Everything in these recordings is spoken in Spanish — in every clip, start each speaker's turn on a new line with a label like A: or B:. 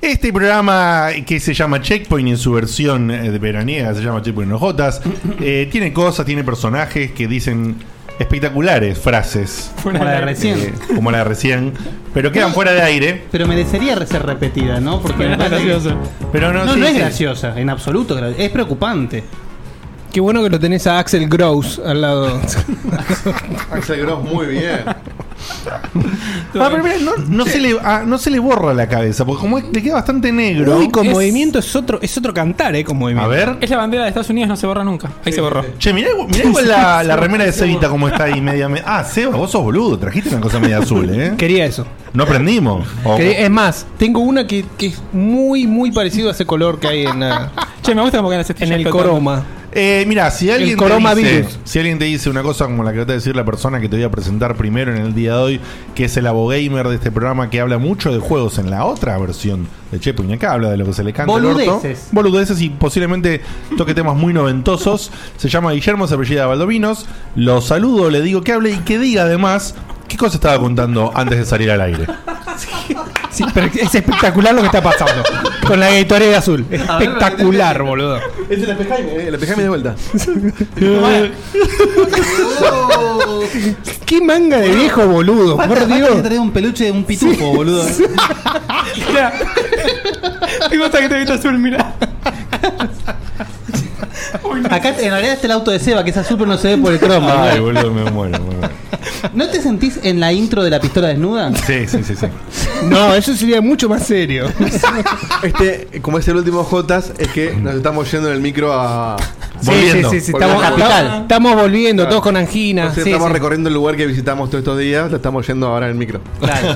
A: Este programa que se llama Checkpoint en su versión eh, de veraniega, se llama Checkpoint en Ojotas, eh, tiene cosas, tiene personajes que dicen espectaculares frases.
B: Como la de recién.
A: Eh, como la de recién. Pero quedan fuera de aire.
B: Pero merecería ser repetida, ¿no? Porque me parece que-
A: Pero no,
B: no,
A: sí,
B: es
A: sí.
B: graciosa, en absoluto. gra- Es preocupante.
C: Qué bueno que lo tenés a Axel Gross al lado.
A: Axel Gross, muy bien. Ah, pero mira, no, no se le, ah, no se le borra la cabeza, porque como es- le queda bastante negro.
C: Uy, con
A: Es-
C: movimiento es otro, es otro cantar, ¿eh? Con movimiento.
A: A ver.
D: Es la bandera de Estados Unidos, no se borra nunca. Ahí se borró.
A: Che, mirá, igual- mirá igual la, la remera de Cevita como está ahí media... me- Ah, Seba, vos sos boludo, trajiste una cosa media azul, ¿eh?
C: Quería eso.
A: No aprendimos. O-
C: Quería- es más, tengo una que, que es muy, muy parecido a ese color que hay en, la-
D: Che, me gusta como que las
C: en
D: estrellas
C: el
D: flotando.
C: coroma.
A: Eh, mira, si alguien,
C: El
A: te dice,
C: coronavirus.
A: si alguien te dice una cosa como la que trata de decir la persona que te voy a presentar primero en el día de hoy, que es el abogamer de este programa que habla mucho de juegos en la otra versión de Che y acá habla de lo que se le canta el orto.
B: Boludeces.
A: Boludeces y posiblemente toque temas muy noventosos. Se llama Guillermo, se apellida Baldovinos. Lo saludo, le digo que hable y que diga además qué cosa estaba contando antes de salir al aire.
C: Sí, pero es espectacular lo que está pasando. Con la editorial azul. Espectacular, boludo.
E: Es el espejaime, eh, el espejaime de vuelta.
C: Qué manga de viejo, boludo.
B: Falta,
C: Por
B: falta que
C: Dios.
B: traiga un peluche de un pitufo, boludo.
D: Mirá. Me gusta que te viste azul, mirá.
B: Acá en realidad está el auto de Seba, que es azul, pero no se ve por el croma.
A: Ay,
B: boludo.
A: boludo, me muero, me muero.
B: ¿No te sentís en la intro de la pistola desnuda?
A: Sí, sí, sí, sí.
C: No, eso sería mucho más serio.
E: Este, como es el último Jotas, es que nos estamos yendo en el micro a.
A: Volviendo.
C: sí, sí, sí,
E: Volviendo
C: Estamos,
E: a la
C: estamos- estamos volviendo,
E: Claro.
C: todos con angina.
E: Entonces
C: sí,
E: estamos
C: sí.
E: recorriendo el lugar que visitamos todos estos días, lo estamos yendo ahora en el micro.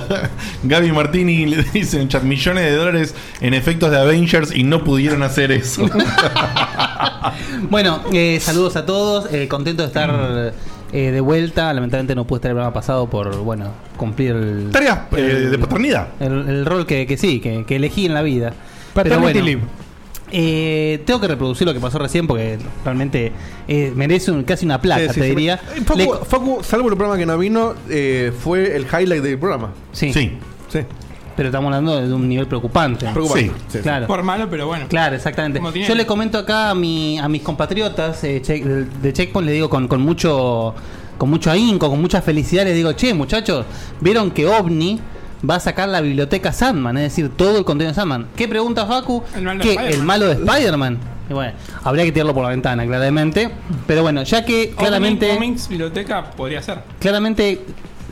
A: Gaby Martini le dice en chat millones de dólares en efectos de Avengers y no pudieron hacer eso.
B: Bueno, eh, saludos a todos. eh, contento de estar eh, de vuelta. Lamentablemente no pude estar el programa pasado por, bueno, cumplir el,
A: Tareas eh, de paternidad.
B: el- el rol que, que sí, que, que elegí en la vida. Pero
C: Paternity
B: bueno,
C: leave.
B: eh, tengo que reproducir lo que pasó recién porque realmente eh, merece un- casi una placa,
E: Sí, sí,
B: te
E: sí.
B: diría.
E: Eh, Facu,
B: Le-
E: Facu, salvo el programa que no vino, eh, fue el highlight del programa.
B: sí,
A: Sí.
E: Sí.
B: pero estamos hablando de un nivel preocupante.
E: Preocupante.
A: Sí,
B: Claro.
D: Por malo, pero bueno.
B: Claro, exactamente.
D: Como tiene-
B: Yo le comento acá a, mi, a mis compatriotas eh, che- del- de Checkpoint, le digo con, con mucho con mucho ahínco, con mucha felicidad, les digo, che, muchachos, vieron que OVNI va a sacar la biblioteca Sandman, es decir, todo el contenido de Sandman. ¿Qué pregunta, Facu?
D: El malo de
B: que
D: Spider-Man.
B: el malo de Spider-Man. Y bueno, habría que tirarlo por la ventana, claramente. Pero bueno, ya que claramente,
D: Omni Comics, biblioteca, podría ser.
B: claramente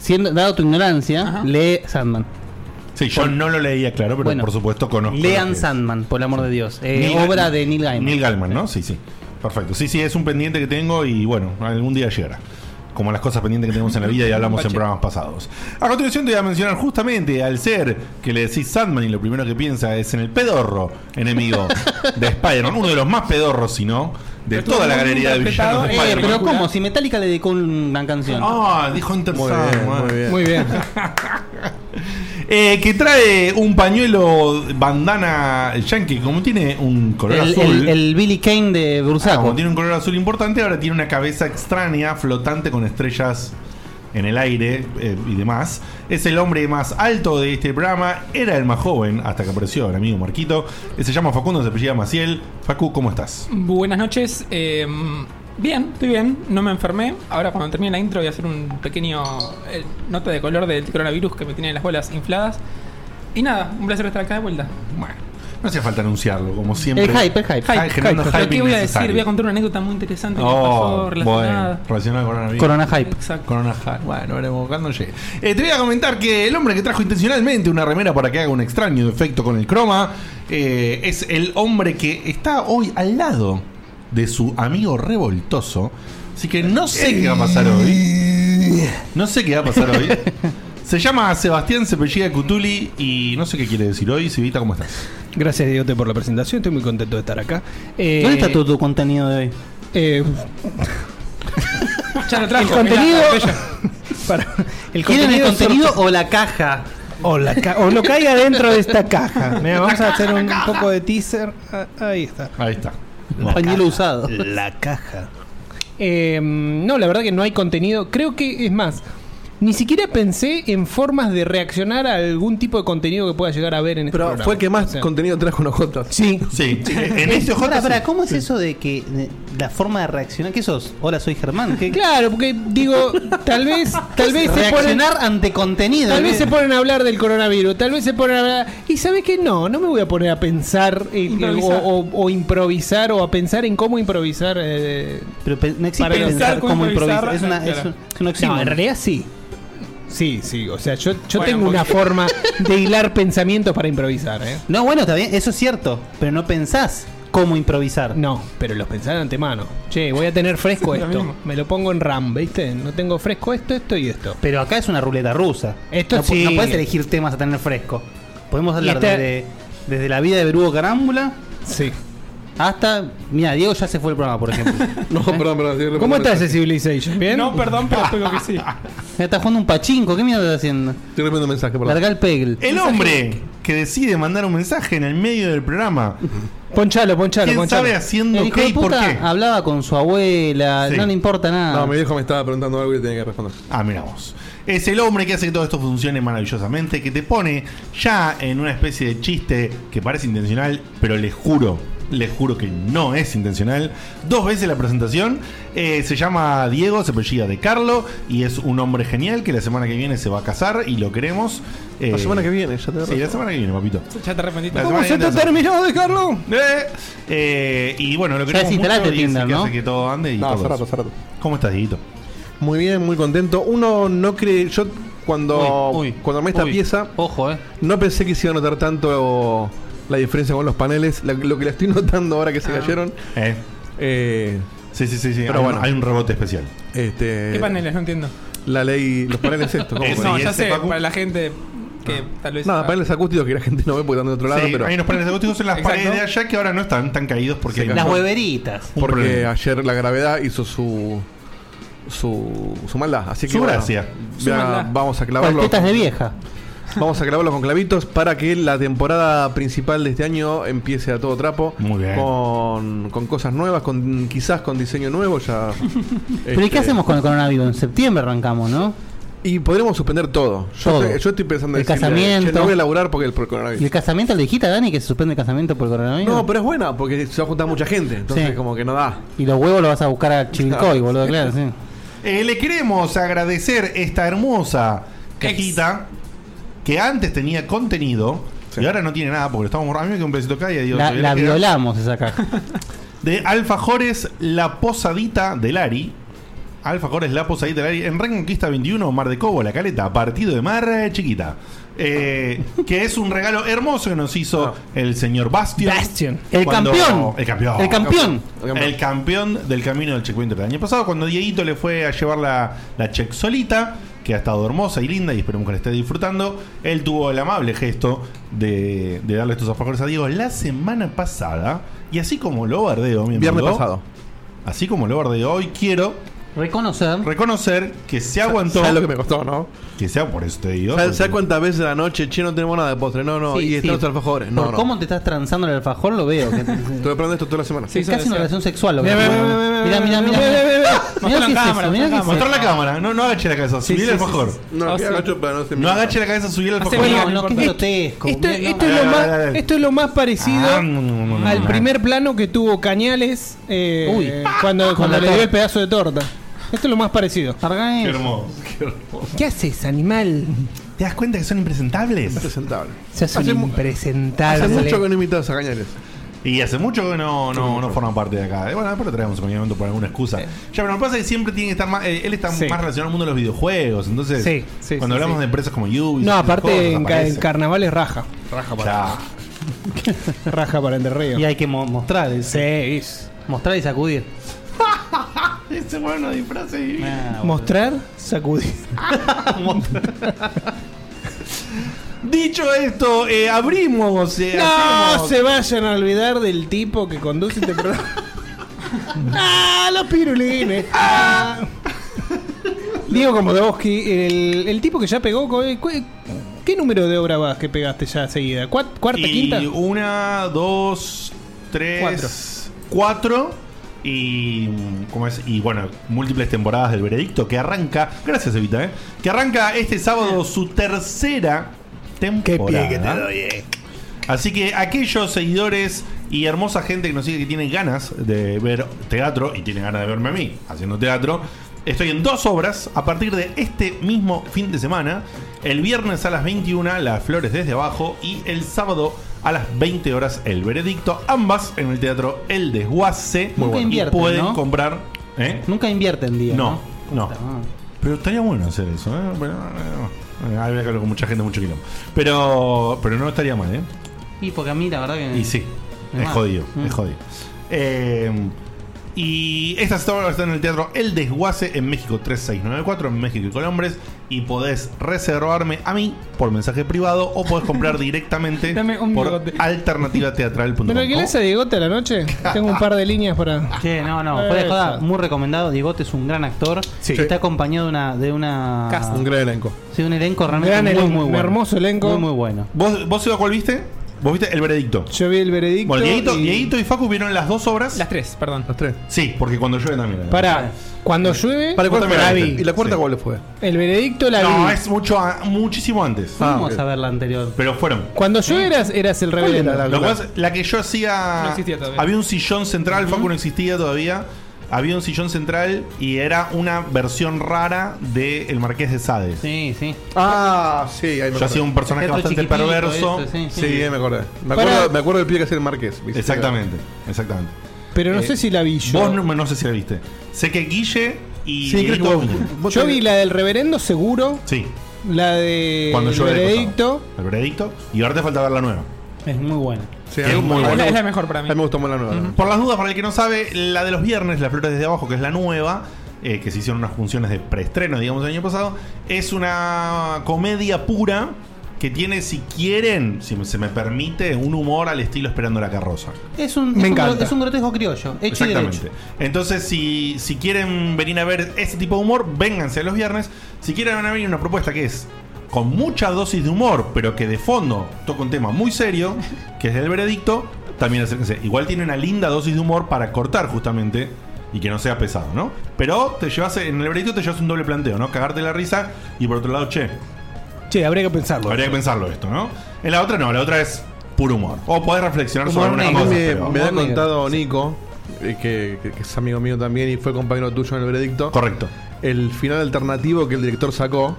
B: siendo dado tu ignorancia,
D: Ajá.
B: lee Sandman.
A: Sí, yo no lo leía, claro, pero
B: Bueno,
A: por supuesto conozco. lo que
B: Lean
A: es.
B: Sandman, por el amor de Dios. Eh,
A: Neil-
B: obra de Neil Gaiman.
A: Neil Gaiman, ¿no? Sí, sí. Perfecto. Sí, sí, es un pendiente que tengo y bueno, algún día llegará. Como las cosas pendientes que tenemos en la vida y hablamos en
D: Pache.
A: programas pasados. A continuación te voy a mencionar justamente al ser que le decís Sandman y lo primero que piensa es en el pedorro enemigo de Spider-Man. Uno de los más pedorros, si no, de
D: Pero
A: toda
D: todo
A: la
D: muy
A: galería de
D: interpretado,
A: villanos de
B: Eh,
D: Spider-Man.
B: pero
A: Spider-Man.
B: ¿cómo? Si Metallica le dedicó una canción.
A: Ah, dijo Enter
E: Muy bien,
A: Sandman.
E: muy bien.
C: Muy bien.
A: Eh, que trae un pañuelo bandana yankee, como tiene un color
B: el, el-
A: azul.
B: el Billy Kane de
A: Ah,
B: Bursaco.
A: como tiene un color azul importante, ahora tiene una cabeza extraña, flotante con estrellas en el aire eh, y demás. Es el hombre más alto de este programa. Era el más joven hasta que apareció el amigo Marquito. Eh, Se llama Facundo, se apellida Maciel. Facu, ¿cómo estás?
D: Buenas noches. eh, bien, estoy bien. No me enfermé. Ahora cuando termine la intro voy a hacer un pequeño eh, nota de color del coronavirus que me tiene las bolas infladas. Y nada, un placer estar acá de vuelta.
A: Bueno, no hacía falta anunciarlo, como siempre.
B: el hype, el hype.
A: Hype. Ay, generando
D: Pero
A: hype
D: ¿Qué voy a decir?
A: innecesario.
D: Voy a contar una anécdota muy interesante que
A: Oh,
D: pasó relacionada.
A: bueno, relacionado con coronavirus.
B: Corona hype.
D: Exacto.
A: Corona High. Bueno, veremos cuando llegue. Eh, te voy a comentar que el hombre que trajo intencionalmente una remera para que haga un extraño efecto con el croma eh, es el hombre que está hoy al lado de su amigo revoltoso. Así que no sé qué va a pasar hoy. No sé qué va a pasar hoy. Se llama Sebastián Cepellida Cutuli y no sé qué quiere decir hoy. Sibita, ¿cómo estás?
C: Gracias, Diote, por la presentación. Estoy muy contento de estar acá. Eh,
B: ¿Dónde está todo tu contenido de hoy?
C: eh,
D: Ya lo trajo.
C: el contenido.
D: mirá, bello.
C: para- el
B: ¿Quieren el
C: contenido.
B: contenido o la caja?
C: O, la ca- o lo caiga dentro de esta caja. Mira, vamos a hacer un poco de teaser. Ah, ahí está.
A: Ahí está.
B: Pañuelo usado.
C: Em, La caja. Eh, no, la verdad que no hay contenido. Creo que, es más, Ni siquiera pensé en formas de reaccionar a algún tipo de contenido que pueda llegar a ver en este
E: Pero
C: programa.
E: fue el que más
C: O sea,
E: contenido trajo en OJ.
C: Sí.
A: Sí, en ese
B: Eh, Pará,
A: ojo
B: pará, ¿cómo es eso de que de- la forma de reaccionar? ¿Qué sos? Hola, soy Germán. ¿Qué,
C: Claro, porque digo, tal vez, tal vez se ponen,
B: reaccionar ante contenido. ¿eh?
C: tal vez
B: ¿qué?
C: se ponen a hablar del coronavirus, tal vez se ponen a hablar y sabes que no, no me voy a poner a pensar eh, eh, o,
D: Improvisar.
C: o- o improvisar o a pensar en cómo improvisar. eh,
B: Pero pe- no existe
C: Para
B: pensar,
D: pensar cómo
B: como improvisar.
D: improvisar,
B: Es, una,
D: claro.
B: es un, es un
C: no,
B: oxímoron.
C: en realidad sí. Sí, sí, o sea, yo, yo
D: Bueno,
C: tengo
D: porque-
C: una forma de hilar pensamientos para improvisar, ¿eh?
B: No, bueno, está bien, eso es cierto. Pero no pensás cómo improvisar.
C: No, pero los pensaba de antemano. Che, voy a tener fresco
D: Sí, lo
C: esto.
D: mismo.
C: Me lo pongo en RAM, ¿viste? No tengo fresco esto, esto y esto.
B: Pero acá es una ruleta rusa.
C: Esto
B: no, pu-
C: sí.
B: No puedes elegir temas a tener fresco. Podemos hablar
C: este-
B: desde, desde la vida de Berugo Carámbula
C: Sí.
B: hasta. Mira, Diego ya se fue el programa, por ejemplo. Eh,
E: No, perdón, perdón. sí,
C: ¿Cómo
E: repongo
C: estás,
E: mensaje.
C: ese Civilization? ¿Bien?
D: No, perdón, pero espero que sí.
B: Mira, está jugando un pachinko. ¿Qué mierda está haciendo?
E: Estoy repitiendo mensaje, perdón.
B: Larga el pegel.
A: El hombre que decide mandar un mensaje en el medio del programa.
C: Ponchalo, ponchalo,
A: ¿Quién
C: ponchalo.
A: sabe haciendo
B: El hijo
A: qué
B: de
A: y por
B: puta
A: qué?
B: hablaba con su abuela.
A: Sí.
B: No le importa nada.
E: No, mi viejo me estaba preguntando algo y tenía que responder.
A: Ah, mira vos. Es el hombre que hace que todo esto funcione maravillosamente, que te pone ya en una especie de chiste que parece intencional, pero les juro, les juro que no es intencional. Dos veces la presentación. Eh, se llama Diego, se apellida de Carlo y es un hombre genial que la semana que viene se va a casar y lo queremos. eh,
E: La semana que viene, ya te
A: Sí, la semana que viene, papito.
D: Ya te arrepentiste.
A: La
C: ¿Cómo
A: semana
C: se
A: que
C: te
A: viene la
C: terminó de Carlos?
A: Eh, eh, y bueno, lo
B: Ya
A: queremos mucho
B: desinstalaste
A: y es el
B: Tinder,
A: que
B: ¿no?
A: hace que todo ande y
E: No, hace
A: todo
E: rato,
A: eso.
E: hace rato.
A: ¿Cómo estás, Dieguito?
E: Muy bien, muy contento. Uno no cree. Yo cuando,
B: Uy, uy,
E: cuando armé esta
B: uy.
E: pieza,
B: Ojo, eh.
E: no pensé que se iba a notar tanto la diferencia con los paneles. La- lo que la estoy notando ahora que se cayeron.
A: Eh,
E: Eh,
A: sí, sí, sí, sí.
E: Pero
A: hay, un-
E: bueno.
A: hay un rebote especial.
E: este,
D: ¿Qué paneles? No entiendo.
E: La ley. Los paneles estos. ¿cómo
A: Eso.
E: fue?
D: No,
A: ¿y
D: ya
A: ese,
D: sé,
A: Facu?
D: para la gente que tal vez.
E: Nada, paneles acústicos que la gente no ve porque están de otro lado,
A: Sí,
E: pero.
A: Hay unos paneles acústicos en las
D: Exacto.
A: paredes de allá que ahora no están tan caídos porque
E: Sí,
A: hay
B: Las
A: un-
B: hueveritas.
A: un
E: Porque
A: problema.
E: ayer la gravedad hizo su. Su, su maldad, así que
A: Su
E: bueno,
A: gracia.
D: Su
E: ya
D: maldad.
E: vamos a clavarlo.
B: Cuartetas de vieja.
E: Vamos a clavarlo con clavitos para que la temporada principal de este año empiece a todo trapo.
A: Muy bien.
E: Con, con cosas nuevas, con quizás con diseño nuevo ya.
B: Pero ¿y
E: este,
B: qué hacemos con el coronavirus? En septiembre arrancamos, ¿no?
E: Y podremos suspender todo. Yo,
B: Todo.
E: Estoy, yo estoy pensando en
B: El
E: decirle,
B: casamiento.
E: "Che, no voy a laburar porque el por
B: ¿Y el
E: el coronavirus.
B: casamiento le dijiste a Dani que se suspende el casamiento por el coronavirus?
E: No, pero es buena porque se va a juntar mucha gente. Entonces,
B: Sí.
E: como que no da.
B: Y los huevos los vas a buscar a Chivilcoy, boludo, claro, sí.
A: Eh, le queremos agradecer esta hermosa cajita que antes tenía contenido
E: Sí.
A: y ahora no tiene nada porque lo estamos borrando. A mí me quedó un pedacito acá y digo,
B: La,
A: se ve
B: la
A: que era
B: violamos esa caja.
A: De Alfajores La Posadita de Lari. Alfajores La Posadita de Lari. En Reconquista 21, Mar de Cobo, La Caleta, Partido de Mar eh, Chiquita. Eh, que es un regalo hermoso que nos hizo el señor Bastion.
C: Bastion.
B: Ah. El
A: Cuando-
B: campeón.
A: El campeón.
B: El campeón.
A: El campeón del camino del checkpoint del año pasado, cuando Dieguito le fue a llevar la, la check solita, que ha estado hermosa y linda y esperemos que la esté disfrutando, él tuvo el amable gesto de, de darle estos alfajores a Diego la semana pasada. Y así como lo bardeo, mi
E: Viernes
A: amigo,
E: pasado.
A: así como lo bardeo hoy, quiero
B: Reconocer.
A: reconocer que se aguantó.
E: ¿Sabes lo que me costó, no?
A: Que sea por eso te digo.
E: ¿Sabes
A: porque-
E: sabes cuántas veces a la noche, che, no tenemos nada de postre? No, no,
B: Sí,
E: y están
B: sí.
E: los alfajores. No,
B: por
E: no.
B: cómo te estás transando el alfajor, lo veo. que-
E: Estuve esperando esto toda la semana.
D: Sí,
B: es casi
D: eso decía.
B: una relación sexual. Lo que
C: Ve, ve,
B: tenemos.
C: ve, ve,
B: mirá, mirá,
C: ve,
B: mirá.
C: ve, ve, ve, ve.
B: Mirá
D: Mostrá
B: qué
D: la
B: es eso,
D: cámara, mostrá
B: mirá qué
D: la
B: es
A: Mostrar
B: eso.
A: la cámara, no, no agache la cabeza, subir
D: sí,
A: el
D: sí,
A: alfajor.
D: sí,
E: No,
D: Ah, sí.
E: agacho, pero no se
A: No
E: mira.
A: agache la cabeza, subir el
D: Hace
A: alfajor.
D: bien,
B: No, no, qué
D: importa.
B: grotesco.
C: Esto,
B: mirá,
C: Este, esto es
A: Dale,
C: lo
A: dale,
C: más,
A: dale.
C: esto es lo más parecido
A: Ah, no, no, no, no,
C: al
A: no.
C: primer plano que tuvo Cañales eh,
B: Uy.
C: cuando,
B: Con la
C: cuando le
B: torta.
C: dio el pedazo de torta. Esto es lo más parecido.
B: Largá
A: Qué
B: eso.
A: hermoso.
C: ¿Qué haces, animal?
A: ¿Te das cuenta que son impresentables?
E: Presentable.
C: Se hace,
E: Hace mu-
C: impresentable.
E: Hace mucho que no invitas a Cañales.
A: Y hace mucho que no, no, no forman parte de acá. Eh, Bueno, después lo traemos en cualquier momento por alguna excusa. Ya, pero lo que pasa es que siempre tiene que estar más. eh, él está
C: Eh. Sí.
A: más relacionado al mundo de los videojuegos. Entonces,
C: Sí, sí, sí,
A: cuando hablamos
C: sí.
A: de empresas como Ubisoft,
C: No, aparte
A: esas
C: en,
A: cosas,
C: ca- en
A: aparece.
C: carnaval es raja.
A: Ya.
C: Raja para Entre Ríos.
B: Y hay que mo- mostrar. es-
C: Sí, es-
B: Mostrar y sacudir.
A: Ese bueno disfrace divino.
B: Ah,
C: Mostrar, sacudir.
D: Ah.
A: Dicho esto, eh, abrimos. eh,
C: No
A: hacemos-
C: se vayan a olvidar del tipo que conduce este programa. ¡Ah, los pirulines! Ah. Diego Komodowski, el, el tipo que ya pegó. co- eh, cu- eh, ¿Qué número de obra vas que pegaste ya seguida? ¿Cuat- ¿Cuarta,
A: y
C: quinta?
A: Una, dos, tres. Cuatro. Y, mm, ¿cómo es? y bueno, múltiples temporadas del veredicto que arranca, gracias Evita, ¿eh? que arranca este sábado su tercera temporada.
C: que te eh.
A: Así que aquellos seguidores y hermosa gente que nos sigue que tienen ganas de ver teatro y tienen ganas de verme a mí haciendo teatro, estoy en dos obras a partir de este mismo fin de semana. El viernes a las 21, Las Flores desde abajo y el sábado a las 20 horas, El Veredicto. Ambas en el teatro El Desguace.
B: Nunca
A: Y
B: invierten,
A: pueden
B: ¿no?
A: comprar... ¿eh?
B: Nunca invierten, día.
A: No,
B: No,
A: no.
B: Puta madre.
A: Pero estaría bueno hacer eso, ¿eh? Bueno, eh, habría que hablar con mucha gente, mucho quilombo. Pero, pero no estaría mal, ¿eh?
B: Y porque a mí la verdad que.
A: Y sí,
B: Me
A: es
B: mata.
A: jodido,
B: Eh, Mm.
A: es jodido. Eh, y estas obras están en el teatro El Desguace en México 3694, en México y Colombres. Y podés reservarme a mí por mensaje privado o podés comprar directamente
D: Dame un
A: por
D: bigote.
A: alternativateatral.com.
C: ¿Me lo alquilás a Diegote a la noche? Tengo un par de líneas para.
B: Che, no, no, fuera de joda, muy recomendado. Diegote es un gran actor.
E: Sí.
B: que Está acompañado de una. De una
E: Un gran elenco.
B: sí, un elenco realmente
C: Gran
B: muy,
C: elenco,
B: muy
C: un
B: bueno.
C: hermoso elenco.
B: Muy, muy bueno.
A: ¿Vos, vos Seba, cuál viste? ¿Vos viste El Veredicto?
C: Yo vi el veredicto.
A: Bueno, Dieguito,
C: y-
A: Dieguito y Facu vieron las dos obras.
D: Las tres, perdón.
E: Los tres.
A: Sí, porque cuando llueve también.
C: Pará, cuando llueve,
E: Para, ¿cuál
A: Vos
E: fue
A: también
E: la
A: la
E: vi?
A: viste.
E: ¿Y la cuarta
A: Sí.
E: cuál fue?
C: el veredicto la
A: No,
C: vi.
A: es mucho, a- muchísimo antes.
E: Ah,
B: Vamos
E: ok.
B: a ver la anterior.
A: Pero fueron.
C: Cuando llueve eras, eras el rebelde.
E: era la-
A: Lo que pasa es- la que yo hacía.
D: No existía todavía.
A: Había un sillón central, Facu no existía todavía. Había un sillón central y era una versión rara de El Marqués de Sade.
B: Sí, sí.
E: Ah, sí, ahí me
A: Yo hacía
E: acordé.
A: un personaje
B: Teatro
A: bastante
B: chiquitito,
A: perverso.
B: eso, sí,
E: Sí, ahí me acordé. Me
C: Para-
E: acuerdo, me acuerdo del pibe que hacía el Marqués. ¿viste?
A: Exactamente, exactamente.
C: Pero no
A: Eh,
C: sé si la vi yo.
A: Vos no, no sé si la viste. Sé que Guille y.
E: Sí, creo que
A: Dieguito-
E: vos- vos
C: yo
E: tenés-
C: vi la del reverendo seguro,
A: Sí,
C: la de
A: cuando
C: Eh, el
A: yo
C: veredicto.
A: El veredicto. Y ahora te falta ver la nueva.
B: Es muy bueno.
E: Sí,
A: Es
E: a mí-
A: muy
E: a mí-
A: bueno.
D: Es la mejor para
E: A
D: mí.
E: mí me gustó más la nueva.
A: Por las dudas, para el que no sabe, la de los viernes, Las Flores desde Abajo, que es la nueva, eh, que se hicieron unas funciones de preestreno, digamos, el año pasado, es una comedia pura que tiene, si quieren, si se me permite, un humor al estilo Esperando la Carroza.
B: Es un,
C: Me
B: es un
C: encanta.
B: gro- es un grotesco criollo, hecho y derecho.
A: Exactamente. Entonces, si, si quieren venir a ver ese tipo de humor, vénganse los viernes. Si quieren van a venir una propuesta que es con mucha dosis de humor, pero que de fondo toca un tema muy serio, que es el veredicto, también acérquense. Igual tiene una linda dosis de humor para cortar justamente y que no sea pesado, ¿no? Pero te llevas en el veredicto te llevas un doble planteo, ¿no? Cagarte la risa y por otro lado, che,
C: Che, habría que pensarlo.
A: habría que pensarlo esto, ¿no? En la otra no, la otra es puro humor. O podés reflexionar
B: Humor
A: sobre
E: A
A: una
B: negro.
E: mí
A: cosa.
E: me,
A: pero-
E: me
B: Humor
E: ha
B: negro,
E: contado Nico, eh, que, que- que es amigo mío también y fue compañero tuyo en el veredicto,
A: Correcto.
E: el final alternativo que el director sacó,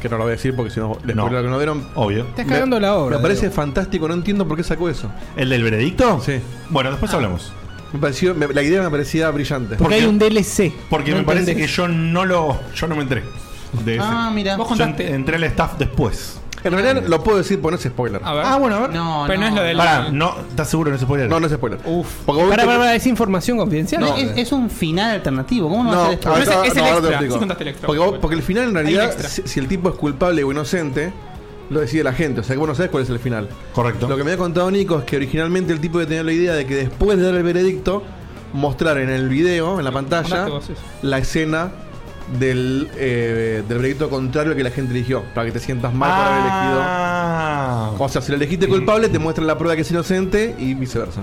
E: que no lo voy a decir porque si no les
A: No.
E: spoileo lo que no vieron.
A: Obvio.
C: Estás cagando la obra.
E: Me parece
C: Diego.
E: fantástico, no entiendo por qué sacó eso.
A: ¿El del veredicto?
E: Sí.
A: Bueno, después
C: Ah.
A: hablamos.
E: Me pareció, me- la idea me parecía brillante.
A: Por-
C: Porque hay
A: porque-
C: un DLC.
A: Porque
C: No
A: me parece que
C: entendés.
A: yo no lo. Yo no me entré. De ese.
B: Ah, mira.
D: Vos
A: Yo en-
D: contaste.
A: entré al staff después.
E: En realidad lo puedo decir porque no es spoiler.
D: A ver.
C: Ah,
A: Ah, bueno, a ver.
B: No,
D: Pero no es lo del-
A: Pará, no, ¿estás seguro? No se puede leer.
E: No, no es spoiler.
C: Uf.
E: Porque vos
C: Pará,
E: viste-
C: pará, pará, es información confidencial.
E: No.
B: Es, es un final alternativo. ¿Cómo no,
E: No,
B: va a ser
E: ahora-
B: esto?
D: Pero ese-
E: ahora-
D: es el
E: ahora te lo
D: extra,
E: explico.
D: sí contaste el extra.
E: Porque, vos- porque el final, en
D: Hay un
E: realidad,
D: extra.
E: si, si el tipo es culpable o inocente, lo decide la gente. O sea que vos no sabés cuál es el final.
A: Correcto.
E: Lo que me había contado Nico es que originalmente el tipo tenía la idea de que después de dar el veredicto, mostrar en el video, en la pantalla,
D: mandaste vos eso.
E: la escena del, eh, del veredicto contrario que la gente eligió, para que te sientas mal por haber elegido.
A: Ah.
E: O sea, si lo elegiste culpable, te muestran la prueba que es inocente y viceversa.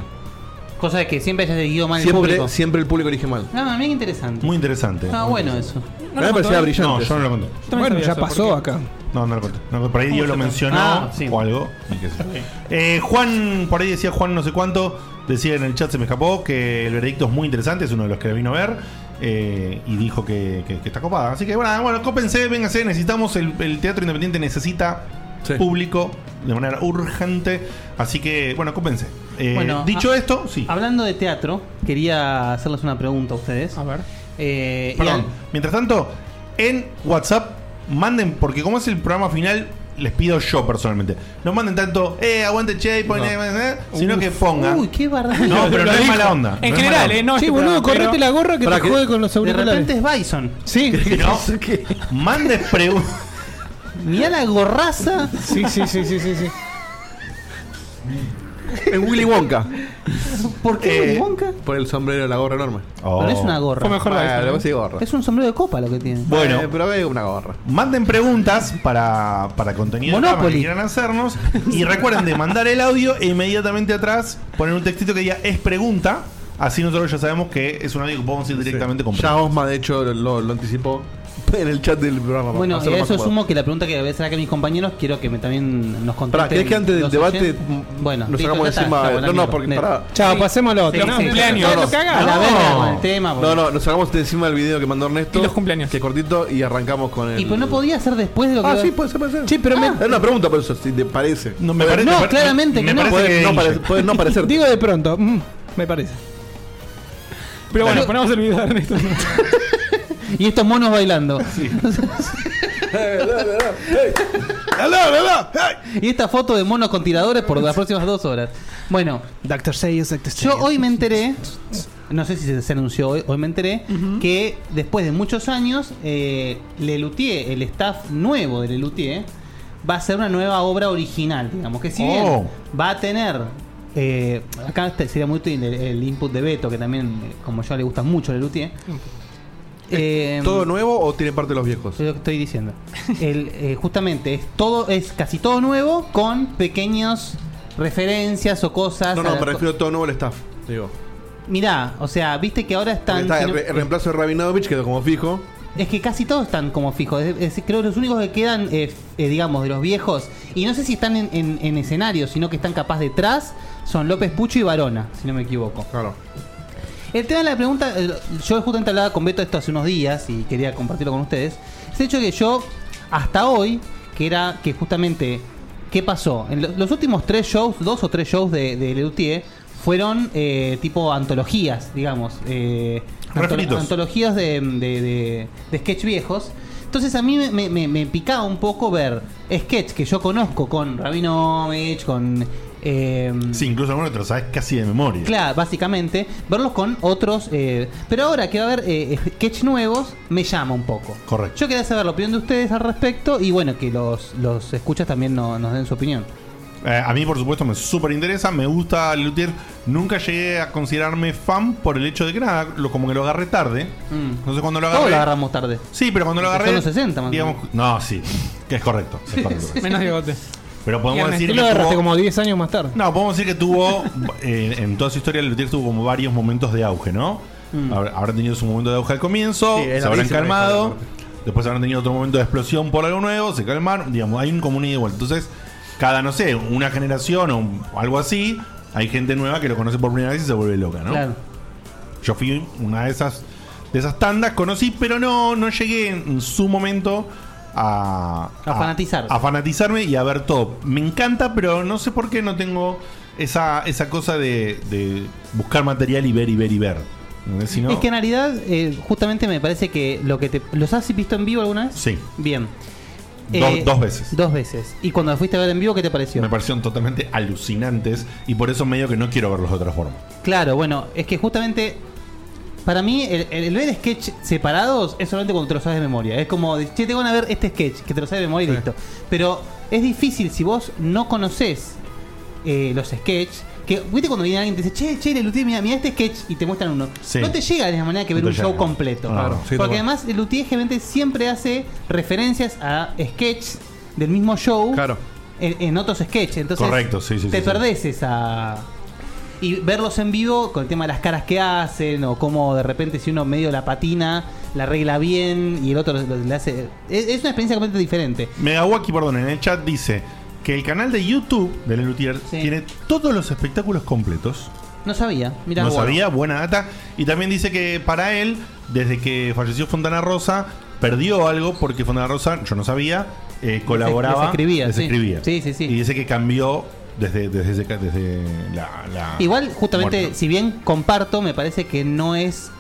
B: Cosa de que siempre hayas seguido mal el
E: Siempre,
B: público.
E: siempre el público elige mal.
B: Ah, mira qué interesante.
A: Muy interesante.
B: Está bueno eso.
D: No
E: me
D: lo
E: parecía
D: contó él.
E: brillante.
A: No, yo no lo conté.
D: Yo también
C: Bueno,
D: sabía
C: ya
D: eso,
C: pasó
D: porque-
C: acá.
A: No, no lo conté. No, por ahí Dios lo mencionó
B: Ah, sí.
A: o algo. y qué sé yo. Eh, Juan, por ahí decía Juan no sé cuánto. Decía en el chat, se me escapó, que el veredicto es muy interesante. Es uno de los que le vino a ver. eh, y dijo que, que- que está copada. Así que bueno, bueno, cópense, vénganse. Necesitamos, el, el teatro independiente necesita
E: Sí.
A: público de manera urgente. Así que bueno, cópense. Eh,
B: Bueno,
A: dicho
B: ah,
A: esto, sí.
B: Hablando de teatro, quería hacerles una pregunta a ustedes.
D: A ver.
B: Eh, y
A: Perdón.
B: al-
A: Mientras tanto, en WhatsApp manden, porque como es el programa final, les pido yo personalmente. No manden tanto, eh, aguante Checkpoint,
E: No.
A: eh, eh", sino que pongan.
B: Uy, qué barra.
A: no, pero no es mala onda.
D: En
A: no es
D: general,
A: mala
D: eh, no.
C: Che,
D: este
C: boludo,
D: programa, pero-
C: correte la gorra que
E: Pará,
C: te
E: que-
C: jode con los
B: De
C: auriculares.
B: repente es Bison.
C: Sí.
A: onda. No, manden preguntas.
B: Mirá la gorraza.
C: sí, sí, sí, sí, sí, sí.
E: En Willy Wonka.
B: ¿Por qué
A: Eh,
B: Wonka?
E: Por el sombrero, la gorra enorme.
B: Pero es una gorra.
D: Fue mejor la
E: Bueno,
D: de
E: vos sí gorra.
B: Es un sombrero de copa lo que tiene.
A: Bueno.
E: Eh, pero hay una gorra.
A: Manden preguntas para, para contenido de programa
B: Monopoly.
A: que quieran hacernos. Y recuerden de mandar el audio e inmediatamente atrás poner un textito que diga es pregunta. Así nosotros ya sabemos que es un audio que podemos ir directamente con
E: Ya Osma, de hecho, lo, lo anticipó en el chat del programa. para
B: Bueno, y
E: hacerlo
B: a
E: más
B: eso
E: cómodo.
B: sumo que la pregunta que voy a hacer acá a mis compañeros, quiero que me también nos
E: Pará,
B: contesten.
E: ¿querés que antes del
B: los
E: debate
B: oyentes?
E: mm,
B: Bueno,
E: lo
B: listo,
E: sacamos
B: ya está,
E: encima?
B: está bueno,
E: no, no,
B: negro,
E: porque
B: negro.
E: pará.
C: Chao, pasemos al otro.
B: Sí, sí,
D: cumpleaños.
E: No, no.
C: Lo caga.
B: A la
E: No.
B: verga con el tema.
E: No,
B: boludo.
E: no, nos sacamos de encima el video que mandó Ernesto.
D: Y los cumpleaños.
E: Que es cortito y arrancamos con el.
B: Y pues no podía ser después de lo que.
E: Ah, sí, puede ser, puede ser.
C: Sí, pero me-
E: Es una pregunta por eso, si te parece.
A: No, me parece-
B: No,
A: me pare-
B: claramente
A: me
B: que no.
A: parece
E: Puede no,
A: dije.
E: pare- puede no parecer.
C: digo de pronto. mm, me parece.
D: Pero bueno, ponemos el video de Ernesto.
B: Y estos monos bailando. y esta foto de monos con tiradores por las próximas dos horas. Bueno,
C: Doctor Seuss, Doctor
B: yo hoy me enteré, no sé si se, se anunció hoy, hoy me enteré, que después de muchos años, eh, Lelutier, el staff nuevo de Lelutier, va a ser una nueva obra original, digamos, que si
A: Oh.
B: bien va a tener... eh, acá este sería muy útil el, el input de Beto, que también, eh, como yo, le gusta mucho Lelutier. Eh,
E: ¿Todo nuevo o tiene parte de los viejos?
B: es lo que estoy diciendo. El, eh, justamente es todo, es casi todo nuevo con pequeños referencias o cosas.
E: No,
B: a
E: no,
B: la-
E: me refiero a todo nuevo el staff. Digo.
B: Mirá, o sea, viste que ahora
E: Porque
B: están.
E: Está
B: si
E: el,
B: no-
E: re- el reemplazo de Rabinovich quedó como fijo.
B: es que casi todos están como fijos. Es- es- creo que los únicos que quedan, eh, f- eh, digamos, de los viejos, y no sé si están en, en- en escenario, sino que están capaz detrás, son López Pucho y Varona, si no me equivoco.
E: Claro.
B: El tema de la pregunta, eh, yo justamente hablaba con Beto esto hace unos días y quería compartirlo con ustedes. Es el hecho que yo, hasta hoy, que era que justamente, ¿qué pasó? En lo- los últimos tres shows, dos o tres shows de, de Leutier, fueron eh, tipo antologías, digamos. eh, anto-
A: Refritos.
B: antologías de, de, de- de sketch viejos. Entonces a mí me, me- me- me picaba un poco ver sketch que yo conozco con Rabinovich, con... em,
A: Sí, incluso algunos te lo sabes casi de memoria.
B: Claro, básicamente, verlos con otros. eh, pero ahora que va a haber eh, sketch nuevos, me llama un poco.
A: Correcto.
B: Yo quería saber la opinión de ustedes al respecto y bueno, que los, los escuchas también no- nos den su opinión.
A: Eh, a mí, por supuesto, me súper interesa. Me gusta Lutier. Nunca llegué a considerarme fan por el hecho de que nada, lo, como que lo agarré tarde.
B: Mm.
A: Entonces, cuando lo
B: Todos
A: agarré.
B: lo agarramos tarde.
A: Sí, pero cuando lo
B: Empezó
A: agarré.
B: en los 60 más o
A: digamos, No, sí. Que es correcto. es correcto.
D: Menos de bote.
A: Pero podemos
D: Viernes.
A: decir
D: Tú
A: que.
C: lo agarraste
A: tuvo-
C: como 10 años más tarde.
A: No, podemos decir que tuvo. eh, en toda su historia, Lutier tuvo como varios momentos de auge, ¿no? Habrá habrá tenido su momento de auge al comienzo.
E: Mm. Sí, es
A: se habrán
E: larguísima la
A: calmado.
E: historia,
A: Después habrán tenido otro momento de explosión por algo nuevo. Se calmaron. Digamos, hay un común ida y vuelta. Entonces, cada, no sé, una generación o un- algo así. Hay gente nueva que lo conoce por primera vez y se vuelve loca, ¿no?
B: Claro.
A: Yo fui una de esas de esas tandas, conocí, pero no, no llegué en su momento a,
B: A fanatizar.
A: A fanatizarme y a ver todo. Me encanta, pero no sé por qué no tengo esa, esa cosa de, de buscar material y ver y ver y ver. ¿Entendés? Si no-
B: Es que en realidad, eh, justamente me parece que lo que te. ¿Los has visto en vivo alguna vez?
A: Sí.
B: Bien.
A: Do- dos veces.
B: Dos veces. Eh, ¿Y cuando fuiste a ver en vivo, qué te pareció?
A: me parecieron totalmente alucinantes y por eso medio que no quiero verlos de otra forma.
B: Claro, bueno, es que justamente para mí el, el- el ver sketch separados es solamente cuando te lo sabes de memoria. Es como, de, che, te van a ver este sketch, que te lo sabes de memoria y listo. Pero es difícil si vos no conocés eh, los sketch. Que, ¿Viste cuando viene alguien y te dice, che, che, Lelutier, mira, mira este sketch y te muestran uno?
A: Sí.
B: No te llega de la misma manera que ver
A: No
B: un
A: te
B: show
A: llega.
B: completo.
A: Claro,
E: sí, tal
B: Porque
E: cual.
B: además Lelutier generalmente siempre hace referencias a sketch del mismo show
E: Claro.
B: en, en otros sketches. Entonces,
A: Correcto, sí, sí,
B: Te
A: sí, sí.
B: perdés esa. Y verlos en vivo con el tema de las caras que hacen, o cómo de repente, si uno medio la patina, la arregla bien y el otro lo- le hace. Es, es una experiencia completamente diferente.
A: Megawaki, perdón, en el chat dice que el canal de YouTube de Lelutier
B: Sí.
A: tiene todos los espectáculos completos.
B: No sabía, mira.
A: no sabía, buena data. Y también dice que para él, desde que falleció Fontana Rosa, perdió algo porque Fontana Rosa, yo no sabía, eh, colaboraba.
B: les escribía,
A: les
B: sí.
A: escribía.
B: Sí, sí, sí.
A: Y dice que cambió desde, desde, ese ca- desde la, la-
B: Igual, justamente,
A: muerte.
B: si bien comparto, me parece que no es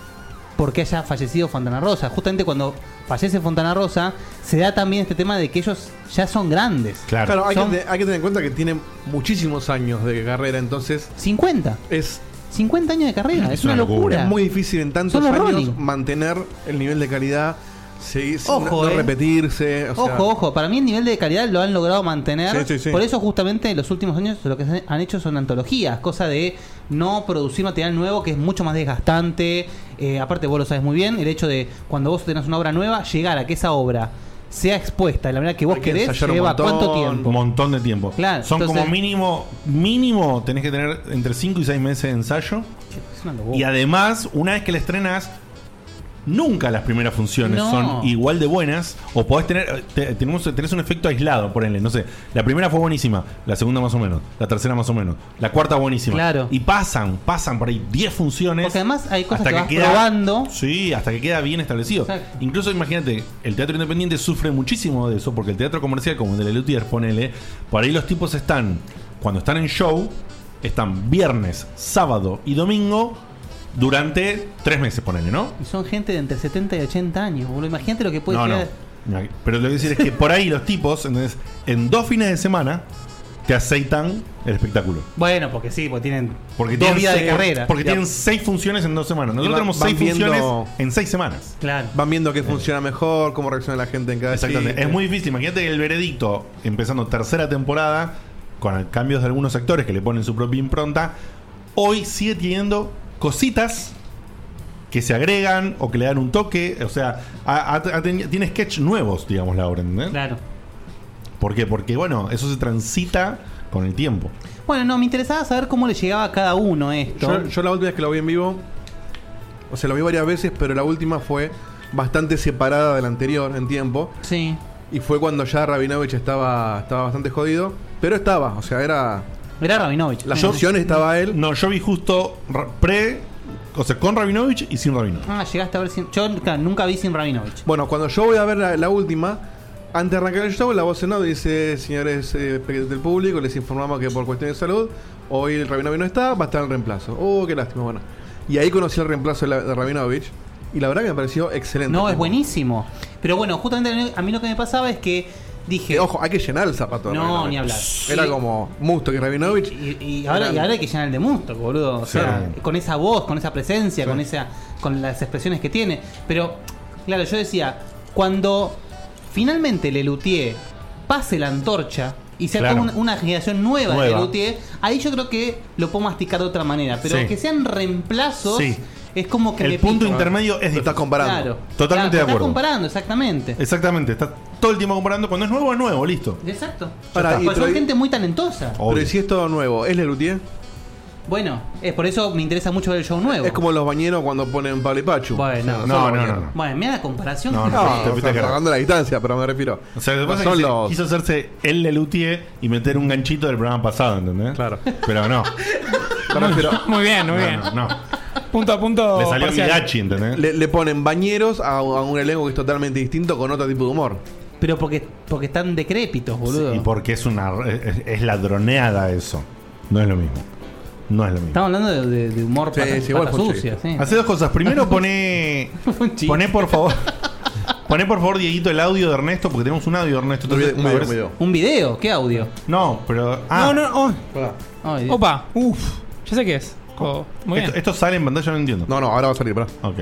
B: porque haya fallecido Fontana Rosa. Justamente cuando fallece Fontana Rosa, se da también este tema de que ellos ya son grandes.
A: Claro.
E: Claro, hay,
B: Son-
E: que, te- hay que tener en cuenta que tiene muchísimos años de carrera, entonces
B: 50.
E: es,
B: 50 años de carrera. Es, una locura.
E: es muy difícil en tantos
B: Son los
E: años
B: Rolling.
E: mantener el nivel de calidad, seguir sin-
B: Ojo,
E: no
B: eh.
E: repetirse. o sea,
B: ojo, ojo, para mí el nivel de calidad lo han logrado mantener.
E: Sí, sí, sí.
B: Por eso justamente en los últimos años lo que se han hecho son antologías, cosa de no producir material nuevo que es mucho más desgastante. Eh, aparte vos lo sabes muy bien, el hecho de cuando vos tenés una obra nueva, llegar a que esa obra sea expuesta de la manera que vos
E: Hay que
B: querés,
E: ensayar un
B: lleva
E: montón.
B: cuánto tiempo.
A: Un montón de tiempo.
B: Claro,
A: Son
B: entonces-
A: como mínimo, mínimo tenés que tener entre 5 y 6 meses de ensayo.
B: Es una locura.
A: Y además, una vez que la estrenas, nunca las primeras funciones
B: No.
A: son igual de buenas. O podés tener, te- tenemos, tenés un efecto aislado, ponele, no sé. La primera fue buenísima, la segunda más o menos, la tercera más o menos, la cuarta buenísima.
B: Claro.
A: Y pasan, pasan por ahí 10 funciones.
B: Porque además hay cosas
A: hasta
B: que vas
A: queda-
B: probando.
A: Sí, hasta que queda bien establecido.
B: Exacto.
A: Incluso imagínate, el teatro independiente sufre muchísimo de eso, porque el teatro comercial, como el de Lelutier, ponele, por ahí los tipos están, cuando están en show, están viernes, sábado y domingo durante tres meses, ponele, ¿no?
B: Y son gente de entre 70 y 80 años, boludo. Imagínate lo que puede
A: No, no.
B: llegar-
A: No, Pero lo que quiero decir es que por ahí los tipos, entonces, en dos fines de semana, te aceitan el espectáculo.
B: Bueno, porque sí, porque tienen
A: Porque
B: dos
A: tienen
B: días de
A: seis-
B: carrera.
A: Porque
B: Ya.
A: tienen seis funciones en dos semanas. Nosotros
E: van-
A: tenemos
E: van
A: seis funciones
E: viendo-
A: en seis semanas.
B: Claro.
E: Van viendo qué funciona mejor, cómo reacciona la gente en cada
A: Exactamente.
E: chiste.
A: Es muy difícil. Imagínate que el veredicto, empezando tercera temporada, con cambios de algunos actores que le ponen su propia impronta, hoy sigue teniendo cositas que se agregan o que le dan un toque. O sea, ha- ha- ha teni- tiene sketch nuevos, digamos, la obra. ¿entendés?
B: Claro.
A: ¿Por qué? Porque, bueno, eso se transita con el tiempo.
B: Bueno, no, me interesaba saber cómo le llegaba a cada uno esto.
E: Yo, yo la última vez que lo vi en vivo, o sea, lo vi varias veces, pero la última fue bastante separada de la anterior en tiempo.
B: Sí.
E: Y fue cuando ya Rabinovich estaba, estaba bastante jodido. Pero estaba, o sea, era.
B: Era Rabinovich.
E: Las
B: Sí.
E: opciones estaba él.
A: No, yo vi justo ra- pre, o sea, con Rabinovich y sin Rabinovich.
B: Ah, llegaste a ver sin. Yo claro, nunca vi sin Rabinovich.
E: Bueno, cuando yo voy a ver la, la última, antes de arrancar el show, la voz en off dice, señores eh, del público, les informamos que por cuestiones de salud, hoy el Rabinovich no está, va a estar el reemplazo. Oh, qué lástima, bueno. Y ahí conocí el reemplazo de, la- de Rabinovich, y la verdad que me pareció excelente.
B: No, es buenísimo. Pero bueno, justamente a mí lo que me pasaba es que dije.
E: Que, Eh, ojo, hay que llenar el zapato. de
B: no,
E: Rabinovich.
B: ni hablar.
E: Era
B: Y-
E: como Musto que Rabinovich.
B: Y, y ahora, y ahora hay que llenar el de Musto, boludo. O
A: Sí.
B: sea, con esa voz, con esa presencia, con esa con las expresiones que tiene. Pero, claro, yo decía, cuando finalmente Lelutier pase la antorcha y se
A: Claro.
B: haga una, una generación nueva, de
A: Nueva.
B: Lelutier, ahí yo creo que lo puedo masticar de otra manera. Pero
A: Sí.
B: que sean reemplazos
A: Sí.
B: es como que
A: El
B: me
A: punto
B: pica.
A: intermedio es
E: Lo
A: difícil.
E: estás comparando.
B: Claro.
A: Totalmente de
B: Claro, estás
A: acuerdo.
B: comparando, exactamente.
A: Exactamente, estás todo el tiempo comparando. Cuando es nuevo, es nuevo, listo.
B: Exacto.
E: Para,
B: Porque
E: y pero
B: son
E: ahí-
B: gente muy talentosa.
E: Pero y si es todo nuevo, ¿es Lelutier?
B: Bueno, es por eso me interesa mucho ver el show nuevo.
E: Es como los bañeros cuando ponen Pablo y Pachu.
B: Bueno.
A: No,
E: son los
A: no,
E: bañeros.
A: no, no.
B: Bueno, mira la comparación.
A: No,
E: No,
A: no, te
E: o
A: fuiste
E: sea,
A: a cagar.
E: sacando la distancia, pero me refiero.
A: O sea, lo que
E: No
A: pasa es
E: son
A: que se-
E: los-
A: quiso hacerse el Lelutier y meter un ganchito del programa pasado, ¿entendés?
E: Claro.
A: Pero no.
E: me refiero-
D: Muy bien, muy
A: no,
D: bien.
A: no, no.
D: Punto a punto.
A: Le salió
D: parcial.
A: Mirachi, ¿entendés?
E: le, le ponen bañeros a, a un elenco que es totalmente distinto con otro tipo de humor.
B: Pero porque, porque están decrépitos, boludo.
A: y porque es una es, es ladroneada eso. No es lo mismo. No es lo mismo.
B: Estamos hablando de, de- de humor
E: Sí,
B: pata-
E: sí, igual
B: pata
E: fue un
B: sucia, sí.
A: Hace dos cosas. Primero poné
B: Fue un chiste.
A: poné por favor poné por favor Dieguito el audio de Ernesto porque tenemos un audio de Ernesto.
E: Un video-
A: Entonces,
E: un
A: a
E: video,
A: ver
E: un
A: si-
E: video.
B: Un video, ¿qué audio?
A: No, pero
D: No,
A: ah,
D: no, oh,
B: Ay, Dios.
D: Opa. Uf. Ya sé qué es. Oh, muy
A: esto,
D: bien.
A: esto sale en pantalla, no entiendo.
E: No, no, ahora va a salir, pará.
A: Ok.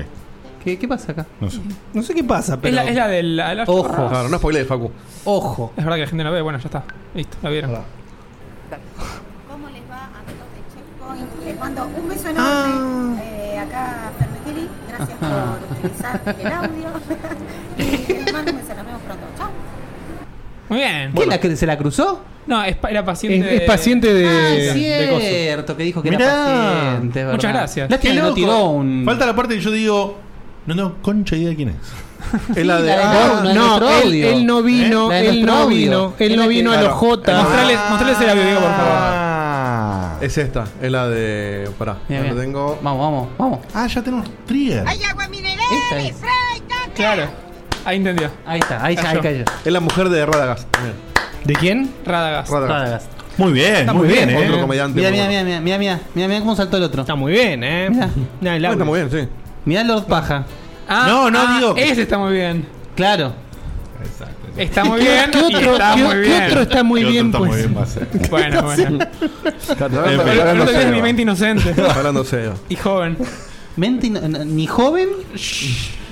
B: ¿Qué, qué pasa acá?
A: No sé.
C: No sé qué pasa, pero.
D: es, la, es la del. la- la-
B: Ojo.
E: Claro, no spoilees, Facu.
B: Ojo.
D: Es verdad que la gente no ve. Bueno, ya está. Listo, la vieron.
F: ¿Cómo les va a amigos de Checkpoint? Les mando un beso enorme eh, acá a Fermetiri. Gracias
B: Ajá.
F: por utilizar el audio. y les mando un beso, nos vemos pronto. Chao.
D: Muy bien.
B: ¿Quién la que se la cruzó?
D: no, es, pa- era
C: Es,
D: paciente.
C: es paciente de.
B: ah,
D: de- de coso.
B: cierto, que dijo que
A: Mirá.
B: era paciente. es
D: Muchas
B: verdad.
D: gracias.
B: Lástima
A: Qué
B: que no
A: loco.
B: tiró un.
A: Falta la parte que yo digo, no tengo concha idea de quién es.
E: Es la de.
B: la de-
E: Ah,
B: la de
C: no,
B: nuestro
C: él,
B: audio.
C: él no vino,
B: ¿Eh? La de
C: él
B: nuestro
C: no
B: audio.
C: vino, él
B: Es la
C: no
B: que-
C: vino a los
B: Claro.
C: J.
D: Mostrales, mostrales el audio, Diego, por favor.
A: Ah,
E: Ah. es esta, es la de. Pará,
B: Bien,
E: ya lo
B: bien.
E: tengo.
B: Vamos, vamos, vamos.
A: Ah, ya tenemos trigger.
F: agua
B: Esta es.
D: Claro. Ahí entendió.
B: Ahí está, ahí ya, ahí cayó.
E: Es la mujer de Radagas. también.
C: ¿De quién?
D: Radagas.
E: Radagas.
B: Radagas.
A: Muy bien,
D: Está
A: muy
D: muy
A: bien,
D: bien,
A: ¿eh?
E: Otro comediante.
B: Mira,
E: muy
B: mira,
E: bueno.
B: mira, mira, mira, mira, mira, mira cómo saltó el otro.
C: Está muy bien, ¿eh?
B: Mirá.
C: Nah, el
E: Ah, está
C: audio.
E: muy bien, sí.
B: Mirá Lord Paja.
D: Ah,
A: No, no,
D: ah,
A: digo que-
D: Ese está muy bien.
B: Claro.
D: Está muy
C: ¿Qué-
D: bien.
C: ¿Qué
D: y
C: otro,
D: está
C: qué-
D: muy
C: qué
D: bien.
C: otro está muy
A: Otro
C: bien,
A: está
C: pues?
A: muy bien, va a ser.
D: Bueno, bueno.
A: Pero-
D: Pero
A: Hablando
D: no te
E: serio.
D: olvides mi mente inocente.
E: Eh, Hablando serio.
D: Y joven.
B: Mente ino- n- ni joven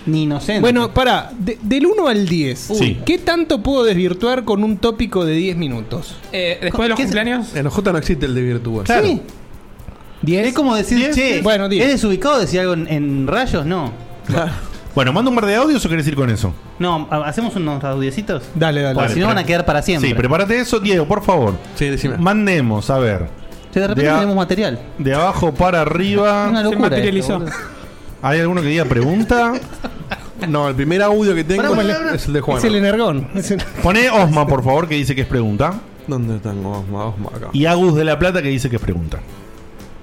B: ni inocente.
C: Bueno, pará, de- del 1 al 10,
A: Uy. Sí.
C: ¿qué tanto puedo desvirtuar con un tópico de 10 minutos?
D: Eh, después de los
B: ¿Qué es-
D: cumpleaños.
E: En OJ no existe el de virtud.
B: Claro. Sí.
C: 10.
B: Es como decir,
C: Diez,
B: che,
C: bueno, diez.
B: ¿es desubicado decir algo en, en rayos? No.
A: Bueno, ¿manda un par de audios o querés ir con eso?
B: No, ha- hacemos unos audiecitos.
C: Dale, dale.
B: Porque si no van a quedar para siempre.
A: Sí, prepárate eso, Diego, por favor.
E: Sí, decime.
A: Mandemos, a ver.
B: Che, de repente
A: De a-
B: tenemos material.
A: De abajo para
B: Una
A: arriba.
B: locura. esto,
D: materializó.
B: boludo.
A: ¿Hay alguno que diga pregunta?
E: No, el primer audio que tengo es, es el de Juan.
C: Es el energón. Es el-
A: Poné Osma, por favor, que dice que es pregunta.
E: ¿Dónde están Osma? Osma acá.
A: Y Agus de la Plata, que dice que es pregunta.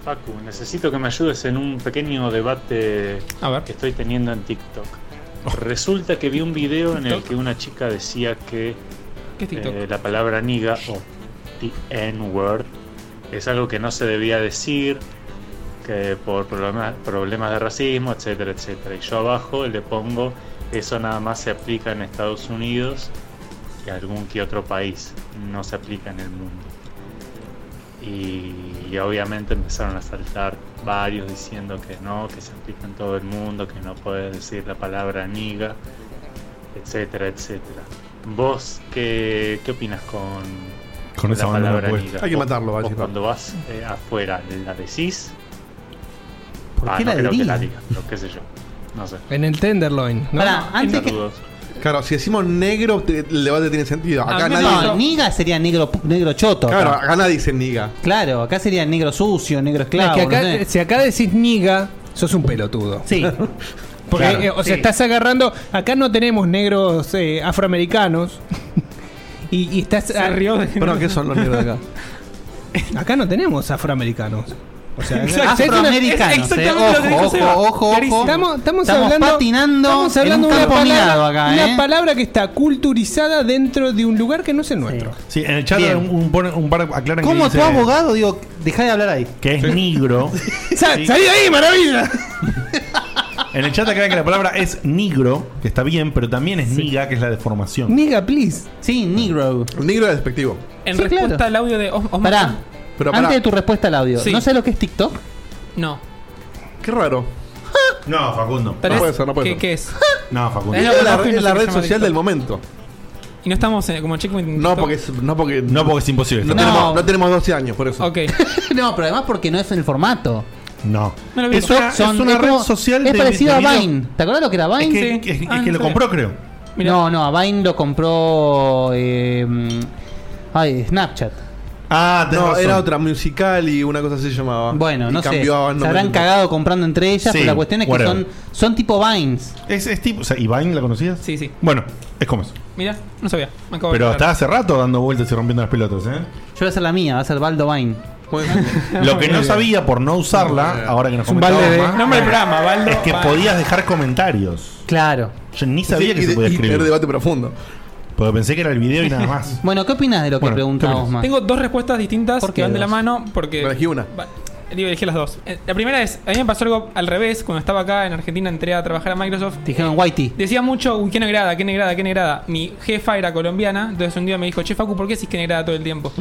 G: Facu, necesito que me ayudes en un pequeño debate
D: A ver. Oh.
G: que estoy teniendo en TikTok. Resulta que vi un video en el
D: TikTok.
G: que una chica decía que
D: ¿Qué es TikTok?
G: eh, la palabra niga o the N-word es algo que no se debía decir que por problema- problemas de racismo, etcétera, etcétera. Y yo abajo le pongo eso nada más se aplica en Estados Unidos y algún que otro país, no se aplica en el mundo. Y, y obviamente empezaron a saltar varios diciendo que no, que se aplica en todo el mundo, que no puedes decir la palabra niga, etcétera, etcétera. ¿Vos qué, qué opinas con,
A: Con esa
G: la
A: banda no
G: palabra
A: puedes.
G: niga?
E: Hay que
G: ¿Vos-
E: matarlo,
G: vos
E: Bachi, pa.
G: cuando vas eh, afuera, ¿la decís?
B: ¿Por
G: Ah,
B: qué
G: no
B: la
G: creo que la
B: diría?
G: diga, pero qué sé yo. No sé.
C: En el Tenderloin. ¿no?
B: Pará, antes que.
G: Saludos.
E: Claro, si decimos negro, te- el debate tiene sentido. Acá
D: mí
E: nadie.
B: No, niga sería negro, negro choto.
E: Claro,
B: acá.
E: acá nadie dice niga.
B: Claro, acá sería negro sucio, negro
C: Claro, es
B: esclavo.
C: que acá-
B: no sé.
C: Si acá decís niga, sos un pelotudo.
B: Sí,
C: Porque,
A: Claro,
C: eh, o sea,
B: sí.
C: estás agarrando. Acá no tenemos negros eh, afroamericanos. y, y estás.
D: Se rió de
E: Bueno, ¿qué son los negros de acá?
C: Acá no tenemos afroamericanos. O sea,
D: Exacto.
B: afroamericanos.
D: Es
B: eh.
D: exactamente lo que
B: Ojo,
D: dijo
B: ojo,
D: Seba.
B: ojo, ojo.
D: Clarísimo.
C: Estamos, estamos,
B: Estamos
C: hablando,
B: patinando
C: estamos
B: en
C: hablando
B: un
C: de una
B: campo minado
C: palabra,
B: acá,
C: una
B: ¿eh?
C: palabra que está culturizada dentro de un lugar que no es el nuestro.
A: Sí, en el chat
B: Bien.
A: un, un, pon- un par aclaran que
B: ¿Cómo tu
A: dice
B: abogado? Digo, dejá de hablar ahí.
A: Que es negro.
C: Sa- ¡Salí de ahí, maravilla!
A: En el chat aclaran que la palabra es negro, que está bien, pero también es niga, que es la deformación.
C: Niga, please.
B: Sí, negro.
E: Negro es despectivo.
D: En
B: Sí,
D: respuesta
B: claro.
D: al audio de Os Osman-
B: Pará.
E: Pero pará.
B: Antes de tu respuesta al audio,
D: Sí.
B: ¿no sé lo que es TikTok?
D: No.
E: Qué raro.
A: No, Facundo.
D: Tal vez-
E: puede ser, no puede
D: ¿qué,
E: ser.
D: qué es?
A: No, Facundo.
D: Es
E: Es
D: lo
E: la,
D: conozco y no
E: es
D: sé
E: la
D: qué se
E: red
D: llama
E: social
D: TikTok.
E: del momento.
D: Y no estamos eh, como checkpoint. en
E: No
D: TikTok.
E: porque, es- no porque
A: No, porque es imposible.
E: no
A: No.
E: tenemos, no tenemos 12 años, por eso.
D: Ok.
B: no, pero además porque no es el formato.
D: No lo vi.
A: Es una,
B: Son-
A: es una red
B: como-
A: social
B: Es
A: de-
B: parecido
A: de
B: a
A: video.
B: Vine. ¿Te acuerdas lo que era
A: Es
B: Vine?
A: que,
D: Sí.
A: es- es
D: Ah, no
A: que lo
D: sabía.
A: compró, creo.
D: Mirá.
B: No, no, a Vine lo compró. eh, mm, ay, Snapchat.
A: Ah, tenés
E: No,
A: razón.
E: era otra musical y una cosa así se llamaba.
B: Bueno,
E: Y
B: no sé. Se
E: cambió a nombre
B: habrán
E: de-
B: cagado comprando entre ellas,
A: Sí,
B: pero la cuestión es que
A: whatever.
B: son, son tipo Vines.
A: Es, es tipo. O sea, ¿y Vine la conocías?
D: Sí, sí.
A: Bueno, es como eso.
D: Mira, no sabía. Me acabo de
A: Pero
D: acordar.
A: hasta hace rato dando vueltas y rompiendo las pelotas, ¿eh?
B: Yo voy a hacer la mía, va a ser Baldo Vine.
D: Ah.
A: Lo que no sabía por no usarla, ahora que nos comentaba
C: balde de-
A: Omar,
D: Nombre del programa, Valdo.
A: es que
D: Va-
A: podías dejar comentarios.
B: Claro.
A: Yo ni
E: Sí,
A: sabía
E: y
A: que se
E: de-
A: podía
E: y era
A: escribir.
E: debate profundo.
A: Porque pensé que era el video y nada más.
B: Bueno, ¿qué opinas de lo que
A: Bueno, ¿qué
B: pregunta
A: opinas?
B: Osma?
D: Tengo dos respuestas distintas
B: ¿Por
D: que
B: qué
D: van de la
B: dos?
D: mano porque.
E: Elegí una.
D: Va- digo, elegí las dos. Eh, La primera es, a mí me pasó algo al revés. Cuando estaba acá en Argentina, entré a trabajar a Microsoft.
B: Dijeron Whitey.
D: Decía mucho, uy, qué negrada, qué negrada, qué negrada. Mi jefa era colombiana, entonces un día me dijo, che, Facu, ¿por qué decís que negrada todo el tiempo?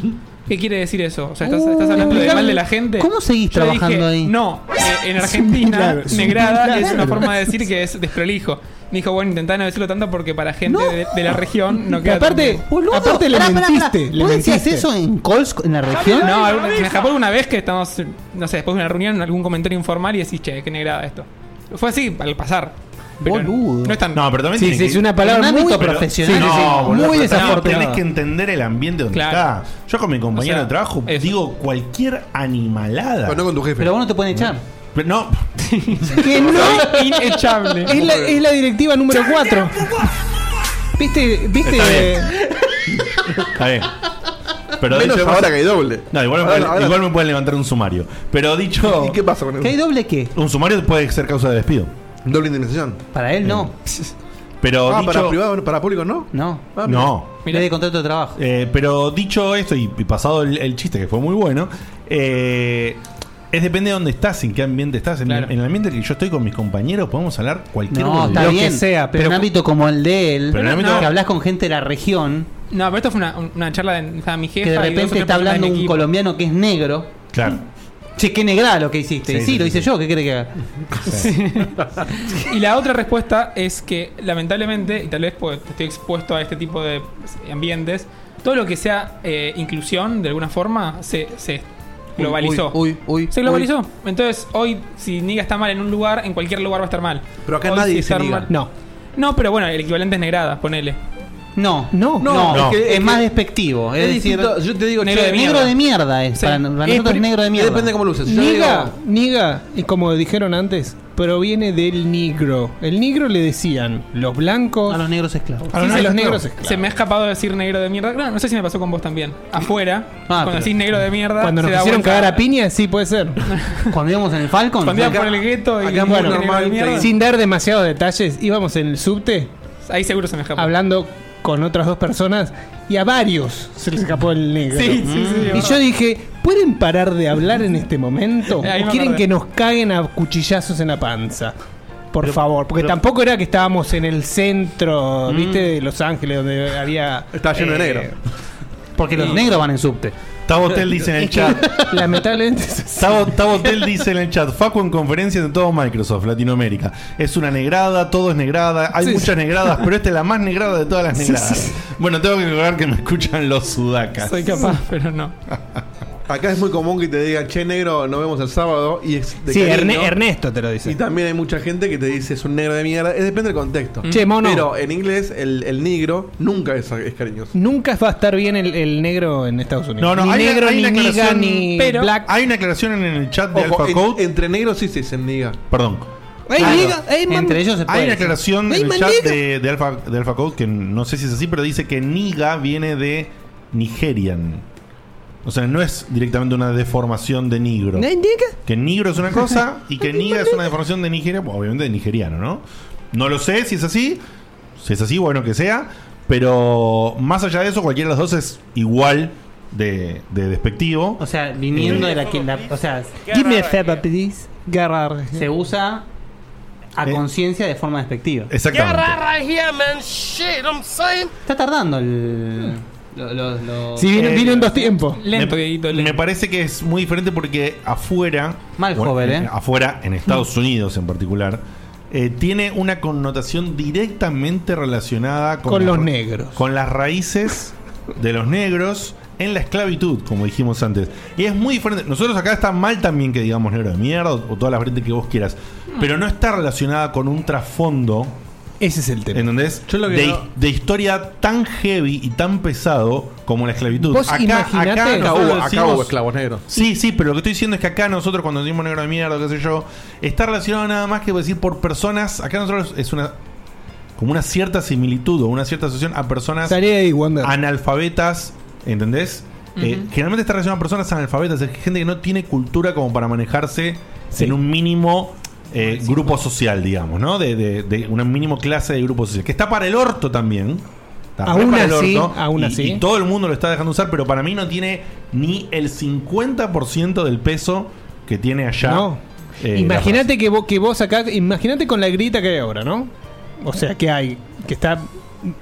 D: ¿Qué quiere decir eso? O sea, ¿estás,
B: Uh,
D: estás hablando de
B: explicame.
D: mal de la gente?
B: ¿Cómo seguís
D: Yo le
B: trabajando ahí?
D: No, eh, en Argentina,
C: milagro, es un
D: negrada es una
C: milagro.
D: forma de decir que es desprolijo. Me dijo, bueno, intentá no decirlo tanto porque para gente
B: No.
D: de, de la región no queda
C: aparte,
D: tan bien".
B: Boludo,
C: Aparte le
B: pará, pará, pará.
C: mentiste, le
B: ¿Vos decías
C: mentiste.
B: eso en calls en la región?
D: No, alguna- me escapó alguna vez que estamos, no sé, después de una reunión, algún comentario informal y decís, che, qué negrada esto. Fue así, al pasar. Pero
B: Boludo.
D: No es tan...
A: No, pero también
C: Sí,
A: tiene
C: sí,
A: que-
C: es una
B: En
C: palabra
B: un
C: muy
B: ámbito
A: pero-
B: profesional.
A: Sí,
B: sí, sí.
A: no, boludo,
C: muy
A: pero también
C: desafortunada.
A: Tenés que entender el ambiente donde
D: Claro.
A: está. Yo con mi compañero
D: O sea,
A: de trabajo
D: eso.
A: digo cualquier animalada.
E: Pero no con tu jefe.
B: Pero vos no te pueden echar.
A: Pero no,
C: Que no
D: Inechable.
C: es la, es la directiva número 4. ¿Viste? ¿Viste?
A: Está bien. está bien. Pero
E: Menos
A: dicho-
E: ahora que hay doble.
A: No, igual, me
E: Ahora-
A: pueden,
E: ahora-
A: igual me pueden levantar un sumario. Pero dicho.
E: ¿Y qué pasa con
B: ¿Qué hay
E: eso?
B: doble qué?
A: Un sumario puede ser causa de despido. Eh,
E: Doble indemnización.
B: Para él no.
A: Pero
E: Ah,
A: dicho.
E: para privado, para público no.
B: No.
E: Ah, mira.
A: no.
B: Mira
D: Mirá.
B: de contrato de trabajo.
A: Eh, pero dicho esto y, y pasado el, el chiste que fue muy bueno, eh, es depende de dónde estás, en qué ambiente estás. En,
D: Claro.
A: en el ambiente que yo estoy con mis compañeros podemos hablar cualquier
B: No,
A: boludez.
B: está
C: Lo
B: bien.
C: que sea,
B: pero,
C: pero-
B: en un ámbito como el de él,
A: Pero en un ámbito-
B: que hablas con gente de la región,
D: No, pero esto fue una, una charla de estaba mi jefa.
B: que de
D: y dos o
B: repente
D: tres
B: está
D: personas
B: hablando
D: en
B: un
D: equipo.
B: colombiano que es negro.
A: Claro.
B: Che, qué negra lo que hiciste.
A: Sí,
B: y sí,
A: sí,
B: lo
A: sí,
B: hice
A: sí.
B: yo, ¿qué crees que haga?
D: Y la otra respuesta es que, lamentablemente, y tal vez porque estoy expuesto a este tipo de ambientes, todo lo que sea eh, inclusión, de alguna forma, se, se globalizó.
H: Uy, uy. uy,
D: Se
H: uy.
D: globalizó. Entonces, hoy, si Niga está mal en un lugar, en cualquier lugar va a estar mal.
H: Pero acá
D: Hoy,
H: nadie
D: si
H: dice
D: está
H: Niga.
D: mal-
C: No.
D: No, pero bueno, el equivalente es negrada, ponele.
B: No,
C: No.
B: no,
H: No,
B: es,
H: es que- es
B: más
H: que-
B: despectivo. Es,
H: Es
B: decir,
H: distinto, yo te digo,
D: negro
H: che,
D: de
B: negro
D: mierda.
B: de mierda es.
D: Sí.
B: Para, para nosotros es
C: pri-
B: negro de mierda.
H: depende de cómo lo uses. Yo
C: Niga,
H: digo-
C: niga, y como dijeron antes, proviene del negro. El negro le decían los blancos.
B: A los negros esclavos.
C: a los-
D: Sí,
C: a los
D: sí,
C: negros esclavos.
D: Se me ha escapado de decir negro de mierda. Claro, no sé si me pasó con vos también. Afuera, cuando
B: pero-
D: decís negro de mierda.
C: Ah, Cuando
D: se
C: nos
D: da
C: quisieron
D: vuelta-
C: cagar a piña, sí puede ser.
B: Cuando íbamos en el Falcon.
D: Cuando iba
B: acá-
D: por el gueto y
E: acá es muy
D: bueno,
E: normal
D: negro de
E: que-
D: mierda.
C: Sin dar demasiados detalles, íbamos en el subte
D: Ahí seguro se me escapó.
C: hablando con otras dos personas y a varios se les escapó el negro.
D: Sí, sí, sí.
H: Mm.
C: Y yo dije, ¿pueden parar de hablar en este momento?
D: Ahí
C: ¿O
D: me
C: quieren
D: acordé.
C: que nos caguen a cuchillazos en la panza? Por favor, porque tampoco era que estábamos en el centro,
D: Mm.
C: ¿viste? De Los Ángeles, donde había... eh,
E: Está lleno de negro.
B: Porque los negros van en subte.
A: Tabotel dice en el chat.
C: Lamentablemente...
A: Tabo, Tabotel dice en el chat, Facu en conferencia de todo Microsoft, Latinoamérica. Es una negrada, todo es negrada, hay
C: Sí,
A: muchas negradas, pero esta es la más negrada de todas las
C: sí,
A: negradas.
C: sí.
A: Bueno, tengo que aclarar que me escuchan los sudacas.
D: Soy capaz, pero no.
E: Acá es muy común que te digan, che, negro, nos vemos el sábado. Y es de
C: Sí,
E: cariño.
C: Erne- Ernesto te lo
E: Y
C: dice.
E: también hay mucha gente que te dice, es un negro de mierda. Es, depende del contexto.
D: Mm.
C: Che, mono,
E: Pero en inglés, el, el negro nunca es, es cariñoso.
C: nunca va a estar bien el, el negro en Estados Unidos.
A: No, no,
C: ni
A: hay-
C: negro,
A: hay
C: ni
A: una
C: niga,
A: aclaración,
C: ni
D: pero-
C: black.
A: Hay una aclaración en el chat de
E: Ojo,
A: Alpha
E: en-
A: Code.
E: entre negros sí se dicen niga.
A: Perdón.
C: Hay
B: Claro.
C: niga, hay man-
B: Entre ellos se puede
A: Hay una
B: decir.
A: aclaración
C: Ey,
A: en el
C: manega.
A: chat de, de Alpha, de Alpha Code que no sé si es así, pero dice que Niga viene de Nigerian. O sea, no es directamente una deformación de negro.
C: ¿No hay niga?
A: Que negro es una cosa y que niga es una deformación de Nigeria, bueno, obviamente de nigeriano, ¿no? No lo sé si es así, si es así, bueno que sea, pero más allá de eso, cualquiera de las dos es igual de, de despectivo.
B: O sea, viniendo
A: Eh.
B: de la que. la- o sea,
C: Give me a favor, please. Garrar.
B: se usa a
A: Eh.
B: conciencia de forma despectiva.
A: Exactamente.
B: Está tardando el. lo- lo- lo-
C: Sí, vino,
A: Eh,
C: vino en dos tiempos.
D: Lento,
A: me,
D: Dieguito,
A: me
D: lento.
A: parece que es muy diferente porque afuera,
B: Mal joven,
A: en-
B: ¿eh?
A: afuera, en Estados Unidos en particular, eh, tiene una connotación directamente relacionada con,
C: Con
A: las
C: los
A: ra-
C: negros.
A: Con las raíces de los negros en la esclavitud, como dijimos antes. Y es muy diferente. Nosotros acá está mal también que digamos negro de mierda o, o toda la gente que vos quieras, pero no está relacionada con un trasfondo
C: Ese es el tema.
A: ¿Entendés?
E: Yo lo que
A: de,
E: no-
A: de historia tan heavy y tan pesado como la esclavitud.
C: Vos imaginate- Acá
E: Acá
A: nosotros
E: hubo, acá
A: decimos-
E: hubo esclavos negros.
A: Sí, sí, pero lo que estoy diciendo es que acá nosotros cuando decimos negro de mierda, qué sé yo, está relacionado nada más que decir por personas. Acá nosotros es una como una cierta similitud o una cierta asociación a personas
C: Salía de Wonder.
A: analfabetas, ¿entendés? Eh, generalmente está relacionado a personas analfabetas, es gente que no tiene cultura como para manejarse en un mínimo eh, grupo social, digamos, ¿no? De, de, de una mínimo clase de grupo social, que está para el orto también. Está re
C: Aún
A: para el
C: así,
A: orto,
C: aún
A: y-
C: así.
A: Y todo el mundo lo está dejando usar, pero para mí no tiene ni el 50% del peso que tiene allá.
C: No.
A: eh, la
C: Imagínate que vos, que vos acá, imagínate con la grita que hay ahora, ¿no? O sea, que hay, que está,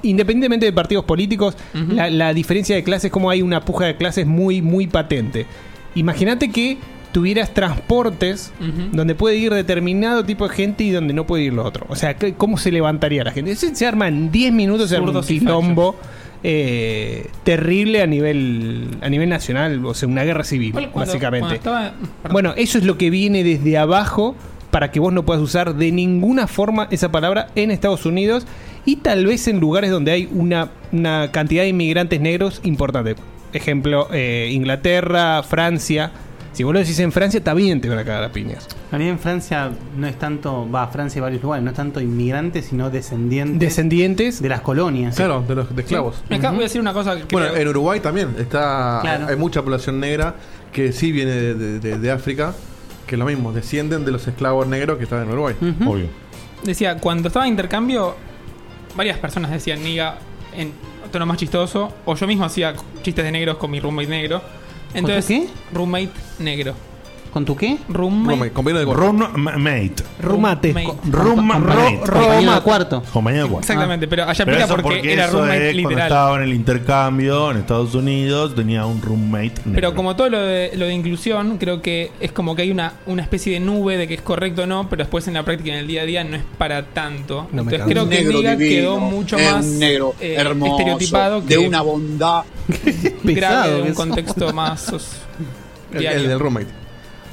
C: independientemente de partidos políticos, la, la diferencia de clases, como hay una puja de clases muy, muy patente. Imagínate que tuvieras transportes
D: Ujú.
C: donde puede ir determinado tipo de gente y donde no puede ir lo otro. O sea, ¿qué- ¿cómo se levantaría la gente? Se, se arma en 10 minutos, se arma un
D: Zurdos y
C: quilombo eh, terrible a nivel, a nivel nacional, o sea, una guerra civil,
D: Igual cuando- cuando
C: básicamente.
D: estaba-
C: Bueno, eso es lo que viene desde abajo para que vos no puedas usar de ninguna forma esa palabra en Estados Unidos y tal vez en lugares donde hay una, una cantidad de inmigrantes negros importante. Ejemplo, eh, Inglaterra, Francia. Si vos lo decís en Francia, también te van a cagar a piñas.
B: A mí en Francia no es tanto. Va, Francia y varios lugares. No es tanto inmigrantes, sino descendientes
C: Descendientes.
B: de las colonias.
E: Claro, de los de esclavos.
D: Me acabo de decir una cosa que
E: Bueno,
D: creo-
E: en Uruguay también está
B: Claro.
E: hay mucha población negra que sí viene de, de- de- de África, que es lo mismo, descienden de los esclavos negros que están en Uruguay.
A: razón. Obvio.
D: decía, cuando estaba en intercambio, varias personas decían niga en tono más chistoso, o yo mismo hacía chistes de negros con mi roommate negro. Entonces,
B: qué?
D: Roommate negro.
B: ¿Con tu qué?
D: Roommate.
E: Roommate, compañero de cuarto.
A: Roommate.
C: Rumate.
D: Roommate.
A: Rooma-
B: Compañero-
A: ro-
B: compañero de
C: Roma.
B: cuarto.
A: Compañero de cuarto. Ah.
D: Exactamente, pero allá
A: Pero
D: aplica
A: eso
D: porque,
A: porque,
D: era
A: eso
D: roommate
A: es cuando
D: literal.
A: estaba en el intercambio en Estados Unidos, tenía un roommate negro.
D: Pero como todo lo de, lo de inclusión, creo que es como que hay una, una especie de nube de que es correcto o no, pero después en la práctica, en el día a día, no es para tanto.
C: No me
D: Entonces
C: canso.
D: creo que
I: negro
D: Niga
I: divino,
D: quedó mucho
I: es
D: más
I: un negro
D: eh,
I: hermoso,
D: estereotipado que
I: de una bondad.
D: grave,
B: Pesado
D: de un
B: que sos.
D: contexto más sos-
A: El, el del roommate.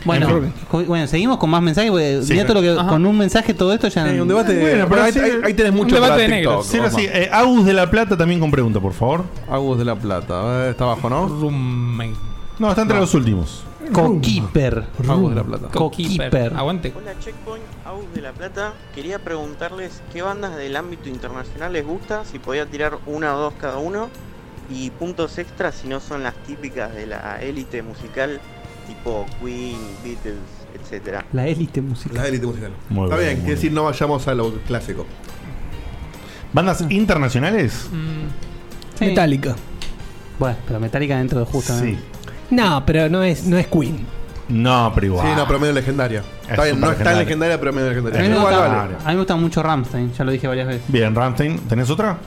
B: Bueno,
A: Enroque.
B: ju- bueno, seguimos con más mensajes. porque
A: Sí,
B: mirá todo lo que-
D: Ajá.
B: con un mensaje todo esto ya.
E: Eh, un debate de-
A: Bueno, pero
E: bueno, ahí,
A: sí,
E: ahí- ahí tenés
D: un
E: mucho
D: debate
E: para
D: de
E: TikTok,
D: negros.
A: Sí, ahora
E: Roma.
A: sí, eh, Agus de la Plata también con pregunta, por favor.
E: Agus de la Plata. eh, está abajo, ¿no?
D: Roommate.
A: No, está entre los últimos.
B: Cokeeper.
E: Agus de la Plata.
B: Cokeeper.
D: Aguante.
H: Hola Checkpoint, Aus de la Plata. Quería preguntarles qué bandas del ámbito internacional les gusta, si podía tirar una o dos cada uno, y puntos extras si no son las típicas de la élite musical, tipo Queen, Beatles, etcétera.
B: La élite musical.
E: La élite musical.
A: Muy
E: está
A: bien,
E: bien,
A: muy
E: quiere decir, no vayamos a lo clásico.
A: ¿Bandas internacionales?
D: Mm,
B: Sí.
C: Metallica.
B: Bueno, pero Metallica dentro de justo. ¿no?
A: Sí.
C: No, pero no es, no es Queen.
A: No, pero igual.
E: Sí, no, pero medio legendaria. Está
A: súper
E: bien, no es tan
A: legendaria.
E: legendaria, pero medio
B: A mí,
E: legendaria.
B: me
E: Igual
B: gusta,
E: vale.
B: a mí me gusta mucho Ramstein, ya lo dije varias veces.
A: Bien, Ramstein, ¿tenés otra?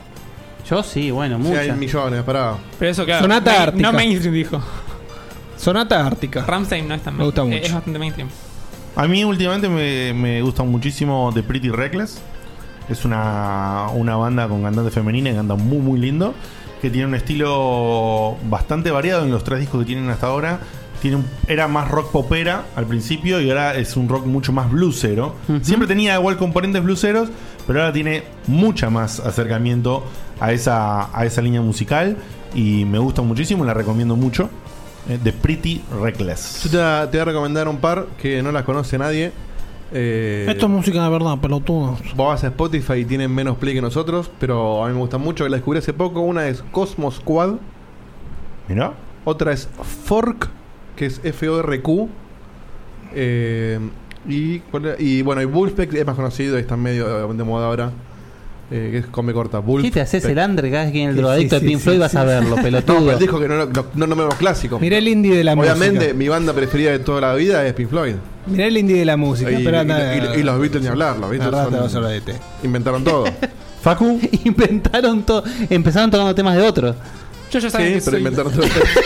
B: Yo sí, bueno,
E: Sí,
B: muchas.
E: hay millones, pará.
D: Pero eso, claro.
C: Sonata
D: main-
C: Ártica.
D: No mainstream, dijo.
C: Sonata Ártica.
D: Ramstein no es tan
C: Me gusta
D: mainstream,
C: mucho.
D: Es bastante mainstream.
A: A mí últimamente me, me gusta muchísimo The Pretty Reckless. Es una, una banda con cantante femenina que canta muy muy lindo. Que tiene un estilo bastante variado en los tres discos que tienen hasta ahora. Tiene un- era más rock popera al principio y ahora es un rock mucho más bluesero. Siempre tenía igual componentes blueseros, pero ahora tiene mucha más acercamiento a esa, a esa línea musical. Y me gusta muchísimo, la recomiendo mucho. Eh, The Pretty Reckless.
E: Yo te, te voy a recomendar un par que no las conoce nadie. Eh,
C: Esto es música de verdad, pelotudos.
E: Vos vas a Spotify y tienen menos play que nosotros, pero a mí me gusta mucho. La descubrí hace poco. Una es Cosmos Quad,
A: Mirá.
E: otra es Fork, que es F-O-R-Q. eh, y, ¿cuál era? y bueno, y Bullspec es más conocido y está medio eh, de moda ahora. eh, que es come corta.
B: ¿Qué te
E: Bullspec.
B: haces el andre cada vez que viene el
C: Sí,
B: drogadicto
C: sí,
B: de Pink
C: sí,
B: Floyd?
C: sí,
B: vas
C: sí.
B: a verlo,
E: No,
B: pelotudo.
E: él dijo que no, lo- no nombremos los clásicos.
C: Mirá el indie de la
E: Obviamente,
C: música.
E: mi banda preferida de toda la vida es Pink Floyd.
C: Mirá el indie de la música.
E: y,
C: pero
E: y-
C: anda-
E: y- y los Beatles ni hablar, los Beatles
C: Agarrate
E: son-
C: vos a E los DT.
E: inventaron todo.
A: Facu.
B: Inventaron todo. Empezaron tocando temas de otros.
D: Yo ya saben
E: sí,
D: que
E: pero
D: soy,
E: inventaron todo.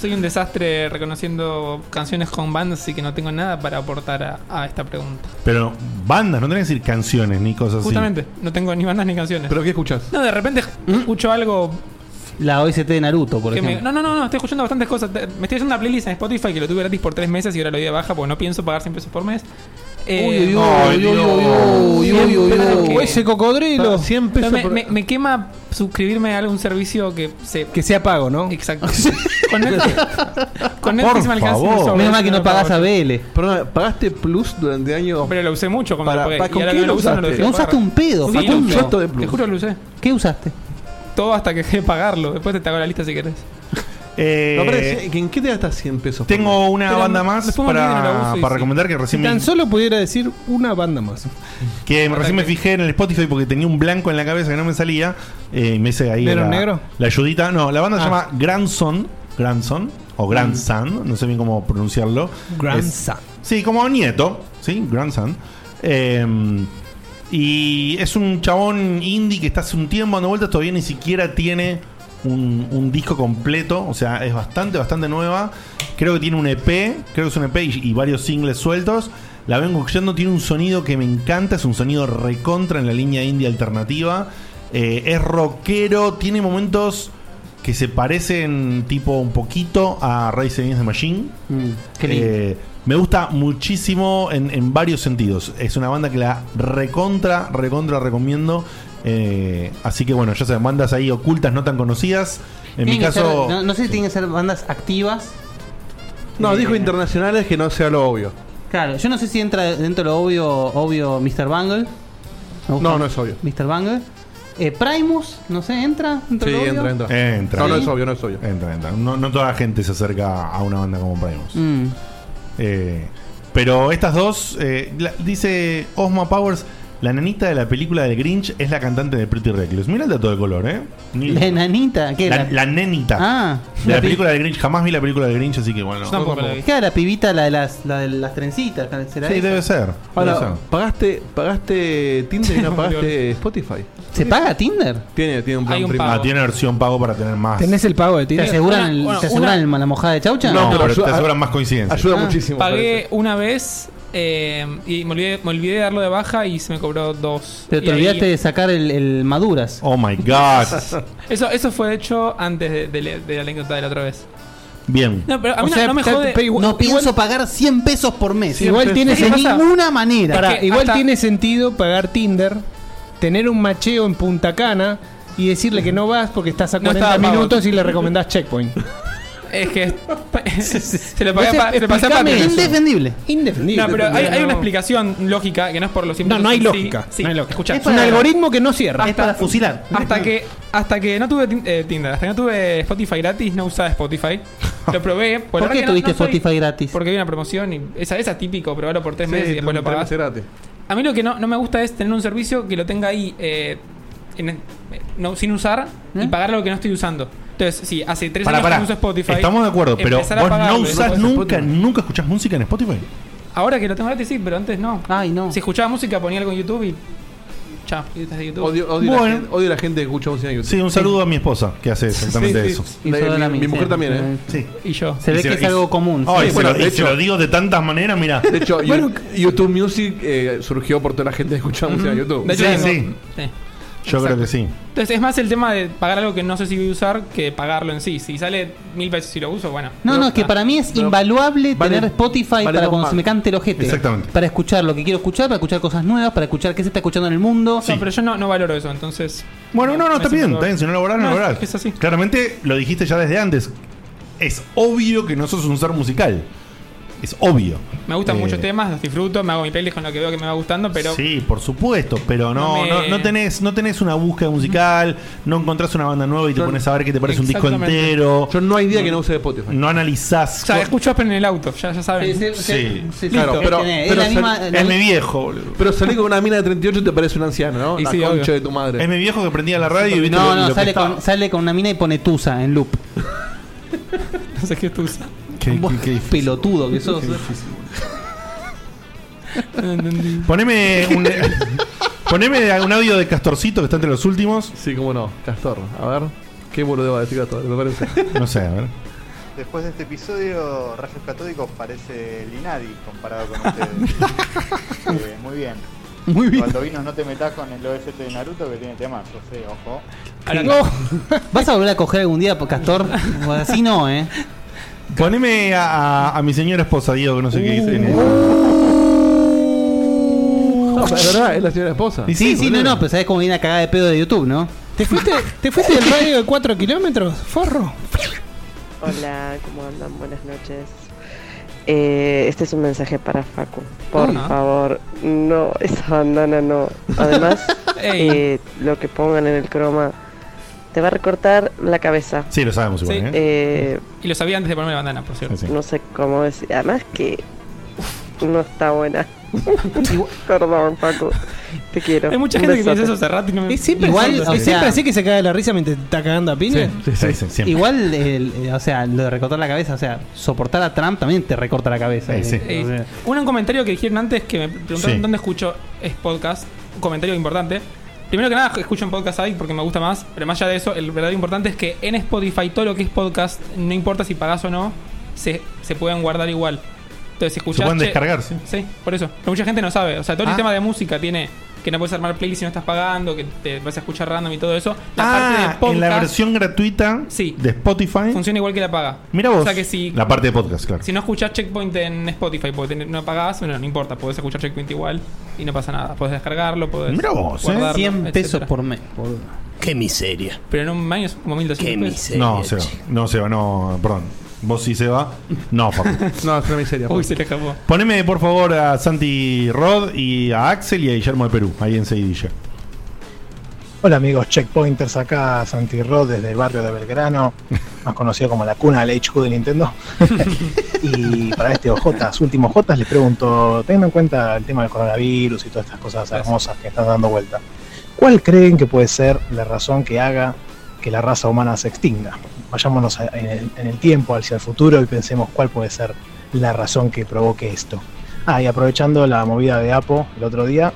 D: soy un desastre reconociendo canciones con bandas, así que no tengo nada para aportar a, a esta pregunta.
A: Pero bandas, no tenés que decir canciones ni cosas así.
D: Justamente, no tengo ni bandas ni canciones.
E: ¿Pero qué escuchas?
D: no, de repente escucho algo
B: La OST de Naruto, por
D: que me-
B: ejemplo.
D: No, no, no, no, estoy escuchando bastantes cosas. Te- Me estoy haciendo una playlist en Spotify que lo tuve gratis por tres meses y ahora lo di de baja porque no pienso pagar 100 pesos por mes. Eh,
B: Uy, uy,
A: Ay,
B: uy, uy,
A: Dios.
B: uy, uy, uy, uy,
D: Siempre
B: uy.
D: que-
C: Ese cocodrilo.
D: no, me, me- me quema suscribirme a algún servicio que se.
C: Que sea pago, ¿no?
D: Exacto. con Netflix, con Netflix
A: Por
D: me alcanza
A: favor.
D: un sobre,
B: Menos mal que
D: yo
B: no pagás a
D: pago.
B: BL.
E: Perdona, ¿pagaste Plus durante años?
D: Pero lo usé mucho cuando
E: Para-
D: lo pagué.
E: para- ¿con
D: y ahora
E: qué
D: que no
E: lo
D: lo uso, no
E: usaste?
D: lo dejé
B: No
D: de
B: usaste
D: pagar.
B: un pedo,
D: Sí, lo usé.
E: un
B: Facundo.
E: choto de plus.
D: Te juro lo usé.
B: ¿Qué usaste?
D: Todo hasta que dejé de pagarlo. Después te hago la lista si querés.
A: Eh,
E: No, pero decía, ¿En qué te gastas 100 pesos?
A: tengo una
D: Pero
A: banda
D: me-
A: más
D: me pongo el video y lo
A: para,
D: uso y
A: para
D: sí.
A: recomendar que
C: Si
A: recién,
C: tan
A: me,
C: solo pudiera decir una banda más.
A: que recién me fijé en el Spotify porque tenía un blanco en la cabeza que no me salía. Eh, y me hice ahí.
C: ¿Negro,
A: la,
C: negro?
A: La ayudita. No, la banda se
C: Ah. Mm.
A: llama Grandson. Grandson. O Grandson. No sé bien cómo pronunciarlo. Es- Sí, como nieto, ¿sí? Grandson. Eh, y es un chabón indie que está hace un tiempo dando vueltas, todavía ni siquiera tiene un, un disco completo, o sea, es bastante, bastante nueva. Creo que tiene un EP, creo que es un EP y, y varios singles sueltos. La vengo escuchando, tiene un sonido que me encanta, es un sonido recontra en la línea indie alternativa. Eh, es rockero, tiene momentos que se parecen tipo un poquito a Rise Against the Machine.
B: Mm, Qué lindo.
A: Eh, me gusta muchísimo en, en varios sentidos. Es una banda que la recontra, recontra recomiendo. Eh, así que bueno, ya saben, bandas ahí ocultas no tan conocidas. En mi
B: Tienen que
A: caso.
B: ser- no, no sé si tienen que ser bandas activas.
E: No, dijo internacionales que no sea lo obvio.
B: Claro, yo no sé si entra dentro de lo obvio, obvio Mr. Bungle. Me gusta
E: No, no es obvio.
B: Mr. Bungle. Eh, Primus, no sé, entra dentro de
E: Sí,
B: lo obvio?
E: entra, entra.
A: Entra,
E: No, no
A: entra,
E: es obvio, no es obvio.
A: entra, No, no toda la gente se acerca a una banda como Primus.
B: Mm.
A: Eh, pero estas dos, eh, la- dice Osma Powers, la nanita de la película del Grinch es la cantante de Pretty Reckless. Mira el dato de color, ¿eh? Ni-
B: La enanita, ¿qué
A: la,
B: era?
A: la nenita.
B: ah,
A: De la
B: pi-
A: película del Grinch, jamás vi la película del Grinch, así que bueno.
D: Yo tampoco la vi.
B: ¿Qué era la pibita, la de las, la de las trencitas? ¿Será
A: Sí,
B: esa?
A: debe ser.
E: Ahora, ¿pagaste, ¿pagaste Tinder y no pagaste Spotify?
B: ¿Se paga Tinder?
E: Tiene, tiene un plan
D: Hay un
E: prima.
D: pago.
A: Ah, tiene versión pago para tener más.
C: ¿Tenés el pago de
B: ¿Te
C: Tinder?
B: aseguran,
D: una-
B: el-
D: bueno,
B: ¿te aseguran el- la mojada de chaucha?
A: No, pero
E: ayuda-
A: te aseguran más coincidencias.
E: Ayuda
B: Ah.
E: muchísimo.
D: Pagué una vez Eh, y me olvidé, me olvidé de darlo de baja y se me cobró dos.
B: Pero te
D: Y ahí-
B: olvidaste de sacar el, el Maduras.
A: Oh my god.
D: Eso, eso fue hecho antes de, de la- de la anécdota de la otra vez.
A: Bien.
D: No, pero a mí
C: O sea,
D: no, no me
C: te-
D: jode.
C: pero igual-
B: no pienso pagar 100 pesos por mes.
C: Sí, igual tiene
B: de
D: sentido.
B: ninguna manera.
C: Pará,
D: Es que
C: igual
D: hasta-
C: tiene sentido pagar Tinder, tener un macheo en Punta Cana y decirle que no vas porque estás a
D: No
C: 40
D: estaba pago.
C: minutos y le recomendás checkpoint.
D: Es que. se le
C: Vos
D: pagué pa- se le pasé a
C: explícame.
D: Patreon.
B: Indefendible.
C: Indefendible.
D: No, pero hay, hay
C: No.
D: una explicación lógica que no es por los
C: No,
D: impuestos
C: no hay
D: en sí.
C: lógica.
D: Sí,
C: no hay lógica.
D: escuchá.
C: Es un algoritmo que no cierra.
B: Es para fusilar.
D: Hasta que, hasta que no tuve tin- eh, Tinder, hasta que no tuve Spotify gratis, no usaba Spotify. Lo probé.
B: ¿Por, qué tuviste Spotify gratis?
D: Porque había una promoción y esa, esa es típico, probarlo por tres meses y después lo
E: para
D: pagás. A mí lo que no, no me gusta es tener un servicio que lo tenga ahí eh, en- eh, no, sin usar y
B: ¿Eh?
D: pagar lo que no estoy usando. Entonces, sí, hace tres
A: Para,
D: años
A: para.
D: que no uso Spotify.
A: Estamos de acuerdo, pero vos
D: empezar a pagarlo
A: no
D: y
A: usás
D: después-
A: nunca, nunca escuchás música en Spotify.
D: Ahora que lo tengo gratis, sí, pero antes no.
B: Ay, no.
D: Si escuchaba música, ponía algo en YouTube y. Chao, y estás de YouTube.
E: Odio, odio, la
A: Bueno.
E: gente, odio la gente que escucha música en YouTube.
A: Sí, un saludo a mi esposa que hace exactamente
E: Sí, sí.
A: eso.
B: Y
E: La-
B: solo la
E: mi, mi
B: mía,
E: mujer
B: sí.
E: también, ¿eh?
A: Sí.
D: Y yo.
B: Se ve
A: Y
B: que
A: se-
B: es
A: y-
B: algo común.
A: Ay,
E: Sí,
A: se,
E: bueno,
A: lo,
E: de
A: y
E: hecho-
A: se lo digo de tantas maneras, mira.
E: De hecho, you- YouTube Music eh, surgió por toda la gente que escuchaba música en YouTube.
D: De hecho,
A: Sí,
D: tengo-
A: sí.
D: sí.
A: Yo creo que sí.
D: Entonces es más el tema de pagar algo que no sé si voy a usar que pagarlo en sí. Si sale mil pesos y lo uso, bueno.
B: No, no, es que para mí es
E: pero-
B: invaluable
E: vale-
B: tener Spotify
E: vale
B: para
E: dos
B: cuando
E: más.
B: se me cante el ojete.
A: Exactamente.
B: Para escuchar lo que quiero escuchar, para escuchar cosas nuevas, para escuchar qué se está escuchando en el mundo.
D: No, pero yo no, no valoro eso, entonces.
A: Bueno, no, no,
D: me
A: está
D: siento
A: bien,
D: mal.
A: está bien. Si no lo lográs, no,
D: No,
A: lo lográs.
D: es así.
A: Claramente lo dijiste ya desde antes. Es obvio que no sos un ser musical. Es obvio.
D: Me gustan
A: Eh,
D: muchos temas, los disfruto, me hago mi playlist con lo que veo que me va gustando, pero.
A: sí, por supuesto, pero no,
D: No me-
A: no, no tenés, no tenés una búsqueda musical, no encontrás una banda nueva y te
E: Yo-
A: pones a ver qué te parece un disco
D: Exactamente.
A: entero,
E: Yo no hay día que no use Spotify.
A: no analizás.
D: O sea, escucho Open en el auto, ya, ya saben.
A: Sí.
E: Claro,
B: sí,
E: pero-
B: tenés, es
E: pero
B: la misma-
E: sal-
B: la
A: es
B: mi-
A: mi viejo, boludo.
E: Pero salir con una mina de 38 te parece un anciano, ¿no?
D: Y
E: la
D: sí,
E: concha
D: obvio.
E: de tu madre.
A: Es mi viejo que prendía la radio y viste
B: No,
A: lo-
B: no,
A: lo que
B: sale
A: estaba.
B: con, sale con una mina y pone Tusa en loop.
D: No sé qué tú usas.
A: Qué-
B: Vos,
A: qué- qué difícil.
B: pelotudo que sos. eh.
D: No entendí.
A: Poneme un, poneme un audio de Castorcito que está entre los últimos.
E: Sí, cómo no. Castor. A ver. ¿Qué boludo va a decir Castor? Me parece.
A: No sé, a ver.
I: Después de este episodio, Rayos Catódicos parece el Inadi comparado con ustedes. Eh, muy bien.
B: Muy
I: Cuando vinos no te metas con el OST de Naruto que tiene temas, yo sé, ojo.
D: Ahora,
B: ¿Vas a volver a coger algún día, Castor? O Así no, ¿eh?
A: Poneme a, a- a mi señora esposa, Diego, que no sé qué dice.
B: Uh.
E: No, pero es verdad, es la señora esposa.
A: Y
B: Sí, sí, no,
A: boludo.
B: no, pero sabés cómo viene a cagada de pedo de YouTube, ¿no?
C: ¿Te fuiste, ¿Te fuiste del radio de 4 kilómetros? Forro.
J: Hola, ¿cómo andan? Buenas noches. Eh, este es un mensaje para Facu. Por
D: Ah.
J: favor, no, esa bandana no. Además,
D: Ey.
J: eh, lo que pongan en el croma te va a recortar la cabeza.
A: Sí, lo sabemos igual,
D: Sí.
A: ¿eh?
J: Eh,
D: Y lo sabía antes de ponerme la bandana, por cierto.
A: Sí, sí.
J: no sé cómo decir. Además que no está buena. Perdón, Facu. Te quiero.
D: Hay mucha
J: Un
D: gente que
J: besote.
D: piensa eso hace rato y no me.
C: Es siempre,
B: Igual,
C: así,
B: o
C: es
B: sea-
C: siempre así que se cae de la risa mientras te está cagando a piña.
A: Sí, sí, sí, siempre.
B: Igual, el- eh, o sea, lo de recortar la cabeza, o sea, soportar a Trump también te recorta la cabeza.
A: Eh, sí.
D: Eh,
B: O sea,
D: un comentario que dijeron antes que me preguntaron
A: Sí.
D: dónde escucho es podcast, un comentario importante. Primero que nada, escucho en Podcast Addict porque me gusta más, pero más allá de eso, el verdadero importante es que en Spotify todo lo que es podcast, no importa si pagás o no, se, se pueden guardar igual. Entonces, si escuchás.
A: Se pueden
D: che-
A: descargar, sí.
D: Sí, por eso. Pero mucha gente no sabe. O sea, todo
A: Ah.
D: el tema de música tiene que no puedes armar playlist si no estás pagando, que te vas a escuchar random y todo eso.
A: Ah, en la versión gratuita
D: Sí.
A: de Spotify.
D: funciona igual que la paga.
A: Mira vos.
D: O sea que si
A: La parte de podcast, claro.
D: si no escuchás Checkpoint en Spotify, porque tenés- no pagás, bueno, no importa, podés escuchar Checkpoint igual y no pasa nada. Podés descargarlo, podés.
A: Mirá vos, ¿eh?
D: guardarlo,
B: 100 pesos
D: etcétera.
B: por mes. boludo.
K: Qué miseria,
D: Pero en un año es como 1200
K: qué
D: pesos.
K: miseria.
A: no, Seba. No, Seba, no. Perdón. Vos sí, Seba. No, Facu.
E: No, es una miseria.
D: Uy, se le escapó.
A: Poneme, por favor, a Santi Rod y a Axel y a Guillermo de Perú, ahí en Seidilla.
L: Hola amigos checkpointers, acá Santi Rod desde el barrio de Belgrano, más conocido como la cuna del HQ de Nintendo. y para este OJ, último OJ, les pregunto, teniendo en cuenta el tema del coronavirus y todas estas cosas hermosas que están dando vuelta, ¿cuál creen que puede ser la razón que haga que la raza humana se extinga? Vayámonos a- en el, en el tiempo, hacia el futuro y pensemos cuál puede ser la razón que provoque esto. Ah, y aprovechando la movida de Apo el otro día,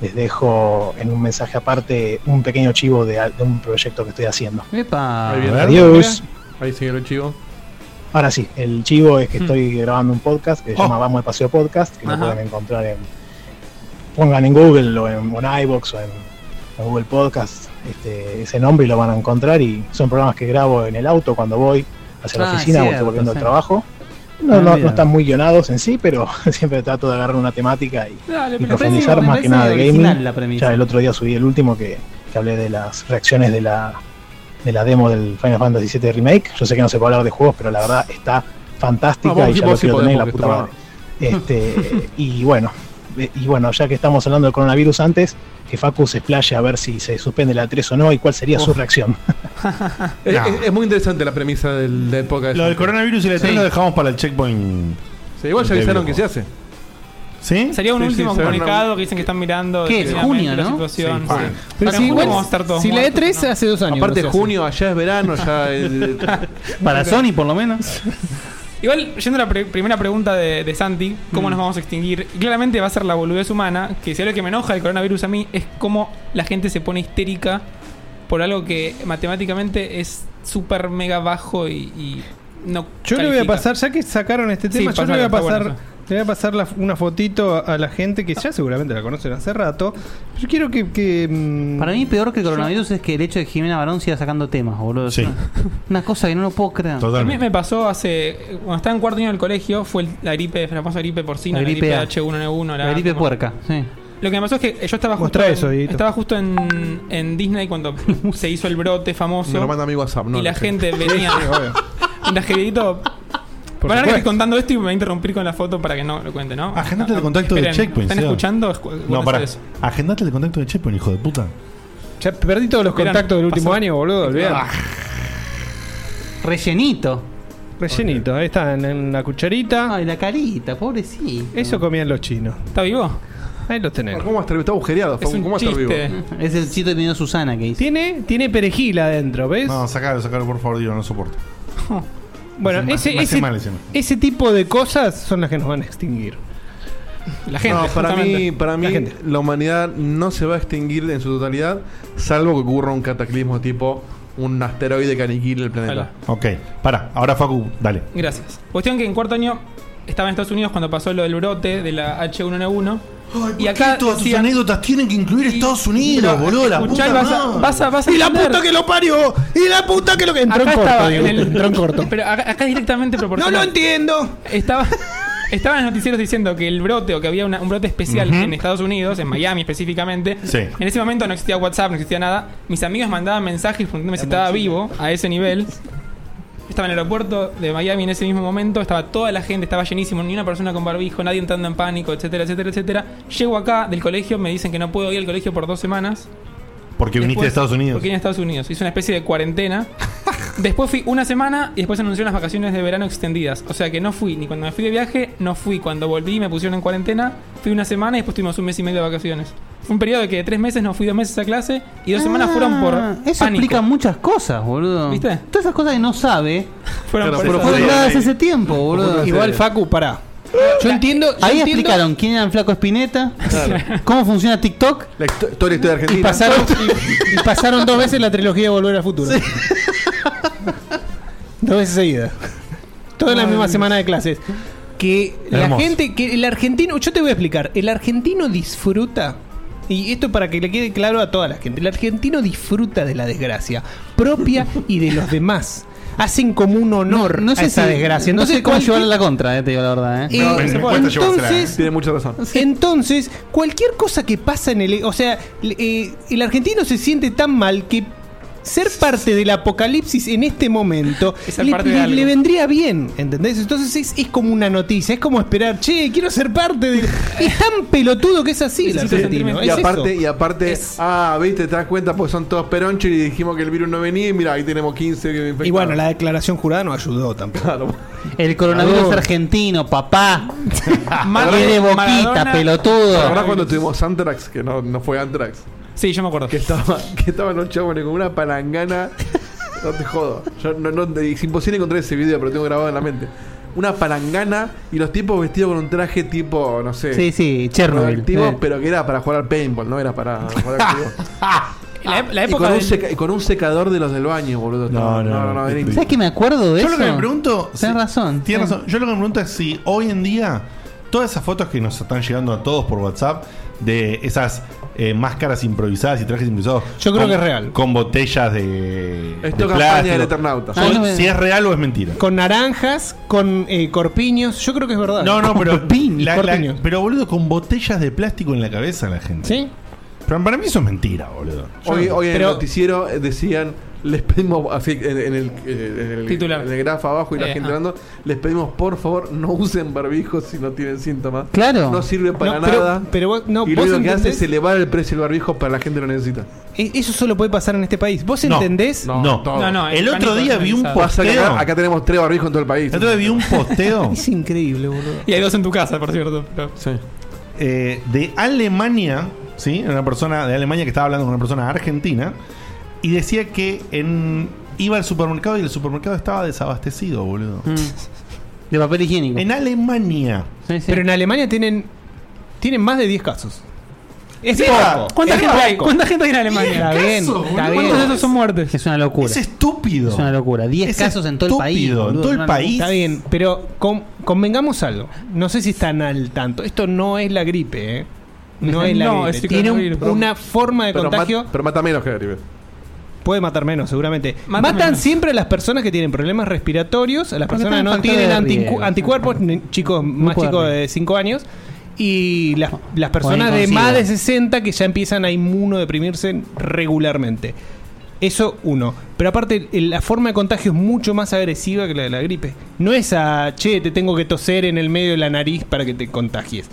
L: les dejo en un mensaje aparte un pequeño chivo de, al- de un proyecto que estoy haciendo.
B: Epa.
E: Ahí viene.
A: Ah, A ver.
L: Adiós.
E: Ahí sigue el chivo.
L: Ahora sí, el chivo es que estoy grabando un podcast que se
K: Hmm. Oh.
L: llama Vamos de Paseo Podcast, que lo
K: Ajá.
L: pueden encontrar en. Pongan en Google o en, o en iVoox o en, en Google Podcast este, ese nombre y lo van a encontrar. Y son programas que grabo en el auto cuando voy hacia la
K: Ah,
L: oficina o
K: cierto,
L: estoy volviendo
K: sí.
L: al trabajo. No,
K: Ah,
L: no, no
K: mira.
L: están muy guionados en sí, pero siempre trato de agarrar una temática y,
K: Dale,
L: y
K: pero
L: profundizar
K: parece-
L: más que nada de
K: parece original
L: gaming.
K: la premisa.
L: ya el otro día subí el último que, que hablé de las reacciones de la, de la demo del Final Fantasy VII Remake. Yo sé que no se puede hablar de juegos, pero la verdad está fantástica
E: No, Ah, vos
L: y
E: sí,
L: ya
E: vos
L: lo
E: sí
L: quiero
E: podés,
L: tener la
E: porque
L: puta madre.
E: tu programa.
L: Este, y bueno, eh, y bueno, ya que estamos hablando del coronavirus antes, que Facu se explaye a ver si se suspende la 3 o no y cuál sería su
E: Uf.
L: reacción.
C: Ah.
E: Es, es- es muy interesante la premisa del, del podcast.
A: Ah. Lo del coronavirus y la E3 lo dejamos para el checkpoint.
E: Sí, igual ya
A: de
E: avisaron que se
A: videojuegos.
E: hace.
A: ¿Sí?
D: Sería un último comunicado que dicen que están mirando.
A: ¿Qué? Es
D: detenidamente
A: junio,
D: la
A: ¿no?
D: situación,
A: Sí,
D: sí.
A: fine.
D: Pero
C: si
D: en junio
C: igual-
D: vamos a estar todos
C: si la
A: E
D: muertos,
C: E3
D: ¿no?
C: hace dos años.
E: Aparte,
C: no se hace.
E: junio, allá es verano, ya.
B: eh,
E: el-
B: Para Sony, por lo menos.
D: Igual, yendo a la pre- primera pregunta de, de Santi, ¿cómo
B: Mm.
D: nos vamos a extinguir? Claramente va a ser la boludez humana, que si algo que me enoja el coronavirus a mí es cómo la gente se pone histérica por algo que matemáticamente es súper mega bajo y, y no
C: Yo le voy a pasar, ya que sacaron este
D: Sí,
C: tema, yo le
D: pasalo,
C: voy a
D: está bueno
C: pasar, le voy a pasar la- una fotito a, a la gente que ya seguramente la conocen hace rato. Yo quiero que. mm,
B: Para mí, peor que el coronavirus es que el hecho de que Jimena Barón siga sacando temas, boludo. Sí. Una cosa que no lo puedo creer.
D: A mí me pasó hace. Cuando estaba en cuarto año del colegio, fue el- la gripe, la famosa gripe porcina,
B: La
D: la
B: gripe
D: gripe,
B: A.
D: H1N1,
B: La gripe puerca, sí.
D: Lo que me pasó es que yo estaba justo,
C: Mostrá
D: en,
C: eso, Dieguito.
D: estaba justo en, en Disney cuando se hizo el brote famoso.
E: Me lo manda a mi WhatsApp, ¿no?
D: y la gente venía.
E: Sí, obvio.
D: Mientras que Dieguito- Bueno, ahora que
A: supuesto. Ah,
D: estoy contando esto y me voy a interrumpir con la foto para que no lo cuente, ¿no?
A: Agendate el contacto de
D: Esperen,
A: checkpoint.
D: ¿Están
A: Seba.
D: escuchando?
A: No, pará.
D: Eso.
A: Agendate el contacto de checkpoint, hijo de puta.
C: Ya perdí todos los
D: Esperan,
C: contactos del último
D: pasó.
C: año, boludo. olvidate.
D: Ah.
B: Rellenito.
C: Rellenito, ahí está, en, en la cucharita.
B: Ay, la carita, pobrecito.
C: Eso comían los chinos.
D: ¿Está vivo?
C: Ahí lo tenés.
E: ¿Cómo va a estar vivo? Está agujereado. Facu, ¿Cómo va a estar vivo?
B: Es el chiste que pidió Susana que hizo.
C: Tiene, tiene perejil adentro, ¿ves?
A: No, sacalo, sacalo, por favor, Dios, no soporto.
C: Bueno,
A: Me hace-
C: ese,
A: me hace
C: ese,
A: mal encima.
C: ese tipo de cosas son las que nos van a extinguir.
D: La
C: gente,
E: No, para
C: justamente.
E: mí, para mí
C: La
E: la,
C: gente.
E: humanidad no se va a extinguir en su totalidad, salvo que ocurra un cataclismo tipo un asteroide que aniquile el planeta.
A: Ok, para, ahora Facu, dale.
D: Gracias. Cuestión que en cuarto año estaba en Estados Unidos cuando pasó lo del brote de la H1N1. y acá todas tus
A: anécdotas tienen que incluir Estados Unidos, boludo, la puta
D: vas a,
A: madre.
D: vas a, vas a
A: ¡Y la
D: entender.
A: puta que lo parió! ¡Y la puta que lo que
C: entró
D: Acá
C: en corto,
D: estaba
C: digo,
D: en el-
C: entró en corto.
D: Pero acá, acá es directamente proporcional.
C: ¡No lo entiendo!
D: Estaba, estaban los noticieros diciendo que el brote o que había una- un brote especial
A: Ujú.
D: en Estados Unidos, en Miami específicamente.
A: Sí.
D: En ese momento no existía WhatsApp, no existía nada. Mis amigos mandaban mensajes preguntándome si estaba vivo a ese nivel. Estaba en el aeropuerto de Miami en ese mismo momento, estaba toda la gente, estaba llenísimo, ni una persona con barbijo, nadie entrando en pánico, etcétera, etcétera, etcétera. Llego acá del colegio, me dicen que no puedo ir al colegio por dos semanas.
A: Porque viniste de
D: Después-
A: Estados Unidos.
D: Porque vine a Estados Unidos. Hice una especie de cuarentena. después fui una semana y después anunciaron las vacaciones de verano extendidas. O sea que no fui ni cuando me fui de viaje, no fui cuando volví y me pusieron en cuarentena. Fui una semana y después tuvimos un mes y medio de vacaciones. Fue un periodo de que de tres meses no fui dos meses a clase y dos semanas
B: Ah,
D: fueron por.
B: Eso
D: pánico.
B: explica muchas cosas, boludo.
D: ¿Viste?
B: Todas esas cosas que no sabe.
D: Fueron
B: Claro,
D: por
B: pero
D: eso.
B: fueron dadas ese tiempo, boludo.
C: Igual, Facu, pará. Yo entiendo. yo
B: Ahí
C: entiendo-
B: explicaron quién era el Flaco Espineta, cómo funciona TikTok.
E: La histo- toda la historia de
C: Y
E: Argentina.
C: pasaron, y- y pasaron dos veces la trilogía de Volver al Futuro. dos veces seguidas. Toda la
K: Ay,
C: misma
K: Dios.
C: semana de clases. Que la
K: Hermoso.
C: gente, que el argentino, yo te voy a explicar, el argentino disfruta, y esto para que le quede claro a toda la gente, el argentino disfruta de la desgracia propia y de los demás. Hacen como un honor
B: No sé
C: a esa
B: si-
C: desgracia.
B: No
C: Entonces,
B: sé cómo
C: cualquier-
B: llevarle la contra, eh, te digo la verdad. Eh.
C: Eh, No, me- me cuesta llevársela, entonces- eh.
E: Tiene mucha razón.
C: Entonces, cualquier cosa que pasa en el... O sea, le- eh, el argentino se siente tan mal que ser parte del apocalipsis en este momento
D: ser
C: le,
D: parte de
C: le-
D: algo.
C: le vendría bien, ¿entendés? Entonces es, es como una noticia, es como esperar, che, quiero ser parte de... Es tan pelotudo que es así el argentino.
E: y
C: es
E: aparte,
C: eso.
E: y aparte, ah, viste, te das cuenta porque son todos peronchos y dijimos que el virus no venía y mira, ahí tenemos 15 que infectados.
C: Y bueno, la declaración jurada no ayudó tampoco.
B: El coronavirus
E: Claro.
B: argentino, papá.
D: Mar-
B: Qué de boquita,
D: Maradona-
B: pelotudo.
E: ¿Te acordás cuando tuvimos Antrax? Que no, no fue Antrax.
D: Sí, yo me acuerdo.
E: Que, estaba, que estaban los chabones con una palangana. No te jodo. Yo no- no- es imposible encontrar ese video, pero lo tengo grabado en la mente. Una palangana y los tipos vestidos con un traje tipo, no sé.
B: Sí, sí, Chernobyl.
E: radioactivo,
B: Eh.
E: Pero que era para jugar al paintball, no era para jugar al
D: La, ep- la
E: y con,
D: época
E: un
D: del-
E: seca- y con un secador de los del baño, boludo.
A: No, no, no,
E: era
A: no.
E: imposible.
B: ¿Sabes que me acuerdo de
A: Yo
B: eso?
A: lo que me pregunto.
B: Tenés razón.
A: Tienes razón. Yo lo que me pregunto es si hoy en día todas esas fotos que nos están llegando a todos por WhatsApp de esas eh, máscaras improvisadas y trajes improvisados.
C: Yo creo
A: con-
C: que es real.
A: Con botellas de.
E: Esto
A: de
E: campaña
A: plástico.
E: del Eternauta.
A: Yo-
C: Ah, no me-
A: Si es real o es mentira.
C: Con naranjas, con eh, corpiños. Yo creo que es verdad.
A: No, no, pero. la- la-
C: corpiños.
A: pero boludo, con botellas de plástico en la cabeza la gente.
C: Sí.
A: Pero para mí eso es mentira, boludo.
E: Hoy, hoy en
C: Pero-
E: el noticiero eh, decían, les pedimos, así, en, en el, eh, en el-
D: Titular.
E: en el grafo abajo y la
D: Eh,
E: gente
D: ah.
E: hablando, les pedimos por favor no usen barbijos si no tienen síntomas.
B: Claro.
E: No sirve para
C: No, pero-
E: nada.
C: pero vos- no,
E: y lo
C: vos
E: único que hace
C: entendés-
E: es elevar el precio del barbijo para la gente que lo necesita.
C: E- Eso solo puede pasar en este país. ¿Vos
A: No,
C: entendés?
A: No.
E: todo.
D: No, no,
A: El otro
D: pánico
A: día vi un
D: generalizado.
E: Pasa que
A: posteo.
E: acá, acá tenemos tres barbijos en todo el país.
A: El otro día vi un posteo.
C: Es increíble, boludo.
D: Y hay dos en tu casa, por cierto. pero-
E: Sí.
A: eh, de Alemania, ¿sí? Era Una persona de Alemania que estaba hablando con una persona argentina y decía que en, iba al supermercado y el supermercado estaba desabastecido, boludo.
B: Mm. De papel higiénico.
A: En Alemania.
B: Sí, sí.
C: Pero en Alemania tienen tienen más de 10 casos. Es
A: Vieja,
C: poco.
D: ¿Cuánta
C: Es
D: gente hay?
C: poco.
D: ¿Cuánta gente hay en
C: Está
D: Alemania?
C: bien, está bien.
D: ¿Cuántos de esos son muertes?
B: Es una locura.
A: Es estúpido.
B: Es una locura. 10
A: Es
B: casos en todo el país.
A: estúpido, en
B: boludo,
A: todo el
B: es una locura.
A: país.
C: Está bien, pero con- convengamos algo. No sé si están al tanto. Esto no es la gripe, ¿eh? No es la
D: No,
C: gripe.
D: es el
C: Tiene un-
D: coronavirus.
C: una forma de
E: Pero, mat-
C: contagio.
E: pero mata menos que la gripe.
C: Puede matar menos, seguramente.
D: Mata
C: Matan
D: menos.
C: siempre a las personas que tienen problemas respiratorios, a las
B: Porque
C: personas que
B: están
C: no
B: en factor
C: tienen
B: de
C: anticu-
B: riesgo.
C: anticuerpos, ni- chicos más
B: puede
C: chicos
B: haber.
C: de 5 años, y las, las personas
B: con
C: de
B: sida.
C: más de 60 que ya empiezan a inmunodeprimirse regularmente. Eso uno. Pero aparte, el- la forma de contagio es mucho más agresiva que la de la gripe. No es a, che, te tengo que toser en el medio de la nariz para que te contagies.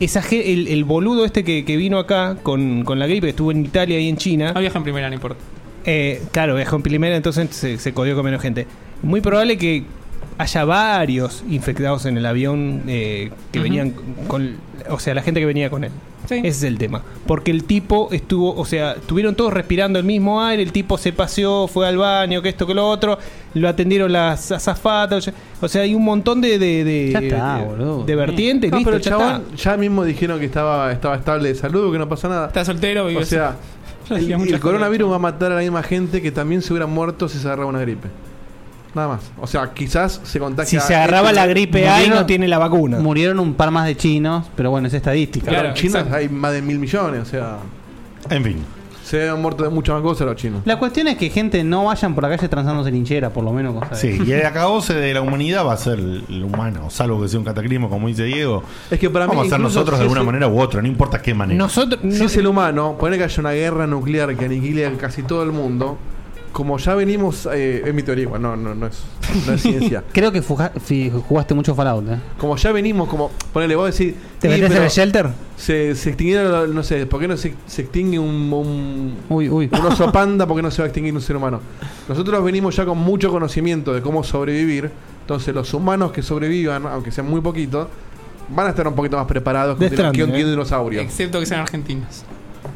C: Esa, ge- el, el boludo este que, que vino acá con, con la gripe, que estuvo en Italia y en China.
D: No viajan Ah, en primera, no importa.
C: Eh, claro, viajó en primera, entonces se, se codió con menos gente. Muy probable que haya varios infectados en el avión eh, que
D: Ujú.
C: venían con. O sea, la gente que venía con él.
D: Sí.
C: Ese es el tema. Porque el tipo estuvo, o sea, estuvieron todos respirando el mismo aire, el tipo se paseó, fue al baño, que esto, que lo otro, lo atendieron las azafatas. O sea, hay un montón de, de, de,
B: Ya está,
C: de-
B: boludo.
C: Eh, de vertientes,
E: No,
C: listo,
E: pero el
C: ya
E: chabón
C: está.
E: ya mismo dijeron que estaba, estaba estable de salud, que no pasa nada.
D: Estás soltero y
E: O sea,
D: Ya
E: el,
D: decía mucha
E: el
D: gente.
E: coronavirus va a matar a la misma gente que también se hubiera muerto si se agarraba una gripe. Nada más. O sea, quizás se
C: Si
E: contagia.
C: se agarraba la gripe A y no tiene la vacuna.
B: Murieron un par más de chinos, pero bueno, es estadística.
E: Claro,
D: Claro,
E: en China
D: exacto.
E: hay más de mil millones. O sea,
A: En fin.
E: se han muerto de muchas más cosas los chinos.
B: La cuestión es que gente no vayan por la calle transándose linchera, por lo menos. cosa de-
A: Sí, y el acabose de la humanidad va a ser el, el humano, salvo que sea un cataclismo, como dice Diego.
E: Es que para mí
A: Vamos a ser
E: incluso
A: nosotros de
E: si
A: alguna
E: es-
A: manera u otra, no importa qué manera.
C: Nosotros.
E: Si
C: no-
E: es el humano, poner que haya una guerra nuclear que aniquile a casi todo el mundo. Como ya venimos, eh, es mi teoría, igual, no, no, no es, no es ciencia.
B: Creo que fuja- fi- jugaste mucho Fallout, ¿eh?
E: Como ya venimos, como, ponele, vos decís.
C: ¿Te
E: "Y,
C: metés en
E: pero
C: el shelter?
E: se, se extinguieron, los- no sé, ¿por qué no se, se extingue un, un,
B: Uy, uy.
E: un oso panda porque no se va a extinguir un ser humano. Nosotros venimos ya con mucho conocimiento de cómo sobrevivir. Entonces, los humanos que sobrevivan, aunque sean muy poquitos, van a estar un poquito más preparados que un,
C: Death
E: dino- que un
C: Stranding, ¿eh?
E: dinosaurio.
D: Excepto que sean argentinos.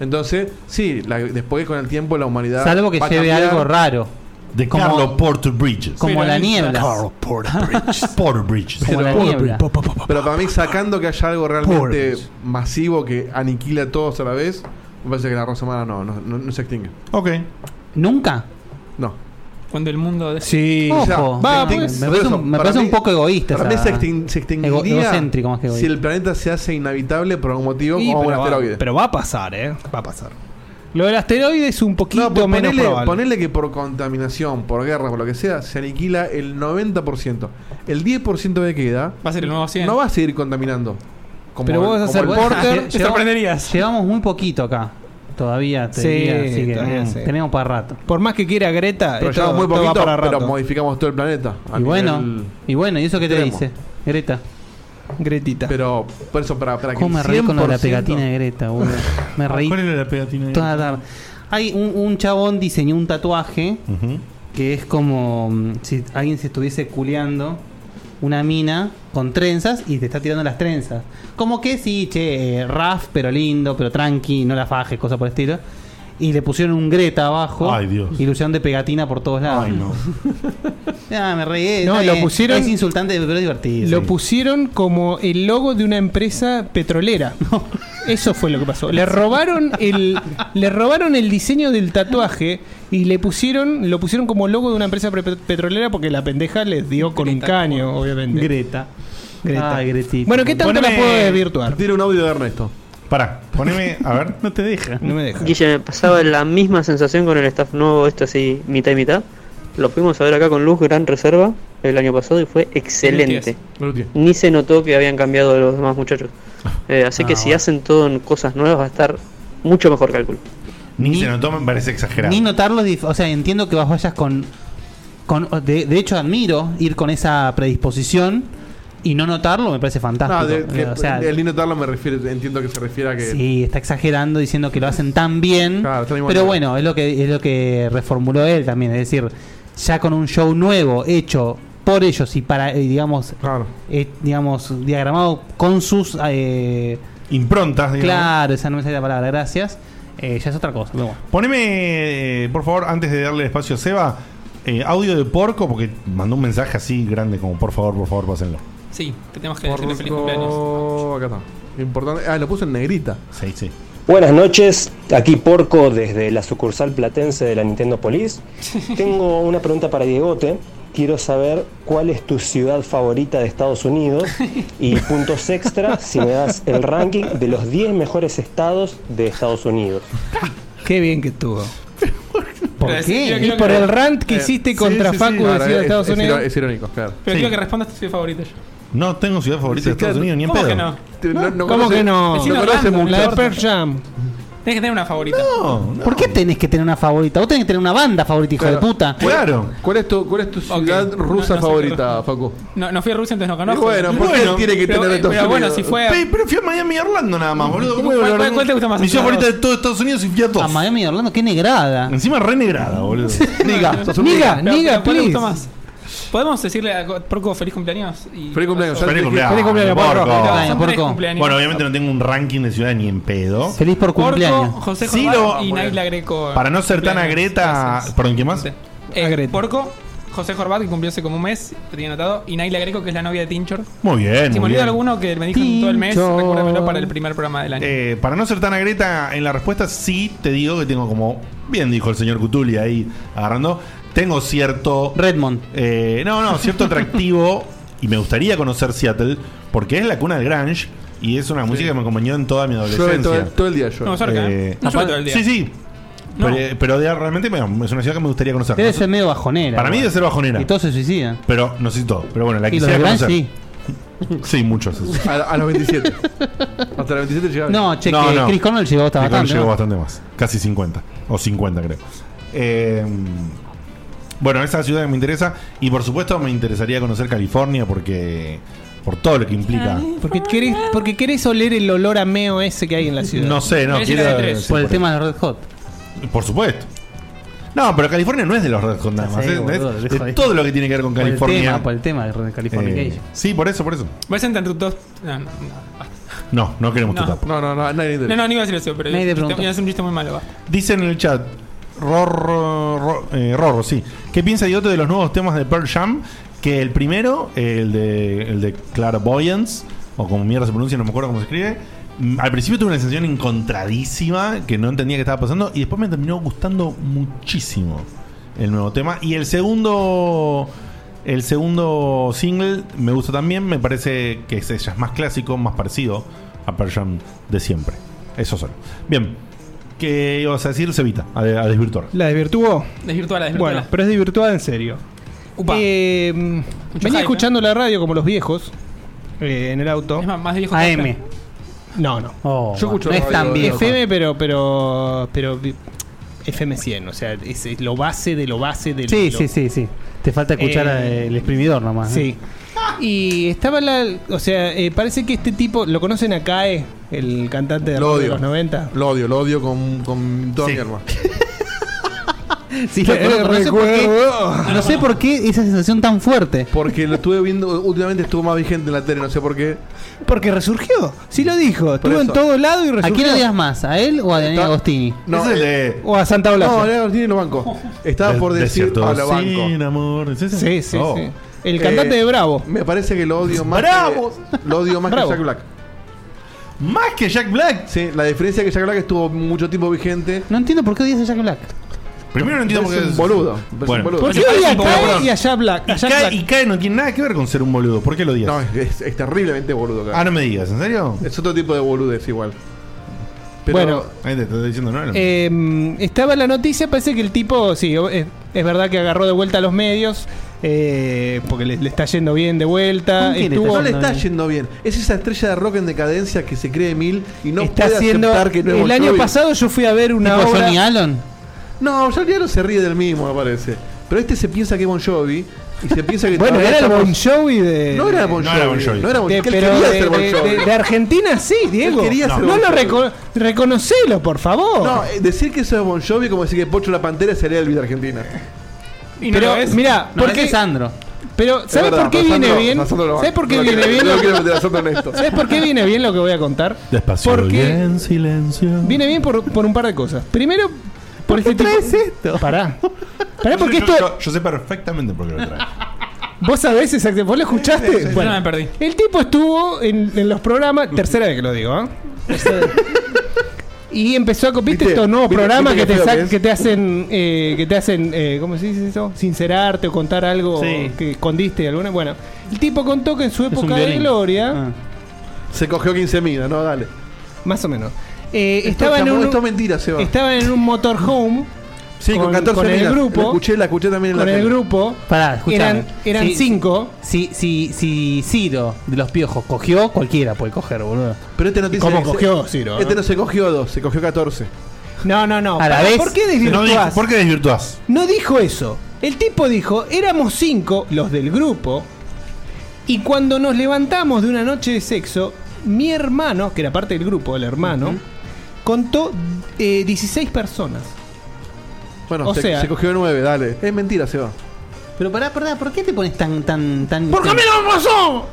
E: Entonces, sí, la- después con el tiempo la humanidad.
B: Salvo que
E: va a
B: lleve
E: cambiar.
B: algo raro.
A: De
B: Como-
A: Carlo Porter Bridges.
B: Como
D: Pero
B: la
D: el-
B: niebla.
A: Carlo Porter Bridges. Porter Bridges.
B: Como la niebla.
E: Pero para mí, sacando que haya algo realmente masivo que aniquila a todos a la vez, me parece que la raza humana no, no, no- no se extingue.
A: Ok.
B: ¿Nunca?
E: No.
D: Cuando el mundo. de-
C: Sí.
E: sea,
B: Ojo.
E: va,
B: me-
E: pues,
B: me
E: por
B: parece,
E: eso,
B: un, me
E: para
B: parece
E: mí-
B: un poco egoísta.
E: Para mí
B: esa-
E: se, extin-
B: ego-
E: se extinguiría
B: egocéntrico más que
E: si
B: egoísta.
E: el planeta se hace inhabitable por algún motivo
C: Y,
E: como un
C: pero, va,
E: asteroide.
C: pero va a pasar, ¿eh? Va a pasar. Lo del asteroide es un poquito
E: no, pues
C: menos
E: ponele,
C: probable.
E: ponele que por contaminación, por guerra, por lo que sea, se aniquila el 90%. El 10% que queda
D: Va a ser el nuevo 100.
E: no va a seguir contaminando. Como
C: Pero vos vas a
E: como
C: hacer
E: el-
C: bueno. Porter,
B: Lle-
D: te
B: llevamos-
D: sorprenderías.
B: Llevamos muy poquito acá. Todavía, te
C: Sí,
B: diría, así que,
C: todavía
B: mm,
C: sí.
B: tenemos para rato.
C: Por más que quiera Greta,
E: pero
C: esto-
E: llevamos muy
C: esto va
E: poquito,
C: para
E: pero
C: rato.
E: modificamos todo el planeta. a
B: Y bueno,
E: nivel-
B: y bueno, ¿y eso qué te
E: extremo.
B: dice? Greta.
C: Gretita.
E: Pero por eso, para, para que
B: ¿Cómo me
E: el
B: reí con lo de la
E: 100%,
B: pegatina de Greta, boludo? Me reí
A: ¿Cuál era la pegatina? de-
B: toda la tarde. Hay un, un chabón diseñó un tatuaje
A: Ujú.
B: que es como mm, si alguien se estuviese culeando una mina con trenzas y te está tirando las trenzas. Como que sí, che, eh, raf, pero lindo, pero tranqui, no la fajes, cosa por el estilo. Y le pusieron un Greta abajo
A: Ay, Dios.
B: y lo usaron de pegatina por todos lados.
A: Ay, no.
B: Ah, me reí. eh,
C: No,
B: está
C: lo
B: bien.
C: pusieron-
B: Es insultante, pero es divertido.
C: Lo pusieron como el logo de una empresa petrolera. Eso fue lo que pasó. Le robaron el, le robaron el diseño del tatuaje y le pusieron, lo pusieron como logo de una empresa pre- petrolera porque la pendeja les dio con un caño, obviamente.
B: Greta.
C: Greta.
B: Ay, Gretita.
C: Bueno, ¿qué tanto
B: Poneme-
C: la puedo desvirtuar?
E: Tira un audio de Ernesto.
A: Pará, poneme, a ver.
B: No te deja.
C: No me deja.
J: Guille, me pasaba la misma sensación con el staff nuevo, este así, mitad y mitad. Lo pudimos ver acá con Luz Gran Reserva el año pasado y fue excelente. Ni se notó que habían cambiado los demás muchachos. Eh, así que si hacen todo en cosas nuevas va a estar mucho mejor cálculo.
A: Ni, se notó, me parece exagerado.
B: Ni notarlo, dif- o sea, entiendo que vos vayas con... con de, de hecho, admiro ir con esa predisposición y no notarlo, me parece fantástico.
E: No, de-
B: Eh,
E: de-
B: o sea,
E: el Nino Tarlo me refiere, entiendo que se refiere a que.
B: sí, está exagerando diciendo que lo hacen tan bien.
E: mismo
B: pero
E: nivel.
B: bueno, es lo, que, es lo que reformuló él también, es decir, ya con un show nuevo hecho por ellos y para, eh, digamos, eh, digamos, diagramado con sus... eh,
A: Improntas, digamos.
B: Claro, esa no me sale la palabra, gracias. Eh, ya es otra cosa. pero bueno.
A: Poneme, eh, por favor, antes de darle espacio a Seba, eh, audio de porco, porque mandó un mensaje así grande como, por favor, por favor, pásenlo.
D: Sí, te tenemos que
E: Por
D: decirle feliz cumpleaños.
E: lo- acá está. Importante. Ah, lo puse en negrita.
A: Sí, sí.
K: Buenas noches, aquí Porco desde la sucursal platense de la Nintendo Police. Tengo una pregunta para Diegote. Quiero saber cuál es tu ciudad favorita de Estados Unidos y puntos extra si me das el ranking de los 10 mejores estados de Estados Unidos.
C: Qué bien que estuvo.
D: ¿Por Pero
C: qué?
D: es- yo
C: Y
D: creo
C: por
D: que-
C: el rant que
D: Eh,
C: hiciste
D: sí,
C: contra
D: sí, sí,
C: Facu de
D: ahora
C: Ciudad de
D: es-
C: Estados
D: es
C: Unidos.
D: iro- es
E: irónico, claro.
D: Pero
A: Sí.
D: quiero que respondas tu ciudad favorita. yo.
A: No tengo ciudad favorita
E: Sí,
A: de Estados
E: claro.
A: Unidos, ni en
D: ¿Cómo
A: pedo.
D: que no?
E: No, no
C: ¿Cómo
E: conoce-
C: que no?
E: no conoce mucho.
C: La de Pearl Jam.
D: Tienes que tener una favorita.
B: ¿Por qué tenés que tener una favorita? Vos tenés que tener una banda favorita, hijo de puta.
E: Claro. ¿Cuál es tu, cuál es tu ciudad rusa favorita, Facu?
D: No, no fui a Rusia, entonces no conozco.
E: bueno, ¿por qué él tiene que
D: Pero- eh,
E: tener Estados
D: Pero bueno,
E: Unidos?
D: si fue.
A: Pe- pero fui a Miami y Orlando nada más, boludo. ¿Cómo
D: ¿Cuál-
A: voy a hablar
D: cuál-
A: de-
D: cuál te gusta más?
A: Mi ciudad
D: Las
A: favorita de
D: dos.
A: todo Estados Unidos y fui a todos.
B: A Miami y Orlando, qué negrada.
A: Encima re negrada, boludo.
B: Niga,
A: Sos un niga.
D: Pero-
B: niga,
D: pero ¿cuál le gustó
B: please.
D: más? ¿Podemos decirle a Go- Porco feliz cumpleaños? Y
E: Feliz cumpleaños.
A: Feliz cumpleaños.
D: Feliz cumpleaños,
A: porco.
D: porco. Son tres cumpleaños.
A: Bueno, obviamente no tengo un ranking de ciudad ni en pedo.
B: Feliz por
D: Porco, José
A: Sí,
D: Jordán
A: lo-
D: y Naila Greco.
A: Para no ser tan
D: Cumpleaños.
A: agreta. Perdón, ¿qué más?
D: Eh, Porco, José Jorbat, que cumplió hace como un mes, lo tenía anotado, y Naila Greco, que es la novia de Tinchor.
A: Muy bien.
D: si me
A: Eh, muy
D: olvido
A: bien.
D: alguno que me dijo en todo el mes,
A: Tinchor.
D: recuérdamelo para el primer programa del año.
A: Eh, para no ser tan agreta en la respuesta, sí te digo que tengo como. Bien dijo el señor Cutuli ahí agarrando. Tengo cierto. eh,
B: Redmond.
A: no, no, cierto atractivo. y me gustaría conocer Seattle. Porque es la cuna del Grange. Y es una música que me acompañó en toda mi adolescencia.
E: Llueve todo, el- todo el día, llueve.
D: No, cerca,
A: Eh,
D: ¿eh? No llueve todo el día.
A: Sí, sí. Pero, pero de- realmente bueno, es una ciudad que me gustaría conocer.
B: Debe
A: No sé-
B: ser medio bajonera.
A: Para mí debe ser bajonera.
B: Y todos se suicidan.
A: Pero no sé si todo. Pero bueno, la
B: Y los
A: quisiera
B: de Grange,
A: conocer.
B: sí.
A: Sí, muchos.
E: A, a los 27. Hasta los 27 llegaba.
B: No, che, que Chris Cornell llegó hasta
A: Chris Cornell
B: bastante,
A: llegó
B: ¿no?
A: bastante más. Casi 50. O 50, creo. Eh, bueno, esa ciudad que me interesa. Y por supuesto, me interesaría conocer California porque. Por todo lo que implica.
C: Porque querés, porque querés oler el olor a meo ese que hay en la ciudad.
A: No sé, no. quiero- sí,
B: Por el tema de los Red Hot.
A: Por supuesto. No, pero California no es de los Red Hot nada
B: Ya
A: más.
B: sé,
A: es-
B: boludo,
A: es
B: dejo
A: de
B: de-
A: todo lo que tiene que ver con
B: Por el
A: California.
B: tema, por el tema de California
A: Eh, sí, por eso, por eso.
D: ¿Ves entre tus dos? No, no, no.
A: No, no queremos
D: No.
A: tu tapa.
E: No, no, no, nadie
D: No, no, no iba a decir eso, pero
B: Nadie te
D: iba
B: preguntó.
D: a hacer un chiste muy malo. va.
A: Dice en el chat. Rorro, Ro- eh, Rorro, sí. ¿Qué piensa Dioto de los nuevos temas de Pearl Jam? Que el primero, el de, el de Clairvoyance, o como mierda se pronuncia, no me acuerdo cómo se escribe. mm, Al principio tuve una sensación encontradísima, que no entendía qué estaba pasando, y después me terminó gustando muchísimo el nuevo tema. Y el segundo. El segundo single me gusta también, me parece que ese ya es más clásico, más parecido a Pearl Jam de siempre. Eso solo. Bien, ¿qué ibas a decir, Cevita? A, a desvirtuar.
C: ¿La desvirtuó?
D: Desvirtuala, desvirtuala.
C: Bueno, pero es desvirtuada en serio. Eh,
D: hype,
C: venía escuchando la radio como los viejos eh, en el auto.
D: Es más, más viejo que
B: AM.
D: Oscar.
C: No, no.
B: Yo escucho
C: no es
B: radio,
C: tan bien.
B: loco.
C: FM, pero, pero, pero FM 100, o sea, es es lo base de lo base de
B: Sí,
C: lo-
B: sí, sí, sí. Te falta escuchar
C: Eh,
B: eh, el exprimidor nomás. ¿eh?
C: Sí. Y estaba la. O sea, eh, parece que este tipo. ¿Lo conocen a Kae, el cantante de,
E: Lo
C: rock de
E: odio.
C: los 90?
E: Lo odio, lo odio con, con toda
A: Sí.
E: mi alma.
B: Sí, lo conozco, no, sé por qué, no sé por qué esa sensación tan fuerte.
E: Porque lo estuve viendo, últimamente estuvo más vigente en la tele, no sé por qué.
C: Porque resurgió. Sí lo dijo. Estuvo
E: eso.
C: en todo lado y
B: ¿A
C: resurgió.
B: quién odias más? ¿A él o a Daniel
E: Está-
B: Agostini?
E: No,
A: Ese es el
E: eh,
A: de.
C: O a Santa
E: no,
C: Olaza.
E: no, tiene lo banco. Estaba
A: del
E: por decir
A: desierto
E: a lo
A: Sin
E: banco.
A: amor. ¿es ese?
C: sí, sí,
A: Oh.
C: sí. El cantante
E: Eh,
C: de Bravo.
E: Me parece que lo odio más. que-
A: ¡Bravos!
E: lo odio más
C: Bravo.
E: que Jack Black.
A: Más que Jack Black.
E: Sí, la diferencia es que Jack Black estuvo mucho tiempo vigente.
B: No entiendo por qué odias a Jack Black.
A: Primero no entiendo por qué
E: es un
A: es-
E: boludo. Es
A: Bueno.
E: un boludo.
A: ¿Por qué odia a Kai y a
C: Jack Black?
A: Y Kai, y Kai no tiene nada que ver con ser un boludo. ¿Por qué lo odias?
E: No, es, es- es terriblemente boludo. Kai.
A: Ah, no me digas, ¿en serio?
E: Es otro tipo de boludez igual. Pero-
C: Bueno.
A: Ahí te estoy diciendo, no, no.
C: Eh, estaba la noticia, parece que el tipo, sí, o- es, es verdad que agarró de vuelta a los medios, eh, porque le, le está yendo bien de vuelta. estuvo-
E: ah, no le está yendo bien. Es esa estrella de rock en decadencia que se cree mil y no
C: Está
E: puede
C: haciendo-
E: aceptar que no
C: el año pasado yo fui a ver una
E: ¿Tipo
C: obra.
E: Johnny
B: Allen?
E: No, Johnny Allen se ríe del mismo, me parece. Pero este se piensa que es Bon Jovi y se piensa que
C: Bueno,
E: todavía
C: era el
E: estamos-
C: Bon Jovi de.
E: No era Bon
C: de-
E: No era Bon Jovi. No era Bon
C: de-
E: Jovi. Él
C: pero
E: quería
C: de,
E: ser Bon
C: de-
E: Jovi.
C: de- de Argentina sí, Diego.
E: quería
C: no
E: ser
C: no
E: Bon
C: lo
E: Jovi.
C: recono- reconocelo, por favor.
E: No, eh, decir que eso es Bon Jovi es como decir que Pocho la Pantera sería el vida argentina.
C: pero mira,
E: No,
C: porque
E: ese es
B: Sandro.
C: Pero
E: Es
C: ¿sabes
E: verdad,
C: por qué
E: pero
C: viene
E: Sandro-
C: bien?
E: no, Sandro lo-
C: ¿Sabes por
E: no
C: qué
E: lo
C: viene
E: quiero-
C: bien?
E: no lo quiero meter a Sandro en esto.
C: ¿Sabes por qué viene bien lo que voy a contar?
A: Despacio
C: ¿Por
A: y
C: qué?
A: en silencio.
C: Viene bien por, por un par de cosas. Primero, por este tipo. esto? Pará. Pará,
A: Yo-
C: porque
A: yo,
C: esto.
A: yo- yo sé perfectamente por qué lo trae.
C: ¿Vos sabés exactamente? ¿Vos lo
A: Sí, sí,
C: escuchaste?
A: sí. No me perdí.
C: El tipo estuvo en, en los programas, tercera vez que lo digo, ¿ah? Tercera vez. Y empezó a copiar
E: Viste,
C: estos nuevos
E: viste,
C: programas
E: viste
C: que,
E: qué
C: te
E: feo
C: sac-
E: que es.
C: que te hacen, eh, que te hacen eh, ¿cómo se dice eso? Sincerarte o contar algo
E: Sí.
C: que escondiste alguna. Bueno, el tipo contó que en su época de
E: violín.
C: gloria,
E: Ah. Se cogió 15 minas, no, dale.
C: más o menos, eh,
E: Esto
C: estaba, en
E: llamó-
C: un,
E: esto es mentira, Seba.
C: estaba en un motorhome
E: Sí, con, 14
C: con el
E: minas.
C: grupo.
E: La escuché, la escuché también en
C: con
E: la
C: el
E: tele.
C: grupo.
B: Pará, escuchame.
C: Eran- eran cinco.
B: Si, si, si Ciro de los piojos cogió, cualquiera puede coger, boludo.
E: Pero este no te
B: ¿Cómo
E: dice-
B: cogió Ciro?
E: Este no se cogió a dos, se cogió 14.
C: No, no, no.
E: A Ah, la
C: Pará,
E: vez,
C: ¿Por qué
E: no dijo-
C: desvirtuás?
E: ¿por
A: qué desvirtuás?
C: No dijo eso. El tipo dijo, éramos cinco, los del grupo, y cuando nos levantamos de una noche de sexo, mi hermano, que era parte del grupo, el hermano, contó eh, 16 personas.
E: Bueno,
C: O
E: se,
C: sea-
E: se cogió 9, dale. Es mentira, Seba.
B: Pero pará, pará, ¿por qué te pones tan, tan, tan.
E: ¡Porque a mí
C: no me pasó!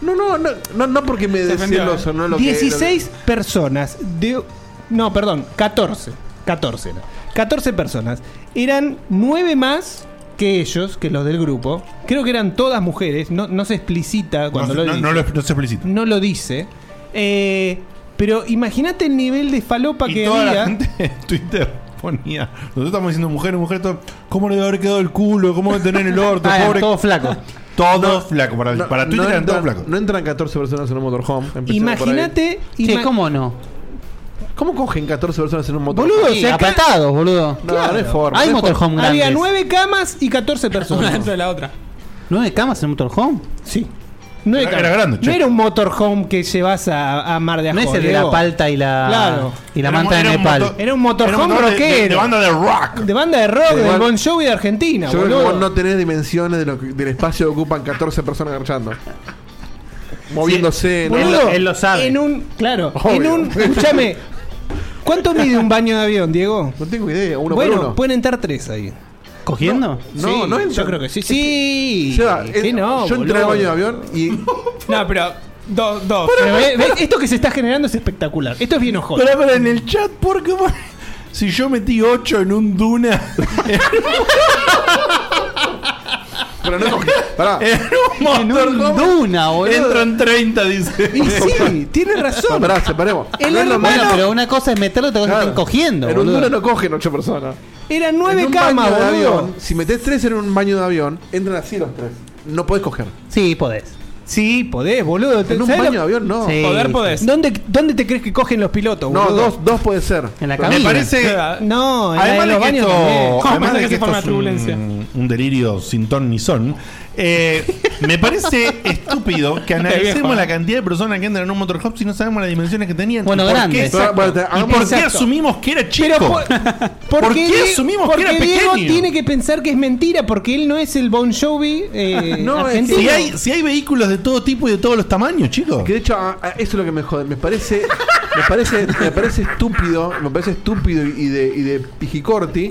E: No, no, no, no, no porque me des
A: ¿eh?
E: celoso, no lo que-
C: 16 personas de no, perdón, 14, 14 era. 14 personas. Eran 9 más que ellos, que los del grupo. Creo que eran todas mujeres, no, no se explicita cuando
A: No,
C: lo
A: no,
C: dice.
A: no lo- no se explicita.
C: No lo dice. Eh, pero imagínate el nivel de falopa
A: Y
C: que
A: toda
C: había.
A: la gente en Twitter ponía. Nosotros estamos diciendo mujer, mujer, todo, ¿cómo le debe haber quedado el culo? ¿Cómo debe tener el orto?
E: Ah, eran
A: pobre.
E: todos flacos.
A: Todos flacos. Para, para Twitter eran todos
E: entran,
A: flacos.
E: no entran 14 personas en un motorhome. empecemos por ahí.
C: Imagínate, Che, ima- ¿cómo
B: no?
E: ¿Cómo cogen 14 personas en un motorhome?
C: Boludo, se
B: Apatados, boludo.
E: No, no hay forma.
B: Hay
E: no hay
B: motorhome
E: forma.
B: grandes.
C: Había 9 camas y 14 personas.
B: Una dentro
D: de la otra.
B: ¿Nueve camas en un motorhome?
C: Sí. No era,
B: Era grande,
C: no
B: che.
C: era un motorhome que llevas a, a Mar de
B: No
C: Ajó.
B: es el de
C: Diego.
B: la palta y la,
C: Claro.
B: y la
C: Era
B: manta
C: un- era
B: de
C: un
B: Nepal.
C: motor- era un motorhome
A: Era un motor de-
C: rockero.
A: de- de banda de rock.
C: De banda de rock,
E: De
C: del
E: banda-
C: Bon Jovi de Argentina,
E: Yo creo que
C: boludo.
E: vos no tenés dimensiones de lo que- del espacio que ocupan 14 personas garchando. Moviéndose. ¿no?
C: Boludo, En un, claro, en
E: Obvio.
C: un, escúchame. ¿Cuánto mide un baño de avión, Diego?
E: No tengo idea, uno
C: bueno,
E: por uno.
C: pueden entrar tres ahí.
B: ¿Cogiendo?
C: Sí,
E: No, no
C: Yo
E: entran.
C: creo que sí. Sí.
E: Seba,
C: Sí,
E: en-
C: no,
E: eh, yo entré al baño de
C: boludo.
E: avión y.
D: No, pero. Dos, dos. eh,
C: Pero ve- ve, esto que se está generando es espectacular. Esto es bien ojote.
A: Pará, pará, en el chat, ¿por qué? pon- Si yo metí 8 en un Duna.
E: Pero no Pará.
A: En un motor.
B: Duna, boludo.
A: Entro en 30, dice.
C: Y sí, tiene razón.
E: Pará, separemos.
C: El
E: No es lo
C: hermano-
E: mismo.
B: Pero una cosa es meterlo, otra cosa es estar cogiendo,
E: En
B: boludo.
E: un duro no cogen 8 personas.
C: Eran
E: En
C: nueve
E: un
C: camas,
E: baño de
C: boludo.
E: avión, si metés 3 en un baño de avión, entran así los 3. No podés coger.
B: Sí, podés.
C: Sí, podés, boludo.
E: En un
C: ¿Sabés
E: baño
C: lo-
E: de avión no.
C: ¿Dónde, ¿Dónde te crees que cogen los pilotos,
E: No,
C: boludo?
E: dos, dos puede ser.
B: En la
A: Me parece.
C: No, en la-
A: Además de
C: en los
A: que
C: baños
A: esto,
C: también.
A: además de que
D: que se
A: esto
D: forma
A: es un, un delirio sin ton ni son, eh, me parece estúpido que
D: Qué viejo,
A: analicemos
D: ¿eh?
A: la cantidad de personas que entran en un motorhome si no sabemos las dimensiones que tenían.
B: Bueno,
A: ¿Y por qué?
B: grande.
A: Exacto.
B: Bueno, te-
A: ¿Y por qué
B: Exacto.
A: asumimos que era chico?
C: Pero por-
A: ¿Por
C: porque
A: qué
C: Die-
A: asumimos que
C: porque
A: era
C: Diego
A: pequeño?
C: tiene que pensar que es mentira, porque él no es el Bon Jovi eh,
E: No, es que-
C: argentino.
A: si, hay, si hay vehículos de todo tipo y de todos los tamaños, chicos.
E: Que de hecho, a- a- eso es lo que me jode. Me parece, me parece, me parece estúpido, me parece estúpido y de, y de pijicorti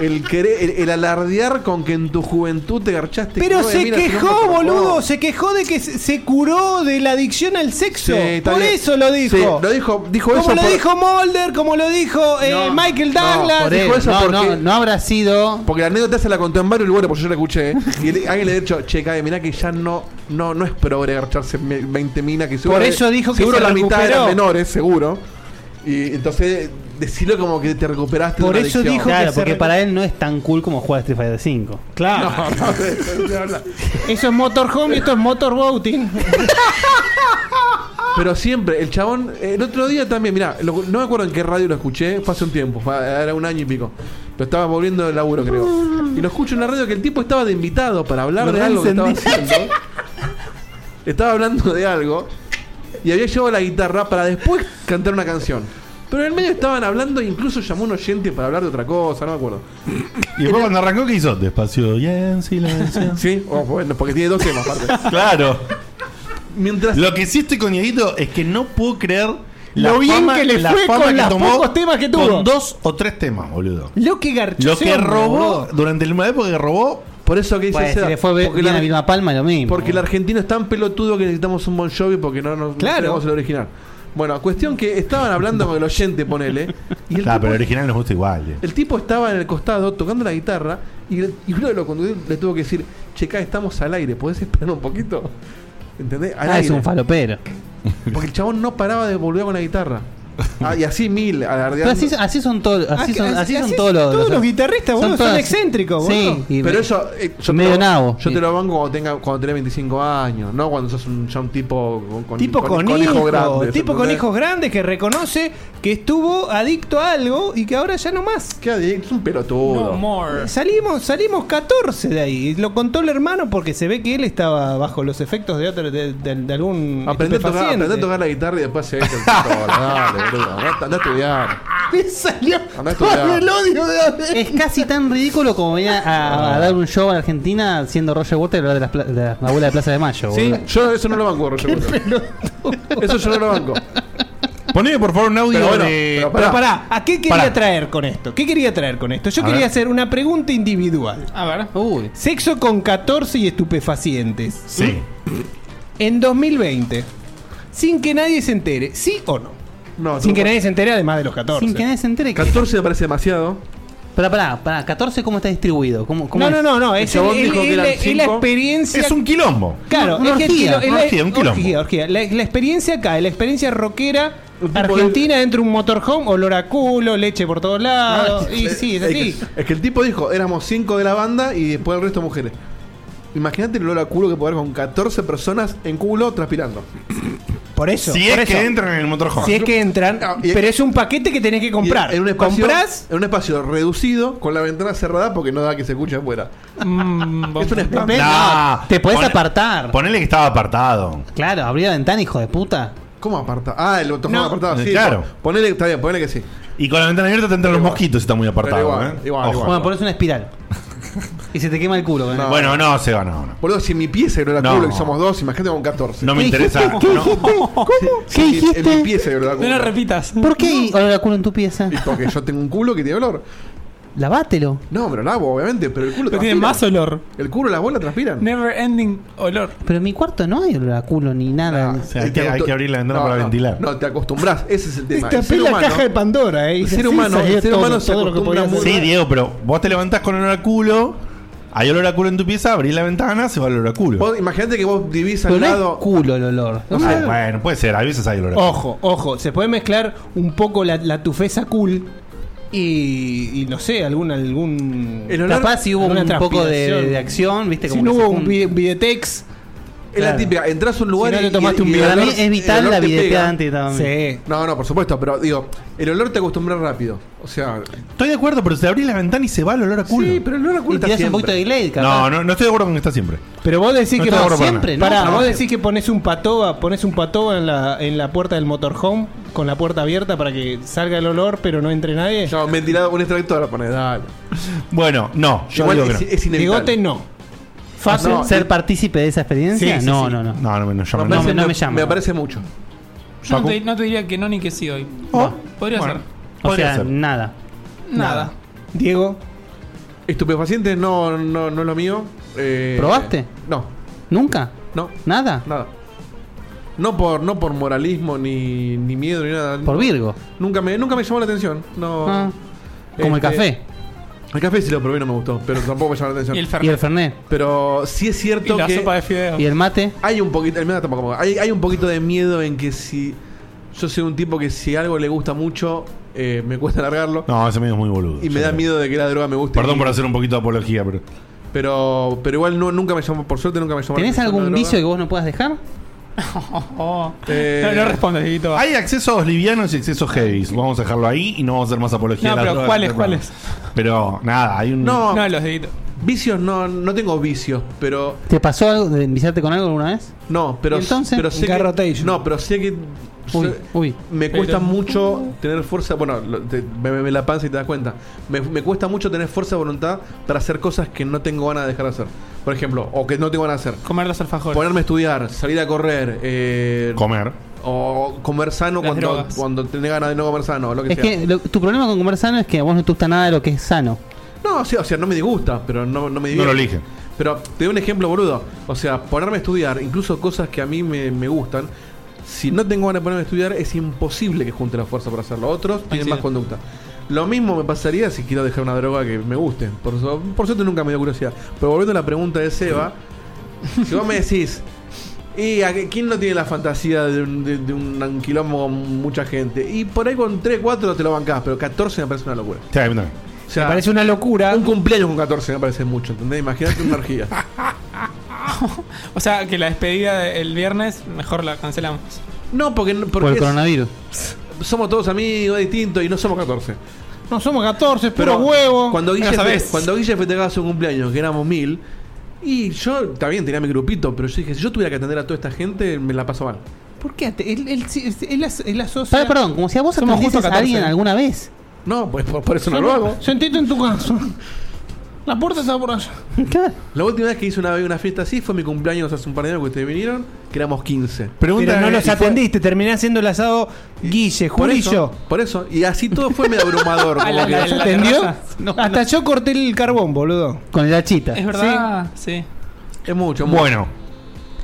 E: El, querer- el, el alardear con que en tu juventud te garchaste.
C: Pero
E: Joder,
C: se
E: mira, si no
C: quejó,
E: me tocó.
C: boludo. Se quejó de que se, se curó de la adicción al
E: Sí,
C: sexo.
E: está
C: por
E: bien.
C: eso lo dijo.
E: Sí, lo dijo, dijo
C: como
E: eso
C: lo
E: por-
C: dijo Mulder, como lo dijo eh, Michael Douglas.
E: por eso,
C: No,
E: porque-
C: no,
B: habrá sido.
E: Porque la anécdota se la contó en varios lugares, porque yo la escuché. ¿eh? Y el- alguien le ha dicho, che, cae, mirá que ya no, no, no es progre garcharse me- 20 minas que seguro.
C: Por eso dijo que
E: seguro
C: se
E: la mitad
C: recuperó.
E: eran menores, seguro. Y entonces, decirlo como que te recuperaste
B: Por
E: de una
B: eso
E: adicción.
B: dijo Claro, porque para él no es tan cool como jugar a Street Fighter 5.
C: Claro. Eso es motorhome y esto es motorboating.
E: Pero siempre, el chabón, el otro día también, mirá, lo- no me acuerdo en qué radio lo escuché, fue hace un tiempo, fue- era un año y pico. Lo estaba volviendo del laburo, creo. Y lo escucho en la radio que el tipo estaba de invitado para hablar
C: Lo
E: de algo que estaba
C: reencendí.
E: haciendo. Estaba hablando de algo y había llevado la guitarra para después cantar una canción. Pero en el medio estaban hablando, e incluso llamó un oyente para hablar de otra cosa, no me acuerdo.
A: Y después cuando arrancó, ¿qué hizo? Despacio y en silencio.
E: sí, oh, bueno,
C: pues.
E: porque tiene dos temas aparte.
A: Claro.
E: Mientras...
A: Lo que sí estoy con Dieguito es que no puedo creer
C: Lo bien que le fue con los pocos temas que tuvo.
A: Con dos o tres temas, boludo.
C: Lo que garchó.
A: Lo
C: ese
A: que
C: hombre,
A: robó,
C: boludo.
A: durante la época que robó,
E: por eso que
B: Pues,
A: Bueno, si le fue bien
E: porque la-
A: a Vilma
B: Palma lo mismo.
E: Porque el argentino es tan pelotudo que necesitamos un Bon Jovi porque no nos
A: Claro.
E: tenemos el original. Bueno, cuestión que estaban hablando con el oyente, ponele. Y el,
A: Ah,
E: tipo,
A: pero el original nos gusta igual. eh.
E: el tipo estaba en el costado tocando la guitarra y, y uno de los conductores le tuvo que decir, checa, estamos al aire, ¿podés esperar un poquito? ¿Entendés? Al
B: Ah, es
E: aire.
B: un falopero.
E: Porque el chabón no paraba de volver con la guitarra. Ah, y así mil,
B: Pero
E: alardeando.
B: así, así son todos así
E: Ah,
B: son, así son
E: así
B: todos los,
E: todos los guitarristas, boludo, son
B: todas-
E: excéntricos,
B: Sí,
E: boludo. Pero eso, eh, yo te
B: medio
E: lo-
B: nabo.
E: Yo te lo banco cuando, tenga, cuando tenés 25 años, no cuando sos un, ya un tipo con, con-
C: Tipo con,
E: hijos
C: hijos,
E: grandes,
C: tipo con
E: ¿entendés?
C: hijos grandes que reconoce que estuvo adicto a algo y que ahora ya no más.
E: ¿Qué adicto? Es un
C: No
E: pelotudo.
C: more. Salimos, salimos 14 de ahí. Lo contó el hermano porque se ve que él estaba bajo los efectos de, otro, de, de- de algún
E: Aprende a, tocar,
C: estupefaciente.
E: aprendí a tocar la guitarra y después se ve el control. Dale, boludo. Andá, andá a estudiar.
C: Me salió
E: Andá a estudiar.
C: odio de
B: Es casi tan ridículo como venir
E: Ah.
B: a, a dar un show a Argentina siendo Roger Waters y hablar de, las pla- de la, la abuela de Plaza de Mayo.
E: Sí,
B: boludo.
E: yo eso no lo banco, Roger. Eso yo no lo banco.
A: Poneme por favor un audio
C: Pero bueno,
A: de-
C: eh, pero pará. ¿a qué quería
A: Pará.
C: traer con esto? ¿Qué quería traer con esto? Yo
A: A
C: quería
A: ver.
C: hacer una pregunta individual.
D: A ver.
C: Sexo con 14 y estupefacientes.
A: Sí.
C: En 2020. Sin que nadie se entere, ¿sí o no?
E: No,
C: Sin que nadie se entere, además de los 14.
B: Sin que nadie se entere.
E: 14 me parece demasiado.
B: Pero pará, pará, 14 cómo está distribuido. ¿Cómo, cómo
C: No,
B: es?
C: no, no, no, es, el- el- el- el- la experiencia.
A: Es un quilombo.
C: Claro,
B: Una
C: es que el
B: orgía,
C: quilo- el-
B: una orgía,
A: un quilombo.
C: orgía, orgía. La, la experiencia acá, la experiencia rockera argentina dentro de un motorhome, olor a culo, leche por todos lados. y sí, es así.
E: Ah, Es que, es que el tipo dijo, éramos 5 de la banda y después el resto mujeres. Imagínate el olor a culo que puede haber con 14 personas en culo transpirando.
C: Por eso.
E: Si
C: por
E: es que
C: eso.
E: entran en el motorhome.
C: Si es que entran.
E: y-
C: pero es un paquete que tenés que comprar.
E: Y En un espacio,
C: Comprás.
E: en un espacio reducido, con la ventana cerrada porque no da que se escuche afuera. es un espanto.
A: Nah,
B: Ah, Te podés
A: pone-
B: apartar.
A: Ponele que estaba apartado.
B: Claro, abrí la ventana, hijo de puta.
E: ¿Cómo apartado? Ah, el motorhome
A: No.
E: apartado, sí.
A: Claro.
E: po- Ponele, está bien, ponele que sí.
A: Y con la ventana abierta te entran los mosquitos si está muy apartado.
E: igual,
A: ¿eh?
E: igual,
A: Ojo.
E: igual.
B: Bueno, pones una espiral. y se te quema el culo. ¿eh?
A: Bueno, no, Seba, no. no.
E: Boludo, si mi pieza era
A: No.
E: culo y somos dos, imagínate con 14.
A: No me ¿Qué interesa, dijiste? ¿Qué no.
E: ¿Cómo?
B: ¿Qué dijiste?
E: En mi pieza era culo.
D: repitas.
B: ¿Por qué hay olor a culo en tu pieza?
E: Porque yo tengo un culo que tiene olor.
B: Lavátelo.
E: No, pero lavo, obviamente, pero el culo
D: Pero tiene más olor.
E: El culo y las bolas transpiran.
D: Never ending olor.
B: Pero en mi cuarto no hay olor a culo ni nada.
A: hay que- hay que abrir la ventana para ventilar.
E: Ah, No, te acostumbras, ese es el tema.
C: Te
E: El ser
C: apela la
E: humano-
C: caja de Pandora, eh.
E: El
C: Dice,
E: ser
C: sí,
E: humano,
C: sabía
E: el ser
C: todo,
E: humano se
C: todo lo que
E: acostumbra
C: podías
A: Sí,
C: hacer.
A: Diego, pero vos te levantás con olor a culo. Hay olor a culo en tu pieza, abrís la ventana, se va el olor a culo.
E: Vos imagínate que vos divisas
A: Pero
E: al
A: no es
E: lado.
B: culo el olor.
A: No sé, Ah, bueno, puede ser, a veces hay olor a culo.
C: Ojo, ojo, se puede mezclar un poco la, la tufeza cool y, y no sé, algún. algún
B: El olor- Capaz si hubo
C: alguna
B: un poco de-
C: transpiración.
B: de acción, ¿viste?
C: Si
B: Como
C: no
B: que
C: hubo
B: sacó
C: un
B: un-
C: vide- videtex.
E: Es la típica, entras a un lugar
C: Si no
E: y-
C: te tomaste
E: y-
C: un
E: y el
C: videtex.
E: olor- el olor te pega.
C: Sí.
E: No, no, por supuesto, pero digo, el olor te acostumbras rápido. O sea,
A: Estoy de acuerdo, pero se abrís la ventana y se va el olor a culo.
E: Sí, pero el olor a culo Y está tirás un siempre. poquito de Glade, capaz.
A: No, no, no estoy de acuerdo con que está siempre.
C: Pero vos decís
A: No
C: que
A: estoy de
C: vos
A: acuerdo para
C: siempre, ¿no?
A: nada.
C: Pará,
A: No,
C: vos
A: no.
C: decís que pones un patoba, pones un patoba en la, en la puerta del motorhome con la puerta abierta para que salga el olor, pero no entre nadie.
E: No, un ventilador, un extractor, pones, dale.
A: Bueno, no, yo
E: Igual
A: digo
E: es-
A: que no.
E: es inevitable.
C: Bigote no.
B: Fácil
E: No,
B: ser
E: y-
B: partícipe de esa experiencia.
E: Sí, sí,
B: no,
E: sí.
B: no, no,
A: no, no, me llama.
B: No,
E: parece-
B: me- no me llama.
E: Me parece mucho.
D: Yo no
E: Facu.
D: te, no te diría que no ni que sí hoy. Podría
E: bueno.
D: ser.
B: O
E: Podría
B: sea,
E: ser.
B: nada.
D: Nada.
C: Diego.
E: Estupefacientes no, no, no es lo mío. Eh,
B: ¿Probaste?
E: No.
B: ¿Nunca?
E: No.
B: ¿Nada?
E: Nada. No por, no por moralismo, ni, ni miedo, ni nada.
B: Por Virgo.
E: Nunca me, nunca me llamó la atención. No. Este,
B: Ah. Como el café.
E: El café sí lo probé y no me gustó, pero tampoco me llamó la atención.
B: Y el Fernet. Y el Fernet.
E: Pero sí es cierto
B: Y la
E: que.
B: sopa de fideos. ¿Y el mate?
E: Hay un poquito. El mate tampoco. Hay, hay un poquito de miedo en que si. Yo soy un tipo que si algo le gusta mucho, eh, me cuesta largarlo.
A: No, ese medio es muy boludo.
E: Y me da miedo de que la droga me guste.
A: Perdón por hacer un poquito de apología, pero.
E: Pero, pero igual no, nunca me llamó, por suerte nunca me llamó la
B: ¿Tenés
E: atención la
B: algún
E: droga.
B: vicio que vos no puedas dejar?
C: Oh.
E: Eh,
D: No, no respondes, Dieguito.
A: Hay accesos livianos y accesos heavies. Vamos a dejarlo ahí y no vamos a hacer más apología.
D: No,
A: a la
D: pero
A: droga.
D: ¿cuáles, cuáles?
A: Pero nada, hay un.
E: No,
D: los deditos.
E: Vicios no, no tengo vicios, pero.
B: ¿Te pasó algo de enviciarte con algo alguna vez?
E: No, pero.
B: ¿Y entonces?
E: pero sé
B: Gar
E: que, No, pero sé que.
B: Uy,
E: sé-
B: uy.
E: Me
B: Pero-
E: cuesta mucho tener fuerza. Bueno, lo- te- me, me- me la panza y te das cuenta. Me, me cuesta mucho tener fuerza de voluntad para hacer cosas que no tengo ganas de dejar de hacer. Por ejemplo, o que no tengo ganas de hacer.
D: Comer los alfajores.
E: Ponerme a estudiar, salir a correr. eh,
A: comer.
E: O comer sano
D: Las
E: cuando,
D: drogas.
E: cuando tenés ganas de no comer sano, lo que
B: Es
E: sea.
B: que lo- tu problema con comer sano es que a vos no te gusta nada de lo que es sano.
E: No, o sea, o sea, no me disgusta, pero no, no
A: No
E: me divierte.
A: lo eligen.
E: Pero te doy un ejemplo, boludo. O sea, ponerme a estudiar, incluso cosas que a mí me, me gustan, si no tengo ganas de ponerme a estudiar, es imposible que junte la fuerza para hacerlo. Otros tienen más conducta. Lo mismo me pasaría si quiero dejar una droga que me guste. Por, eso- por suerte nunca me dio curiosidad. Pero volviendo a la pregunta de Seba, si vos me decís, ¿y a qué- quién no tiene la fantasía de un, de- de un quilombo con mucha gente? Y por ahí con 3, 4 te lo bancás, pero 14 me parece una locura.
A: Sí, a mí también.
E: O sea, me parece
C: una locura.
E: Un cumpleaños con 14 me parece mucho, ¿entendés? Imagínate una orgía.
D: O sea, que la despedida del viernes, mejor la cancelamos.
E: No, porque. porque
B: Por el coronavirus.
E: Somos todos amigos distintos y no somos 14.
C: No somos 14, puro huevo.
E: Cuando Guille,
C: Ya
E: fe,
C: sabés.
E: cuando Guille festejaba su cumpleaños, que éramos mil, y yo también tenía mi grupito, pero yo dije, si yo tuviera que atender a toda esta gente, me la paso mal.
C: ¿Por qué? ate- Él, él, sí- él as- él asocia.
B: Pará, perdón, como si a vos
C: Somos justo
B: atendieses a
C: 14.
B: alguien alguna vez.
E: No, pues por, por eso no
C: Yo
E: lo
C: no-
E: hago.
C: Sentite en tu casa. La puerta está por allá.
E: La última vez que hice una, una fiesta así fue mi cumpleaños hace un par de años que ustedes vinieron, que éramos 15.
C: Pero no los
E: Y fue-
C: atendiste, terminé haciendo el asado Guille,
E: Por
C: Julio y
E: eso,
C: yo.
E: por eso. Y así todo fue medio abrumador. como que-
C: ¿Se entendió? Hasta yo corté el carbón, boludo.
B: Con el hachita.
D: Es
C: Ah,
D: verdad, sí.
E: Es mucho,
A: Bueno.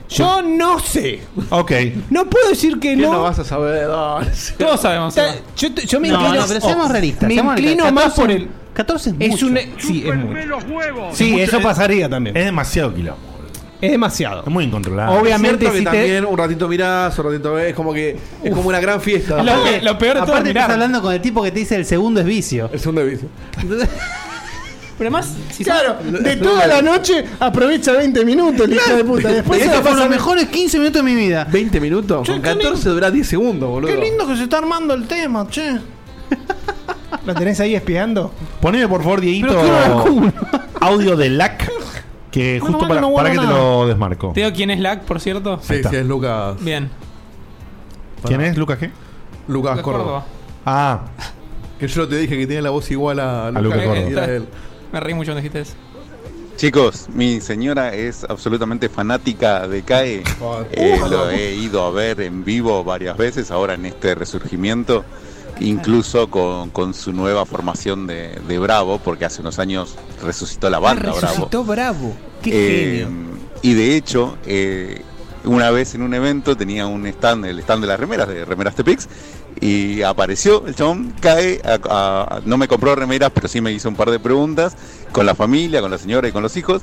C: Yo no sé.
A: Ok.
C: No puedo decir que no.
E: no vas a saber?
D: Todos sabemos.
C: Ta- Yo, te- yo me
B: No,
C: inclino, Oh,
B: no, pero seamos realistas,
C: me
B: seamos
C: inclino
B: realistas.
C: más por
B: 14
C: el.
B: 14 es
C: Es
B: mucho.
C: un, e-, sí, es mucho.
A: Es
C: Sí,
A: mucho-
C: eso
A: es-
C: pasaría también.
A: Es demasiado quilombo.
C: Es demasiado.
A: Es muy
C: Ah.
A: incontrolable.
E: Es cierto
C: Obviamente,
E: que
C: si te,
E: también un ratito mirás, un ratito ves, es como que es como una gran fiesta.
B: Aparte- aparte
E: mirar.
B: estás hablando con el tipo que te dice el segundo es vicio.
E: El segundo es vicio.
D: Pero además, si
C: Claro, de toda la noche aprovecha 20 minutos, el hijo de puta. Después se
B: Estos
C: la
B: fueron
C: pasa
B: los mejores 15 minutos de mi vida.
E: 20 minutos,
C: Che,
E: con
C: qué lindo.
E: 14 durás 10 segundos, boludo.
C: Qué lindo que se está armando el tema, che. ¿La tenés ahí espiando?
A: Poneme por favor, Dieguito, audio de LAC. Que
D: Bueno, bueno,
A: justo para,
D: no,
A: para
D: bueno,
A: que te
D: nada.
A: lo desmarco.
D: Teo, ¿quién es Lack, por cierto?
E: Sí, sí, es Lucas.
D: Bien.
A: ¿Quién es? ¿Lucas qué?
E: Lucas
D: Lucas
E: Córdoba.
D: Córdoba.
A: Ah,
E: Que yo te dije que tiene la voz igual a,
A: Lucas
E: que
A: Córdoba.
E: era él.
D: Me reí mucho cuando dijiste eso.
M: Chicos, mi señora es absolutamente fanática de CAE. Eh,
E: Uh,
M: lo he ido a ver en vivo varias veces, ahora en este resurgimiento, incluso con, con su nueva formación de, de Bravo, porque hace unos años resucitó la banda Bravo.
C: Ah, Resucitó bravo. Qué
M: Eh, Y de hecho, eh, una vez en un evento tenía un stand, el stand de las remeras, de Remeras Tepix, y apareció el chabón, cae, a- a- no me compró remeras, pero sí me hizo un par de preguntas, con la familia, con la señora y con los hijos,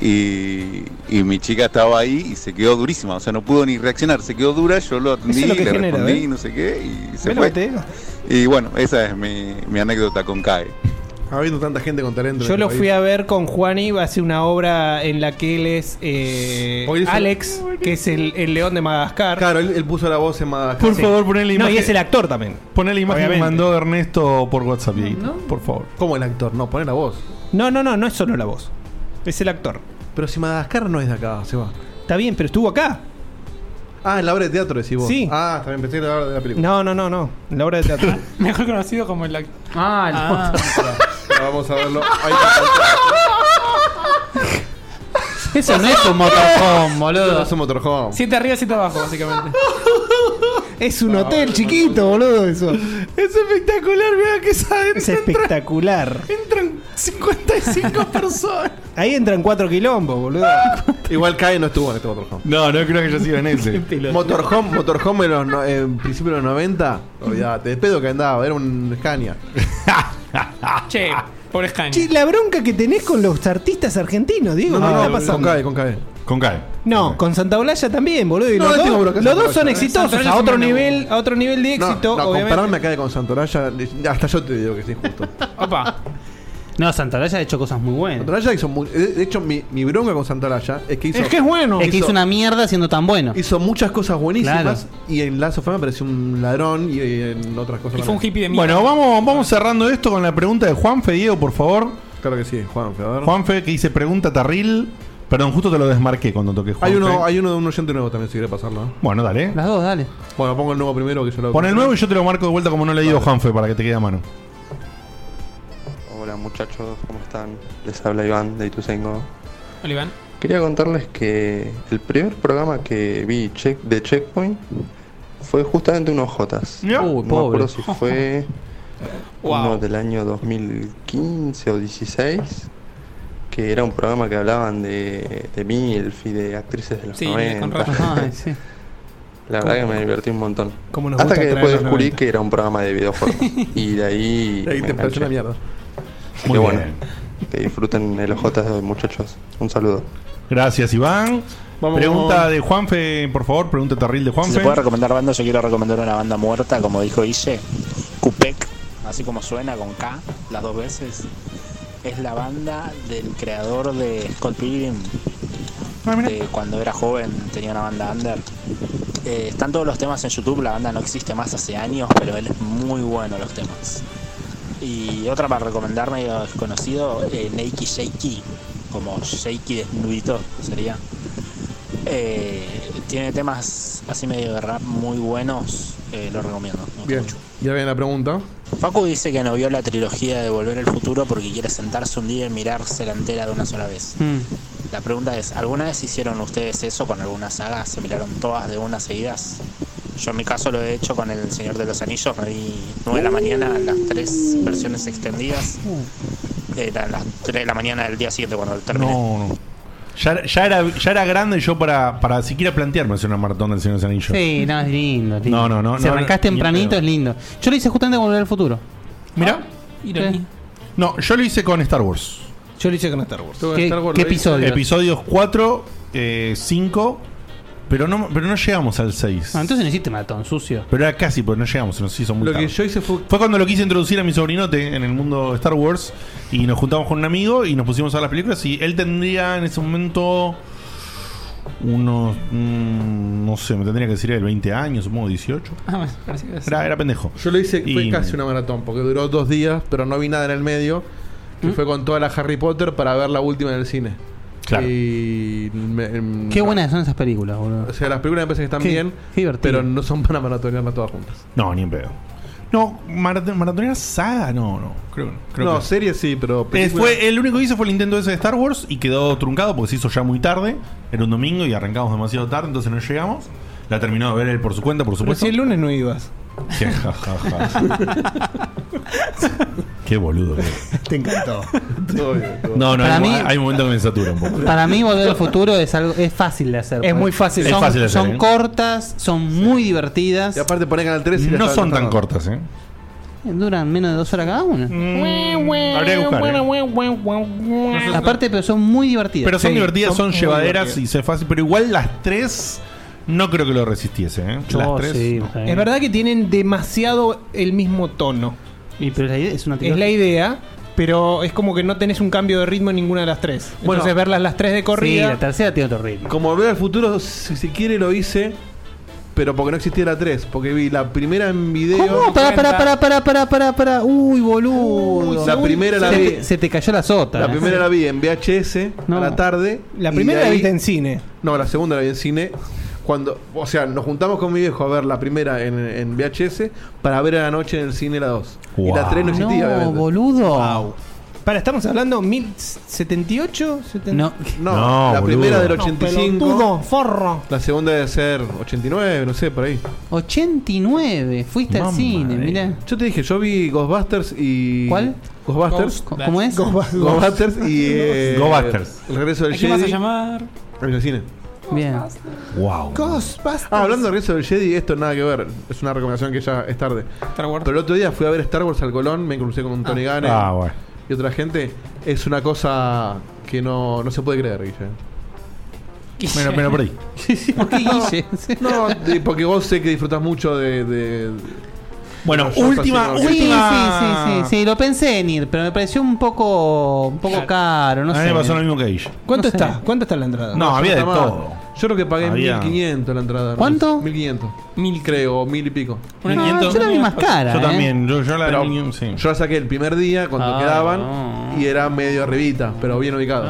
M: y, y mi chica estaba ahí y se quedó durísima, o sea, no pudo ni reaccionar, se quedó dura, yo lo atendí,
C: Eso es lo que
M: le
C: genera,
M: respondí,
C: ¿eh?
M: no sé qué, y se
C: ¿Ves lo
M: fue.
C: que te digo?
M: Y bueno, esa es mi, mi anécdota con CAE.
E: Habiendo tanta gente con talento.
C: Yo lo fui a ver con Juani, va a hacer una obra en la que él es eh,
E: Hoy hizo-
C: Alex, que es el, el león de Madagascar.
E: Claro, él, él puso la voz en Madagascar.
A: Por favor, ponele
C: No,
A: imagen.
C: y es el actor también.
A: Poné la imagen que
C: Obviamente.
A: mandó Ernesto por WhatsApp, Dieguito, Por favor.
E: Como el actor, no, poné la voz.
C: No, no, no, no es solo la voz. Es el actor.
E: Pero si Madagascar no es de acá, se va.
C: Está bien, pero estuvo acá.
E: Ah, en la obra de teatro decís vos.
C: Sí.
E: Ah, también pensé que era la obra de la película.
C: No, no, no, no. La obra de teatro.
D: Mejor conocido como el Lack.
B: Ah,
D: Ah,
E: Ahora Vamos a verlo. Ahí está.
B: Eso no es un motorhome,
E: Ahí
B: boludo.
E: está su motorhome.
D: siete arriba, siete abajo, básicamente.
C: es un hotel chiquito, boludo, eso.
A: Es espectacular, mira que está
C: Es espectacular.
A: Entran 55 personas.
C: Ahí entran cuatro quilombos, boludo.
E: Igual cae no estuvo en este motorhome.
A: No, no creo que haya sido en ese.
E: motorhome, motorhome en, los, no- en principio de los 90, olvídate, de pedo que andaba, era un Scania.
B: Ah.
D: che, pobre Scania.
C: Che, la bronca que tenés con los artistas argentinos, Diego,
E: No, no,
C: ¿qué
E: no,
C: está pasando?
E: con CAE, con CAE.
A: Con CAE.
C: No, con Santa Olalla también, boludo. y
E: No,
C: los
E: no tengo
C: dos,
E: bronca,
C: los dos
E: Santa
C: son
E: Olalla. Santa
C: exitosos
E: Olalla
C: a
E: es
C: otro
E: un buen
C: nivel, a otro nivel de éxito,
E: No, no,
C: obviamente.
E: compararme acá con Santoraya, le- hasta yo te digo que es injusto.
D: Opa.
B: No, Santaraya ha hecho cosas muy buenas.
E: Santoraya hizo muy- de de hecho, mi, mi bronca con Santoraya es que hizo.
B: Es que hizo una mierda siendo tan bueno.
E: Hizo muchas cosas buenísimas
B: Claro.
E: y en Lazo Fama apareció un ladrón y en otras cosas. también.
A: Bueno, vamos, vamos cerrando esto con la pregunta de Juanfe, Diego, por favor.
E: Claro que sí, Juanfe. A ver.
A: Juanfe, que dice pregunta Tarril. Perdón, justo te lo desmarqué cuando toqué Juanfe.
E: Hay uno, hay uno de un oyente nuevo también, si quiere pasarlo. ¿eh?
A: Bueno, dale.
B: Las dos, dale.
E: Bueno, pongo el nuevo primero que yo lo
A: Pon el nuevo y yo te lo marco de vuelta como no le digo Juanfe para que te quede a mano.
N: Hola muchachos, ¿cómo están? Les habla Iván de Ituzaingó.
D: Hola, Iván.
N: Quería contarles que el primer programa que vi check- de Checkpoint fue justamente unos Jotas.
A: Ya.
N: no
A: Uy,
N: me
A: pobre.
N: acuerdo si fue
A: Wow.
N: uno del año 2015 o 16, que era un programa que hablaban de, de MILF y de actrices de los
D: Sí, con
N: 90.
D: razón. Ay,
N: La verdad que me divertí un montón.
D: Cómo nos
N: Hasta
D: gusta
N: que
D: traer
N: después
D: los
N: descubrí
D: 90.
N: que era un programa de videojuegos. y de ahí.
E: De ahí
N: me
E: te pareció
N: enganché.
E: una mierda.
N: Así que bueno, que disfruten el OJ de hoy, muchachos. Un saludo.
A: Gracias, Iván.
N: Vamos.
A: Pregunta de Juanfe, por favor, pregunta Tarril de
O: Si
A: Juanfe.
O: se puede recomendar bandas, yo quiero recomendar una banda muerta, como dijo Ille, Cupec, así como suena con K, las dos veces. Es la banda del creador de Scott Pilgrim, de cuando era joven tenía una banda under. Eh, están todos los temas en YouTube, la banda no existe más hace años, pero él es muy bueno los temas. Y otra para recomendar medio desconocido, eh, Nakey Shaky, como Shaky desnudito sería. Eh, tiene temas así medio de rap muy buenos, eh, lo recomiendo.
E: Bien, ya viene la pregunta.
O: Facu dice que no vio la trilogía de Volver al Futuro porque quiere sentarse un día y mirarse la entera de una sola vez. La pregunta es, ¿alguna vez hicieron ustedes eso con alguna saga? ¿Se miraron todas de una seguidas? Yo en mi caso lo he hecho con El Señor de los Anillos, me vi 9 de la mañana las tres versiones extendidas. Eran las 3 de la mañana del día siguiente cuando terminé.
A: No, no. Ya, ya era, ya era grande yo para, para siquiera plantearme hacer una maratón del Señor de los Anillos.
B: Sí, no, es lindo. es lindo.
A: No, no, no,
B: Si
A: no,
B: arrancás
A: no, ni
B: tempranito
A: pedo.
B: es lindo. Yo Ah. lo hice justamente con Volver al Futuro.
A: Mira.
B: ironía.
A: No, yo lo hice con Star Wars.
C: Yo lo hice con Star Wars.
B: ¿Qué- Star Wars qué lo hice. episodios?
A: Episodios 4, 5, pero no, pero no llegamos al 6.
B: Ah, entonces no hiciste maratón, sucio.
A: Pero era casi, porque no llegamos, se nos hizo muy
E: Lo
A: tarde.
E: que yo hice fue.
A: Fue cuando lo quise introducir a mi sobrinote en el mundo de Star Wars y nos juntamos con un amigo y nos pusimos a ver las películas y él tendría en ese momento unos, mm, no sé, me tendría que decir el 20 años, supongo 18.
D: Ah, me parece que es.
A: Era, era pendejo.
E: Yo lo hice, fue
A: Y-
E: casi una maratón, porque duró dos días, pero no vi nada en el medio.
B: ¿Mm?
E: Que fue con toda la Harry Potter para ver la última en el cine.
B: Claro.
E: Y me- em,
B: Qué buenas son esas películas, boludo.
E: O sea, las películas me parece que están
B: Qué-
E: bien,
B: qué divertido.
E: pero no son para maratonearlas todas juntas.
A: No, ni en pedo. No, maraton, maratonear saga, no, no, creo, que no, creo
E: no,
A: que no.
E: series sí, pero.
A: Eh,
E: películas-
A: fue, el único que hice fue el intento ese de Star Wars y quedó truncado porque se hizo ya muy tarde. Era un domingo y arrancamos demasiado tarde, entonces no llegamos. La terminó de ver él por su cuenta, por
C: Pero
A: supuesto.
C: si el lunes no ibas.
A: Sí, ja, ja, ja. Qué boludo. que es.
C: Te encantó.
A: No, no,
B: Para
A: hay,
B: mí-
A: hay momentos que me satura un poco.
B: Para mí, Volver al Futuro es algo es fácil de hacer.
A: Es
B: porque
A: muy fácil.
B: Son,
A: Es fácil de hacer,
B: son
A: ¿eh?
B: cortas, son muy divertidas.
E: Y aparte poné Canal 13 y la
A: No
E: estaba-
A: son tan
E: estaba-
A: cortas, Mm. ¿eh?
B: Duran menos de dos horas cada una.
A: habría que buscar, eh.
B: Aparte, pero son muy divertidas.
A: Pero son
B: Sí,
A: divertidas, son,
B: muy
A: llevaderas
B: divertidas.
A: y se fácil. Pero igual las tres, no creo que lo resistiese, ¿eh? Las
B: No,
A: tres.
B: sí,
A: no.
B: sí.
C: Es verdad que tienen demasiado el mismo tono.
B: Y, pero la idea es una
C: Es la idea, pero es como que no tenés un cambio de ritmo en ninguna de las tres.
E: Bueno.
C: Entonces verlas las tres de corrida.
B: Sí, la tercera tiene otro ritmo.
E: Como volver al futuro, si, si quiere lo hice, pero porque no existía la 3, porque vi la primera en video.
B: ¿Cómo? Pará, pará, pará, pará, pará, pará, pará. Uy, boludo.
E: la primera la
B: se,
E: vi.
B: te- se te cayó la sota.
E: La primera la vi en VHS a la tarde.
C: La
E: y
C: primera
E: de
C: la
E: ahí-
C: viste en cine.
E: No, la segunda la vi en cine. Cuando, o sea, nos juntamos con mi viejo a ver la primera en, en VHS para ver a la noche en el cine la 2. Y la 3 no existía,
B: No,
E: obviamente.
B: boludo.
C: Para, estamos hablando 1078, 70...
B: No.
E: No, la primera del 85.
C: pelotudo, forro.
E: La segunda debe ser 89, no sé, por ahí.
B: 89, fuiste al
E: Mamma
B: cine,
E: mía.
B: mirá.
E: Yo te dije, yo vi Ghostbusters y.
B: ¿Cuál?
E: Ghostbusters.
B: Ghost- ¿Cómo es?
E: Ghostbusters,
B: Ghostbusters.
E: y. eh,
A: Ghostbusters.
E: El regreso del
D: ¿A qué vas a
E: Jedi.
D: llamar?
E: En el cine.
B: Bien.
A: Wow.
C: Ghostbusters.
E: Ah, hablando de regreso del Jedi, esto nada que ver. Es una recomendación que ya es tarde. Pero el otro día fui a ver Star Wars al Colón, me crucé con un Tony Gane
A: Ah, bueno.
E: y otra gente. Es una cosa que no, no se puede creer, Guille.
A: Me lo- me lo perdí.
B: ¿Por qué Guille?
E: No, de- porque vos sé que disfrutás mucho de. de-
A: bueno,
E: de-
A: última-
E: de-
B: Sí, sí,
A: última-
B: sí, sí, sí, lo pensé en ir, pero me pareció un poco, un poco caro, no
A: a
B: sé.
A: mí me pasó lo mismo que a Guille.
C: ¿Cuánto
B: No sé.
C: está? ¿Cuánto está la entrada?
A: No, había de
E: Ah. está mal.
A: todo.
E: Yo creo que pagué
A: Había-
E: 1500 la entrada. ¿no?
A: ¿Cuánto?
E: 1500. Mil, creo, o mil y pico.
B: Una No, 500. yo la vi más cara,
A: Yo también, yo, yo la
E: ¿eh? Pero
A: vi, sí.
E: Yo la saqué el primer día cuando
A: Ah,
E: quedaban y era medio arribita, pero bien ubicado.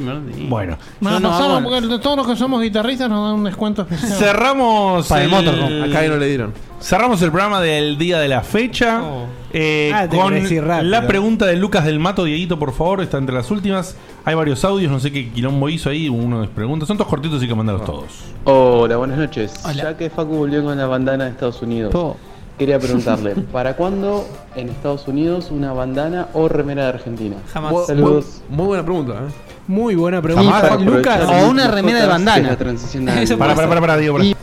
A: Bueno,
C: Bueno,
E: Yo no
C: pasaron,
E: hago-
C: porque todos los que somos guitarristas nos dan un descuento especial.
A: Cerramos
C: Para el
E: motorhome. Acá ahí no le dieron.
A: Cerramos el programa del día de la fecha
B: Oh.
A: eh,
C: Ah, te
A: con
C: querés ir rápido.
A: la pregunta de Lucas del Mato, Dieguito, por favor, está entre las últimas. Hay varios audios, no sé qué quilombo hizo ahí, uno de preguntas. Son todos cortitos y que mandarlos
B: Oh.
A: todos.
P: Hola, buenas noches. Ya que Facu volvió con la bandana de Estados Unidos, quería preguntarle, ¿para cuándo en Estados Unidos una bandana o remera de Argentina?
E: Bu-
P: Saludos.
E: bu- muy buena pregunta, ¿eh?
C: Muy buena
P: pregunta.
C: pregunta. Lucas,
P: O una remera de bandana.
A: Para, para, para, para, Diego, para.
C: Y-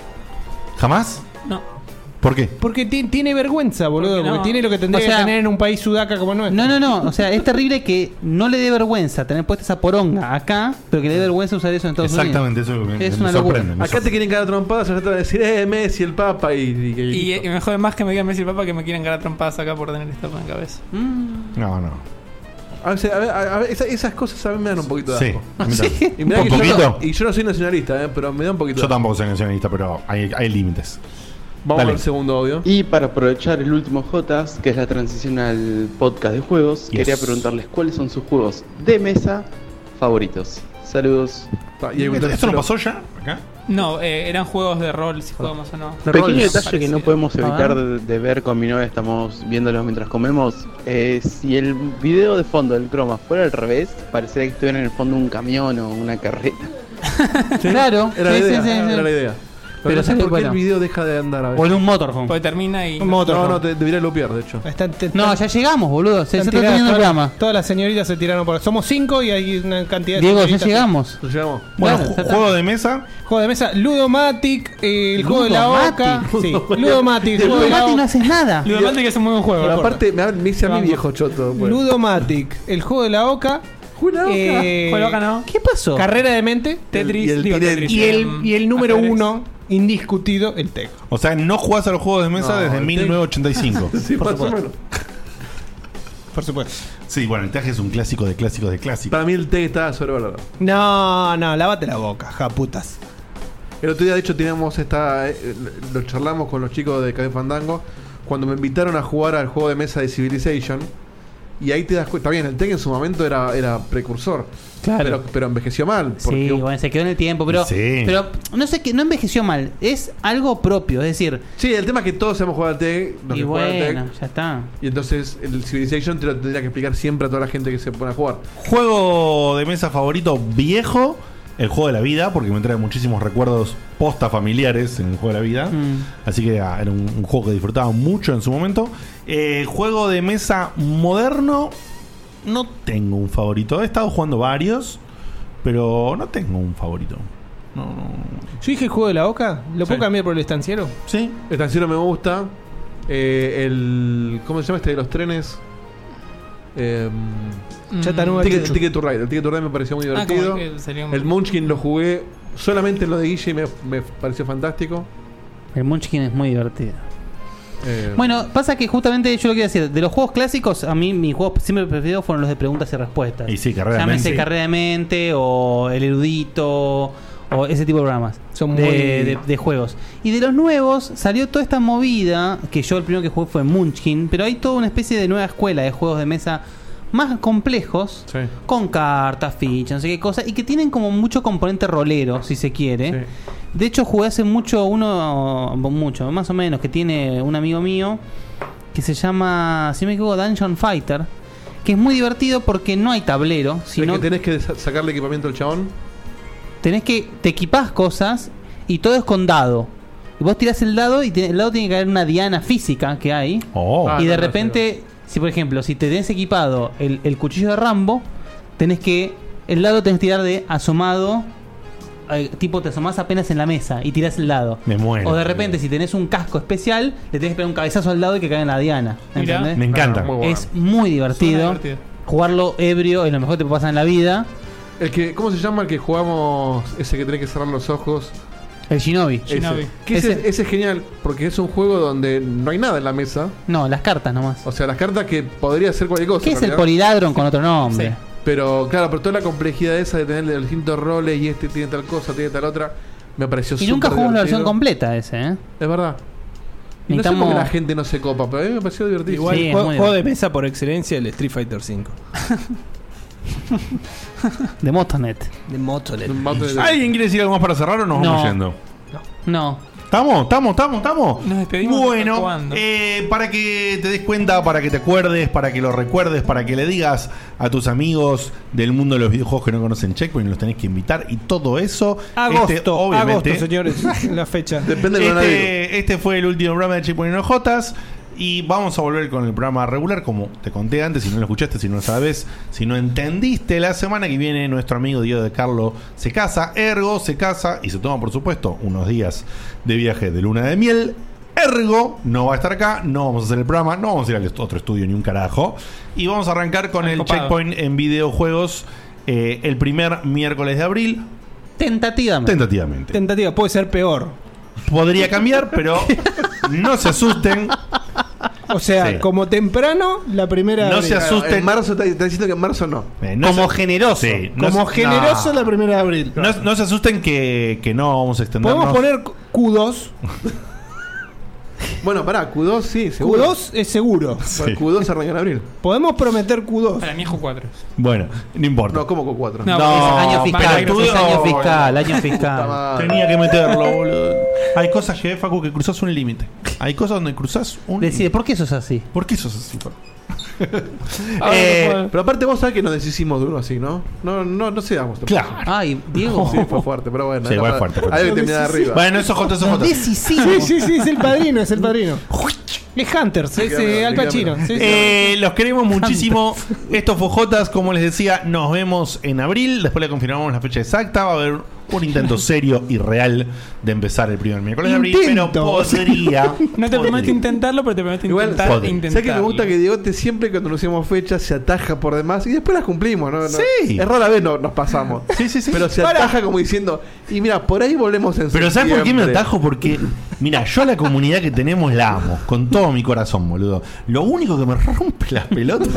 A: ¿Jamás?
D: No.
A: ¿Por qué?
C: Porque ti- tiene vergüenza, boludo. Porque,
B: no.
C: tiene lo que tendría
B: O sea-
C: que tener en un país sudaca como nuestro.
B: No, no, no. O sea, es terrible que no le dé vergüenza tener puesta esa poronga acá, pero que le dé vergüenza usar eso en Estados
A: Exactamente,
B: Unidos.
A: eso es lo que me-
B: es
A: me
B: una
A: sorprende,
B: locura.
A: me
E: Acá te quieren caer a trompadas, allá te van a decir, eh, Messi, el Papa. Y, y- y-
D: Y, eh, me jode más que me digan Messi y Papa que me quieren ganar trompadas acá por tener esto en la cabeza.
A: No, no.
E: Mm. a veces- a ver- a ver, esa- esas cosas a mí me dan un poquito de
A: Sí,
E: asco.
A: a mí también.
E: Y, mirá
A: ¿Un
E: que yo
A: poquito?
E: no- y yo no soy nacionalista, ¿eh? pero me da un poquito
A: Yo
E: de asco.
A: tampoco soy nacionalista, pero hay, hay límites.
E: Vamos
A: Dale.
E: al segundo audio.
P: Y para aprovechar el último Jotas, que es la transición al podcast de juegos,
A: Yes.
P: quería preguntarles cuáles son sus juegos de mesa favoritos. Saludos.
A: ¿Esto no pasó ya? ¿Acá?
D: No, eh, eran juegos de rol, si jugamos o no.
P: Pequeño detalle que no podemos
D: A
B: Ah.
P: evitar
D: ver.
P: de, de ver con mi novia, estamos viéndolos mientras comemos. eh, si el video de fondo del croma fuera al revés, parecería que estuviera en el fondo un camión o una carreta.
B: Claro,
E: Era la
B: sí, sí,
E: idea.
B: sí, sí.
E: Era la idea.
B: Pero
E: Pero
B: salió
E: ¿sabes por qué
B: bueno.
E: el video deja de andar a veces?
B: O en un motorhome.
C: Pues,
B: Porque
D: termina y.
E: No, no, te, debería lupear, de hecho.
B: No, ya llegamos, boludo. Se se
C: Están
B: está
C: tiradas
B: terminando el
C: todas-
B: programa.
C: Todas las señoritas se tiraron por. Somos cinco y hay una cantidad de.
B: Diego, ya
C: señoritas.
B: llegamos.
E: llegamos.
A: Bueno,
C: Claro,
A: ju-
C: ya está.
A: juego de mesa.
C: Juego de mesa, Ludomatic, eh, el juego de la
B: Ludomatic.
C: oca. Sí, Ludomatic,
B: Ludomatic
C: juego de la
B: no
C: oca.
B: haces nada.
D: Ludomatic es un muy buen juego.
E: Pero
D: me acuerdo.
E: aparte, me, hab- me dice a mí viejo choto. bueno.
C: Ludomatic, el juego de la oca. Eh,
D: Juego de la oca no.
B: ¿Qué pasó?
C: Carrera de mente.
D: Tetris,
C: Y el,
D: digo, Tetris,
C: y el,
D: em,
C: y el número
D: ajedrez.
C: uno, indiscutido, el Tec.
A: O sea, no jugás a los juegos de mesa
C: No,
A: desde
C: el
A: 1985.
E: Sí,
A: Por
E: más o
A: supuesto.
E: menos.
A: Por supuesto. Sí, bueno, el traje es un clásico de clásicos de clásicos.
E: Para mí el té está sobrevalorado.
C: No, no, lávate la boca, japutas.
E: El otro día, de hecho, teníamos esta. eh, lo charlamos con los chicos de Café Fandango. Cuando me invitaron a jugar al juego de mesa de Civilization. Y ahí te das cuenta. Está bien, el Tekken en su momento era, era precursor.
B: Claro.
E: Pero, pero envejeció mal.
B: Sí, bueno, se quedó en el tiempo, pero,
E: Sí.
B: pero no sé que no envejeció mal, es algo propio, es decir,
E: Sí, el tema es que todos hemos jugado al Tekken. los
B: y
E: que juegan al
B: bueno,
E: Tekken,
B: ya está.
E: Y entonces el Civilization te lo tendría que explicar siempre a toda la gente que se pone a jugar.
A: Juego de mesa favorito viejo, el juego de la vida, porque me trae muchísimos recuerdos posta familiares en el juego de la vida. Así que ah, era un, un juego que disfrutaba mucho en su momento. Eh, juego de mesa moderno, no tengo un favorito. He estado jugando varios, pero no tengo un favorito. No, no.
C: Yo dije el juego de la oca, ¿lo puedo
E: Sí.
C: cambiar por el estanciero?
A: Sí.
E: El tanciero me gusta. Eh, el. ¿Cómo se llama este de los trenes? Eh,
C: Chattanooga
E: ticket,
C: Chuchu.
E: ticket to Ride. El Ticket to Ride me pareció muy
D: Ah,
E: divertido.
D: como el que salió un-
E: El Munchkin lo jugué solamente en lo de Guille y me, me pareció fantástico.
B: El Munchkin es muy divertido.
E: Eh,
B: Bueno, pasa que justamente yo lo quiero decir, de los juegos clásicos, a mí mis juegos siempre preferidos fueron los de preguntas y respuestas.
A: Y sí, carrera de
B: Llámese
A: mente.
B: carrera de mente o el erudito o ese tipo de programas. Son de,
C: muy-
B: de- de juegos. Y de los nuevos salió toda esta movida, que yo el primero que jugué fue Munchkin, pero hay toda una especie de nueva escuela de juegos de mesa más complejos, con cartas, fichas, no sé qué cosa, y que tienen como mucho componente rolero, si se quiere. De hecho, jugué hace mucho uno, mucho, más o menos, que tiene un amigo mío, que se llama, si no me equivoco, Dungeon Fighter, que es muy divertido porque no hay tablero,
E: ¿Crees
B: sino
E: que tenés que sa- sacarle equipamiento al chabón?
B: tenés que te equipás cosas y todo es con dado. Y vos tirás el dado y te- el dado tiene que haber una diana física que hay.
A: Ah,
B: y de
A: no, no,
B: repente, si por ejemplo, si te tenés equipado el, el cuchillo de Rambo, tenés que el dado tenés que tirar de asomado eh, tipo te asomás apenas en la mesa y tirás el dado.
A: Me muero.
B: O de repente, si tenés un casco especial, le tenés que pegar un cabezazo al dado y que caiga en la diana.
A: Mirá.
B: ¿entendés?
A: Me
E: Ah,
A: encanta. Muy bueno.
B: Es muy divertido.
E: Suena divertido.
B: Jugarlo ebrio es lo mejor que te puede pasar en la vida.
E: El que, ¿Cómo se llama el que jugamos? Ese que tenés que cerrar los ojos.
B: El Shinobi.
E: Ese. Que Ese, ese es genial, porque es un juego donde no hay nada en la mesa.
B: No, las cartas nomás.
E: O sea, las cartas que podría ser cualquier cosa.
B: ¿Qué es
E: en
B: el
E: realidad.
B: poliladron con otro nombre?
E: Pero claro, pero toda la complejidad esa de tener los distintos roles y este tiene tal cosa, tiene tal otra, me pareció
B: Y nunca
E: súper
B: jugamos la versión
E: divertido.
B: completa ese, ¿eh?
E: Es verdad. Y No sé por
B: Necesitamos-
E: qué la gente no se copa, pero a mí me pareció divertido.
B: Igual, Sí, es
Q: Juego,
B: muy
Q: juego
B: bueno.
Q: de mesa por excelencia, el Street Fighter V.
B: De Motonet.
Q: De Motonet.
A: ¿Alguien quiere decir algo más para cerrar o nos vamos
Q: No.
A: yendo?
B: No.
A: ¿Estamos? ¿Estamos? ¿Estamos? ¿Estamos?
D: Nos despedimos.
A: Bueno, eh, para que te des cuenta, para que te acuerdes, para que lo recuerdes, para que le digas a tus amigos del mundo de los videojuegos que no conocen Checkpoint, los tenés que invitar y todo eso.
Q: Agosto,
A: Este,
Q: agosto, señores. la fecha. Depende
A: Este, este fue el último programa de Checkpoint en Ojotas. Y vamos a volver con el programa regular, como te conté antes, si no lo escuchaste, si no lo sabes, si no entendiste, la semana que viene nuestro amigo Diego de Carlo se casa, ergo se casa y se toma, por supuesto, unos días de viaje de luna de miel. Ergo, no va a estar acá, no vamos a hacer el programa, no vamos a ir al est- otro estudio ni un carajo. Y vamos a arrancar con el
B: copado.
A: checkpoint en videojuegos eh, el primer miércoles de abril.
B: Tentativamente.
A: Tentativamente.
Q: Tentativa, puede ser peor.
A: Podría cambiar, pero no se asusten.
C: O sea,
A: Sí.
C: como temprano, la primera.
A: No se
C: Claro,
A: asusten. Eh,
C: en mar-
E: Marzo, te, te diciendo que en marzo no.
A: como generoso.
C: como generoso, la primera de abril.
A: Eh, No, no se asusten que, que no vamos a extendernos.
C: Podemos poner Q2.
E: bueno, pará, Q2 sí,
C: Q2 es seguro.
E: Bueno, Q2 arranca en abril.
C: Podemos prometer Q2.
D: Para mí es Q4.
A: Bueno, no importa.
E: No, como Q4.
A: No, No, es año fiscal, pelotudo. es año fiscal, año fiscal.
E: Puta madre.
A: Tenía que meterlo, boludo. Hay cosas que, Facu, que cruzas un límite. Hay cosas donde cruzas un
B: Decide, ¿por qué sos así?
A: ¿Por qué sos así, Facu?
E: Eh, pero aparte vos sabés que nos deshicimos de uno así, ¿no? No, no, no seamos.
A: Claro.
B: Ay,
A: Diego.
E: Sí, fue fuerte, pero bueno.
A: Sí,
E: era
A: igual
E: para-
A: fuerte, fuerte.
E: Hay que terminar arriba.
A: Bueno, eso es J, eso es J.
C: Sí, sí, sí, es el padrino, es el padrino. Es Hunters, es
A: Dígamelo,
C: eh, Al Pacino.
A: dígamelo.
C: sí, sí.
A: Eh, los queremos muchísimo. Estos fojotas, como les decía, nos vemos en abril. Después le confirmamos la fecha exacta. Va a haber un intento serio y real de empezar el primer miércoles de abril. Pero
D: Intento.
A: podría.
D: No te permite intentarlo, pero te permite
E: Igual,
D: intentar.
E: ¿sabes
D: intentar.
E: que me gusta que Diegote siempre cuando anunciamos fechas se ataja por demás y después las cumplimos, ¿no? No-
A: Sí.
E: Es rara vez no, nos pasamos.
A: Sí, sí, sí.
E: Pero se
A: Para.
E: ataja como diciendo, y mira, por ahí volvemos en
A: Pero ¿sabes por qué me
E: septiembre".
A: atajo? Porque, mira, yo a la comunidad que tenemos la amo, con todo mi corazón, boludo. Lo único que me rompe las pelotas.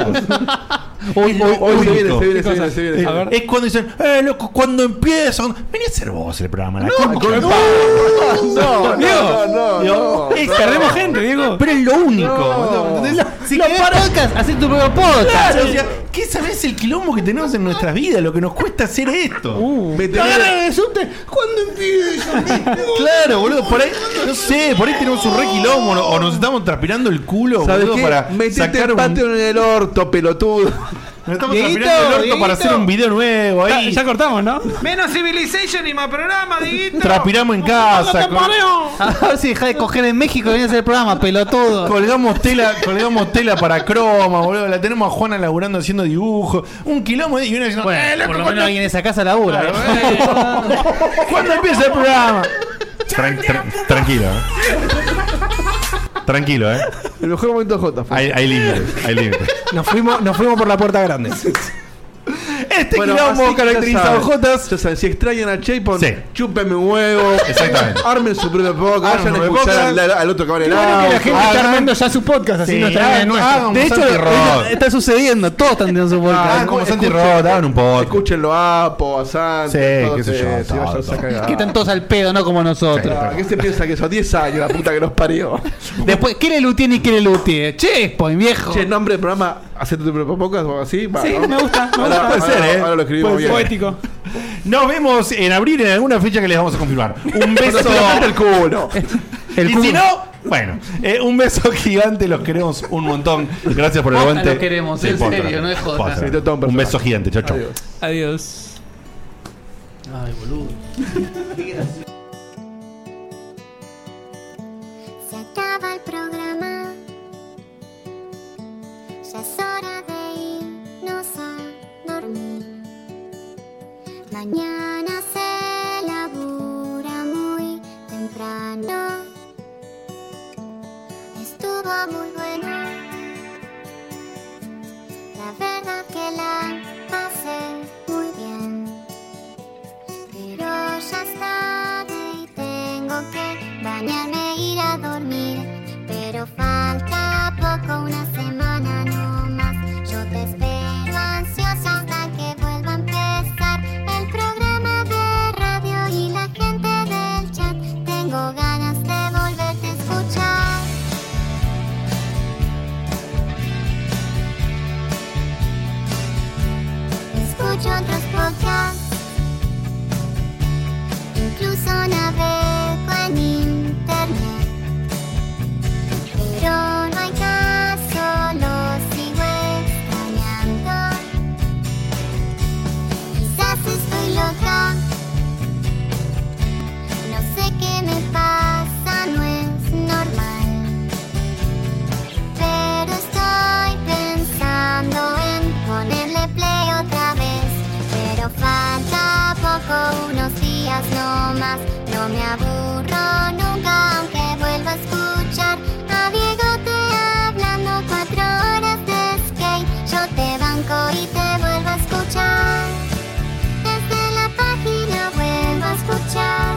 E: Hoy,
A: es lo
E: hoy- hoy se viene,
A: único.
E: se viene, se
A: Eh,
E: viene, se viene, se viene.
A: Es cuando dicen, eh, loco, cuando empiezan. Vení a hacer vos el programa. La concha de tu
E: No, no, no, no,
A: Digo,
E: no,
A: es-
E: no.
A: perdemos gente, Diego. Pero es lo único. boludo, ¿entendés? Si querés-
B: hacer tu propio podcast.
A: Claro,
B: Sí.
A: o sea, ¿qué sabés el quilombo que tenemos en nuestras vidas? Lo que nos cuesta hacer esto.
E: Me
C: Lo agarran en el subte, ¿Cuándo empieza?
A: Claro, boludo, por ahí, no sé, por ahí tenemos un re quilombo ¿no? o nos estamos transpirando el culo,
E: ¿Sabes
A: boludo,
E: qué?
A: para
E: Metete
A: sacar
E: el
A: un...
E: patio en el orto, pelotudo.
A: Nos estamos
E: Dieguito,
A: transpirando el orto para
E: Dieguito.
A: hacer un video nuevo ahí.
D: Ya cortamos, ¿no?
C: Menos Civilization y más programa, Diguito.
A: Transpiramos en casa. con-
B: A ver si deja de coger en México y viene a hacer el programa, pelotudo.
A: Colgamos tela, colgamos tela para croma, boludo. La tenemos a Juana laburando haciendo dibujo. Un quilombo y una diciendo,
B: Bueno,
A: "Eh, loco,
B: por lo
A: ¿cuándo-
B: menos alguien en esa casa labura. ¿eh?
A: Claro,
B: ¿no?
A: ¿Cuándo empieza el programa? Tran- tran- tranquilo, eh. Tranquilo, eh.
E: El mejor momento J. fue.
A: Hay, hay límites, hay límites.
C: Nos fuimos, nos fuimos por la puerta grande.
A: Este
E: Bueno, así
A: quilombo
E: que
A: caracterizado
E: ya
A: J.
E: saben, Ya saben, si extrañan a Chapon,
A: Sí.
E: chúpenme un huevo.
A: Exactamente.
E: Armen su propio podcast.
A: Armen su
E: Vayan a escuchar
A: podcast.
E: al, al- al otro cabrón.
C: Qué bueno que la gente está armando ya su podcast, así
A: Sí,
C: no está
A: hagan- hagan
C: De
A: un
C: hecho,
A: Santi Rock.
B: Está sucediendo, todos están teniendo su
E: Ah,
B: podcast.
A: como Santi Rod, hagan un poco.
E: Escúchenlo a Apo, a Santi.
A: Sí,
E: a todos
A: qué sé yo,
E: ustedes, y
A: todo,
E: váyanse a
A: todo.
E: cagar.
B: Que están todos al pedo, no como nosotros.
E: Ah, ¿Qué se piensa que eso? 10 años, la puta que nos parió.
B: Después, ¿qué le lutié ni qué le lutié? Che, point viejo.
E: Che, nombre del programa, hacete tu propio podcast o algo así. va,
D: Sí,
E: ¿no?
D: me gusta. Me
E: Ahora-
D: gusta.
E: ahora- Ahora lo escribimos
D: Puede ser.
E: bien.
D: Poético.
A: Nos vemos en abril en alguna fecha que les vamos a confirmar. Un
E: Pero
A: beso.
E: se lo mete el culo.
A: y si no, Bueno, eh, un beso gigante, los queremos un montón. Gracias por el
B: Posta
A: aguante.
B: los queremos, en
A: posta.
B: serio, no es joda.
A: Posta.
B: Sí, todo- todo un
A: Un
B: personaje.
A: beso gigante, chao, chao.
D: Adiós.
B: Ay, boludo.
R: Se acaba el programa. Ya es hora de irnos a dormir. Mañana se labura muy temprano. Estuvo muy bueno. La verdad que la pasé muy bien. Pero ya es tarde y tengo que bañarme e ir a dormir. Pero falta poco, una semana no más. Yo te espero ansiosa hasta que vuelva a empezar el programa de radio y la gente del chat. Tengo ganas de volverte a escuchar. Escucho otros podcasts. Incluso navego en internet. Pero no hay caso, lo sigo extrañando. Quizás estoy loca. No sé qué me pasa, no es normal. Pero estoy pensando en ponerle play otra vez. Pero falta poco, unos días no más. No me aburro nunca, aunque vuelva a escuchar a Diego te hablando cuatro horas de skate. Yo te banco y te vuelvo a escuchar. Desde la página vuelvo a escuchar.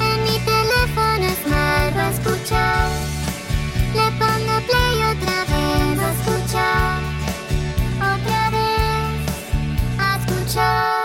R: En mi teléfono es malo escuchar. Le pongo play otra vez a escuchar. Otra vez a escuchar.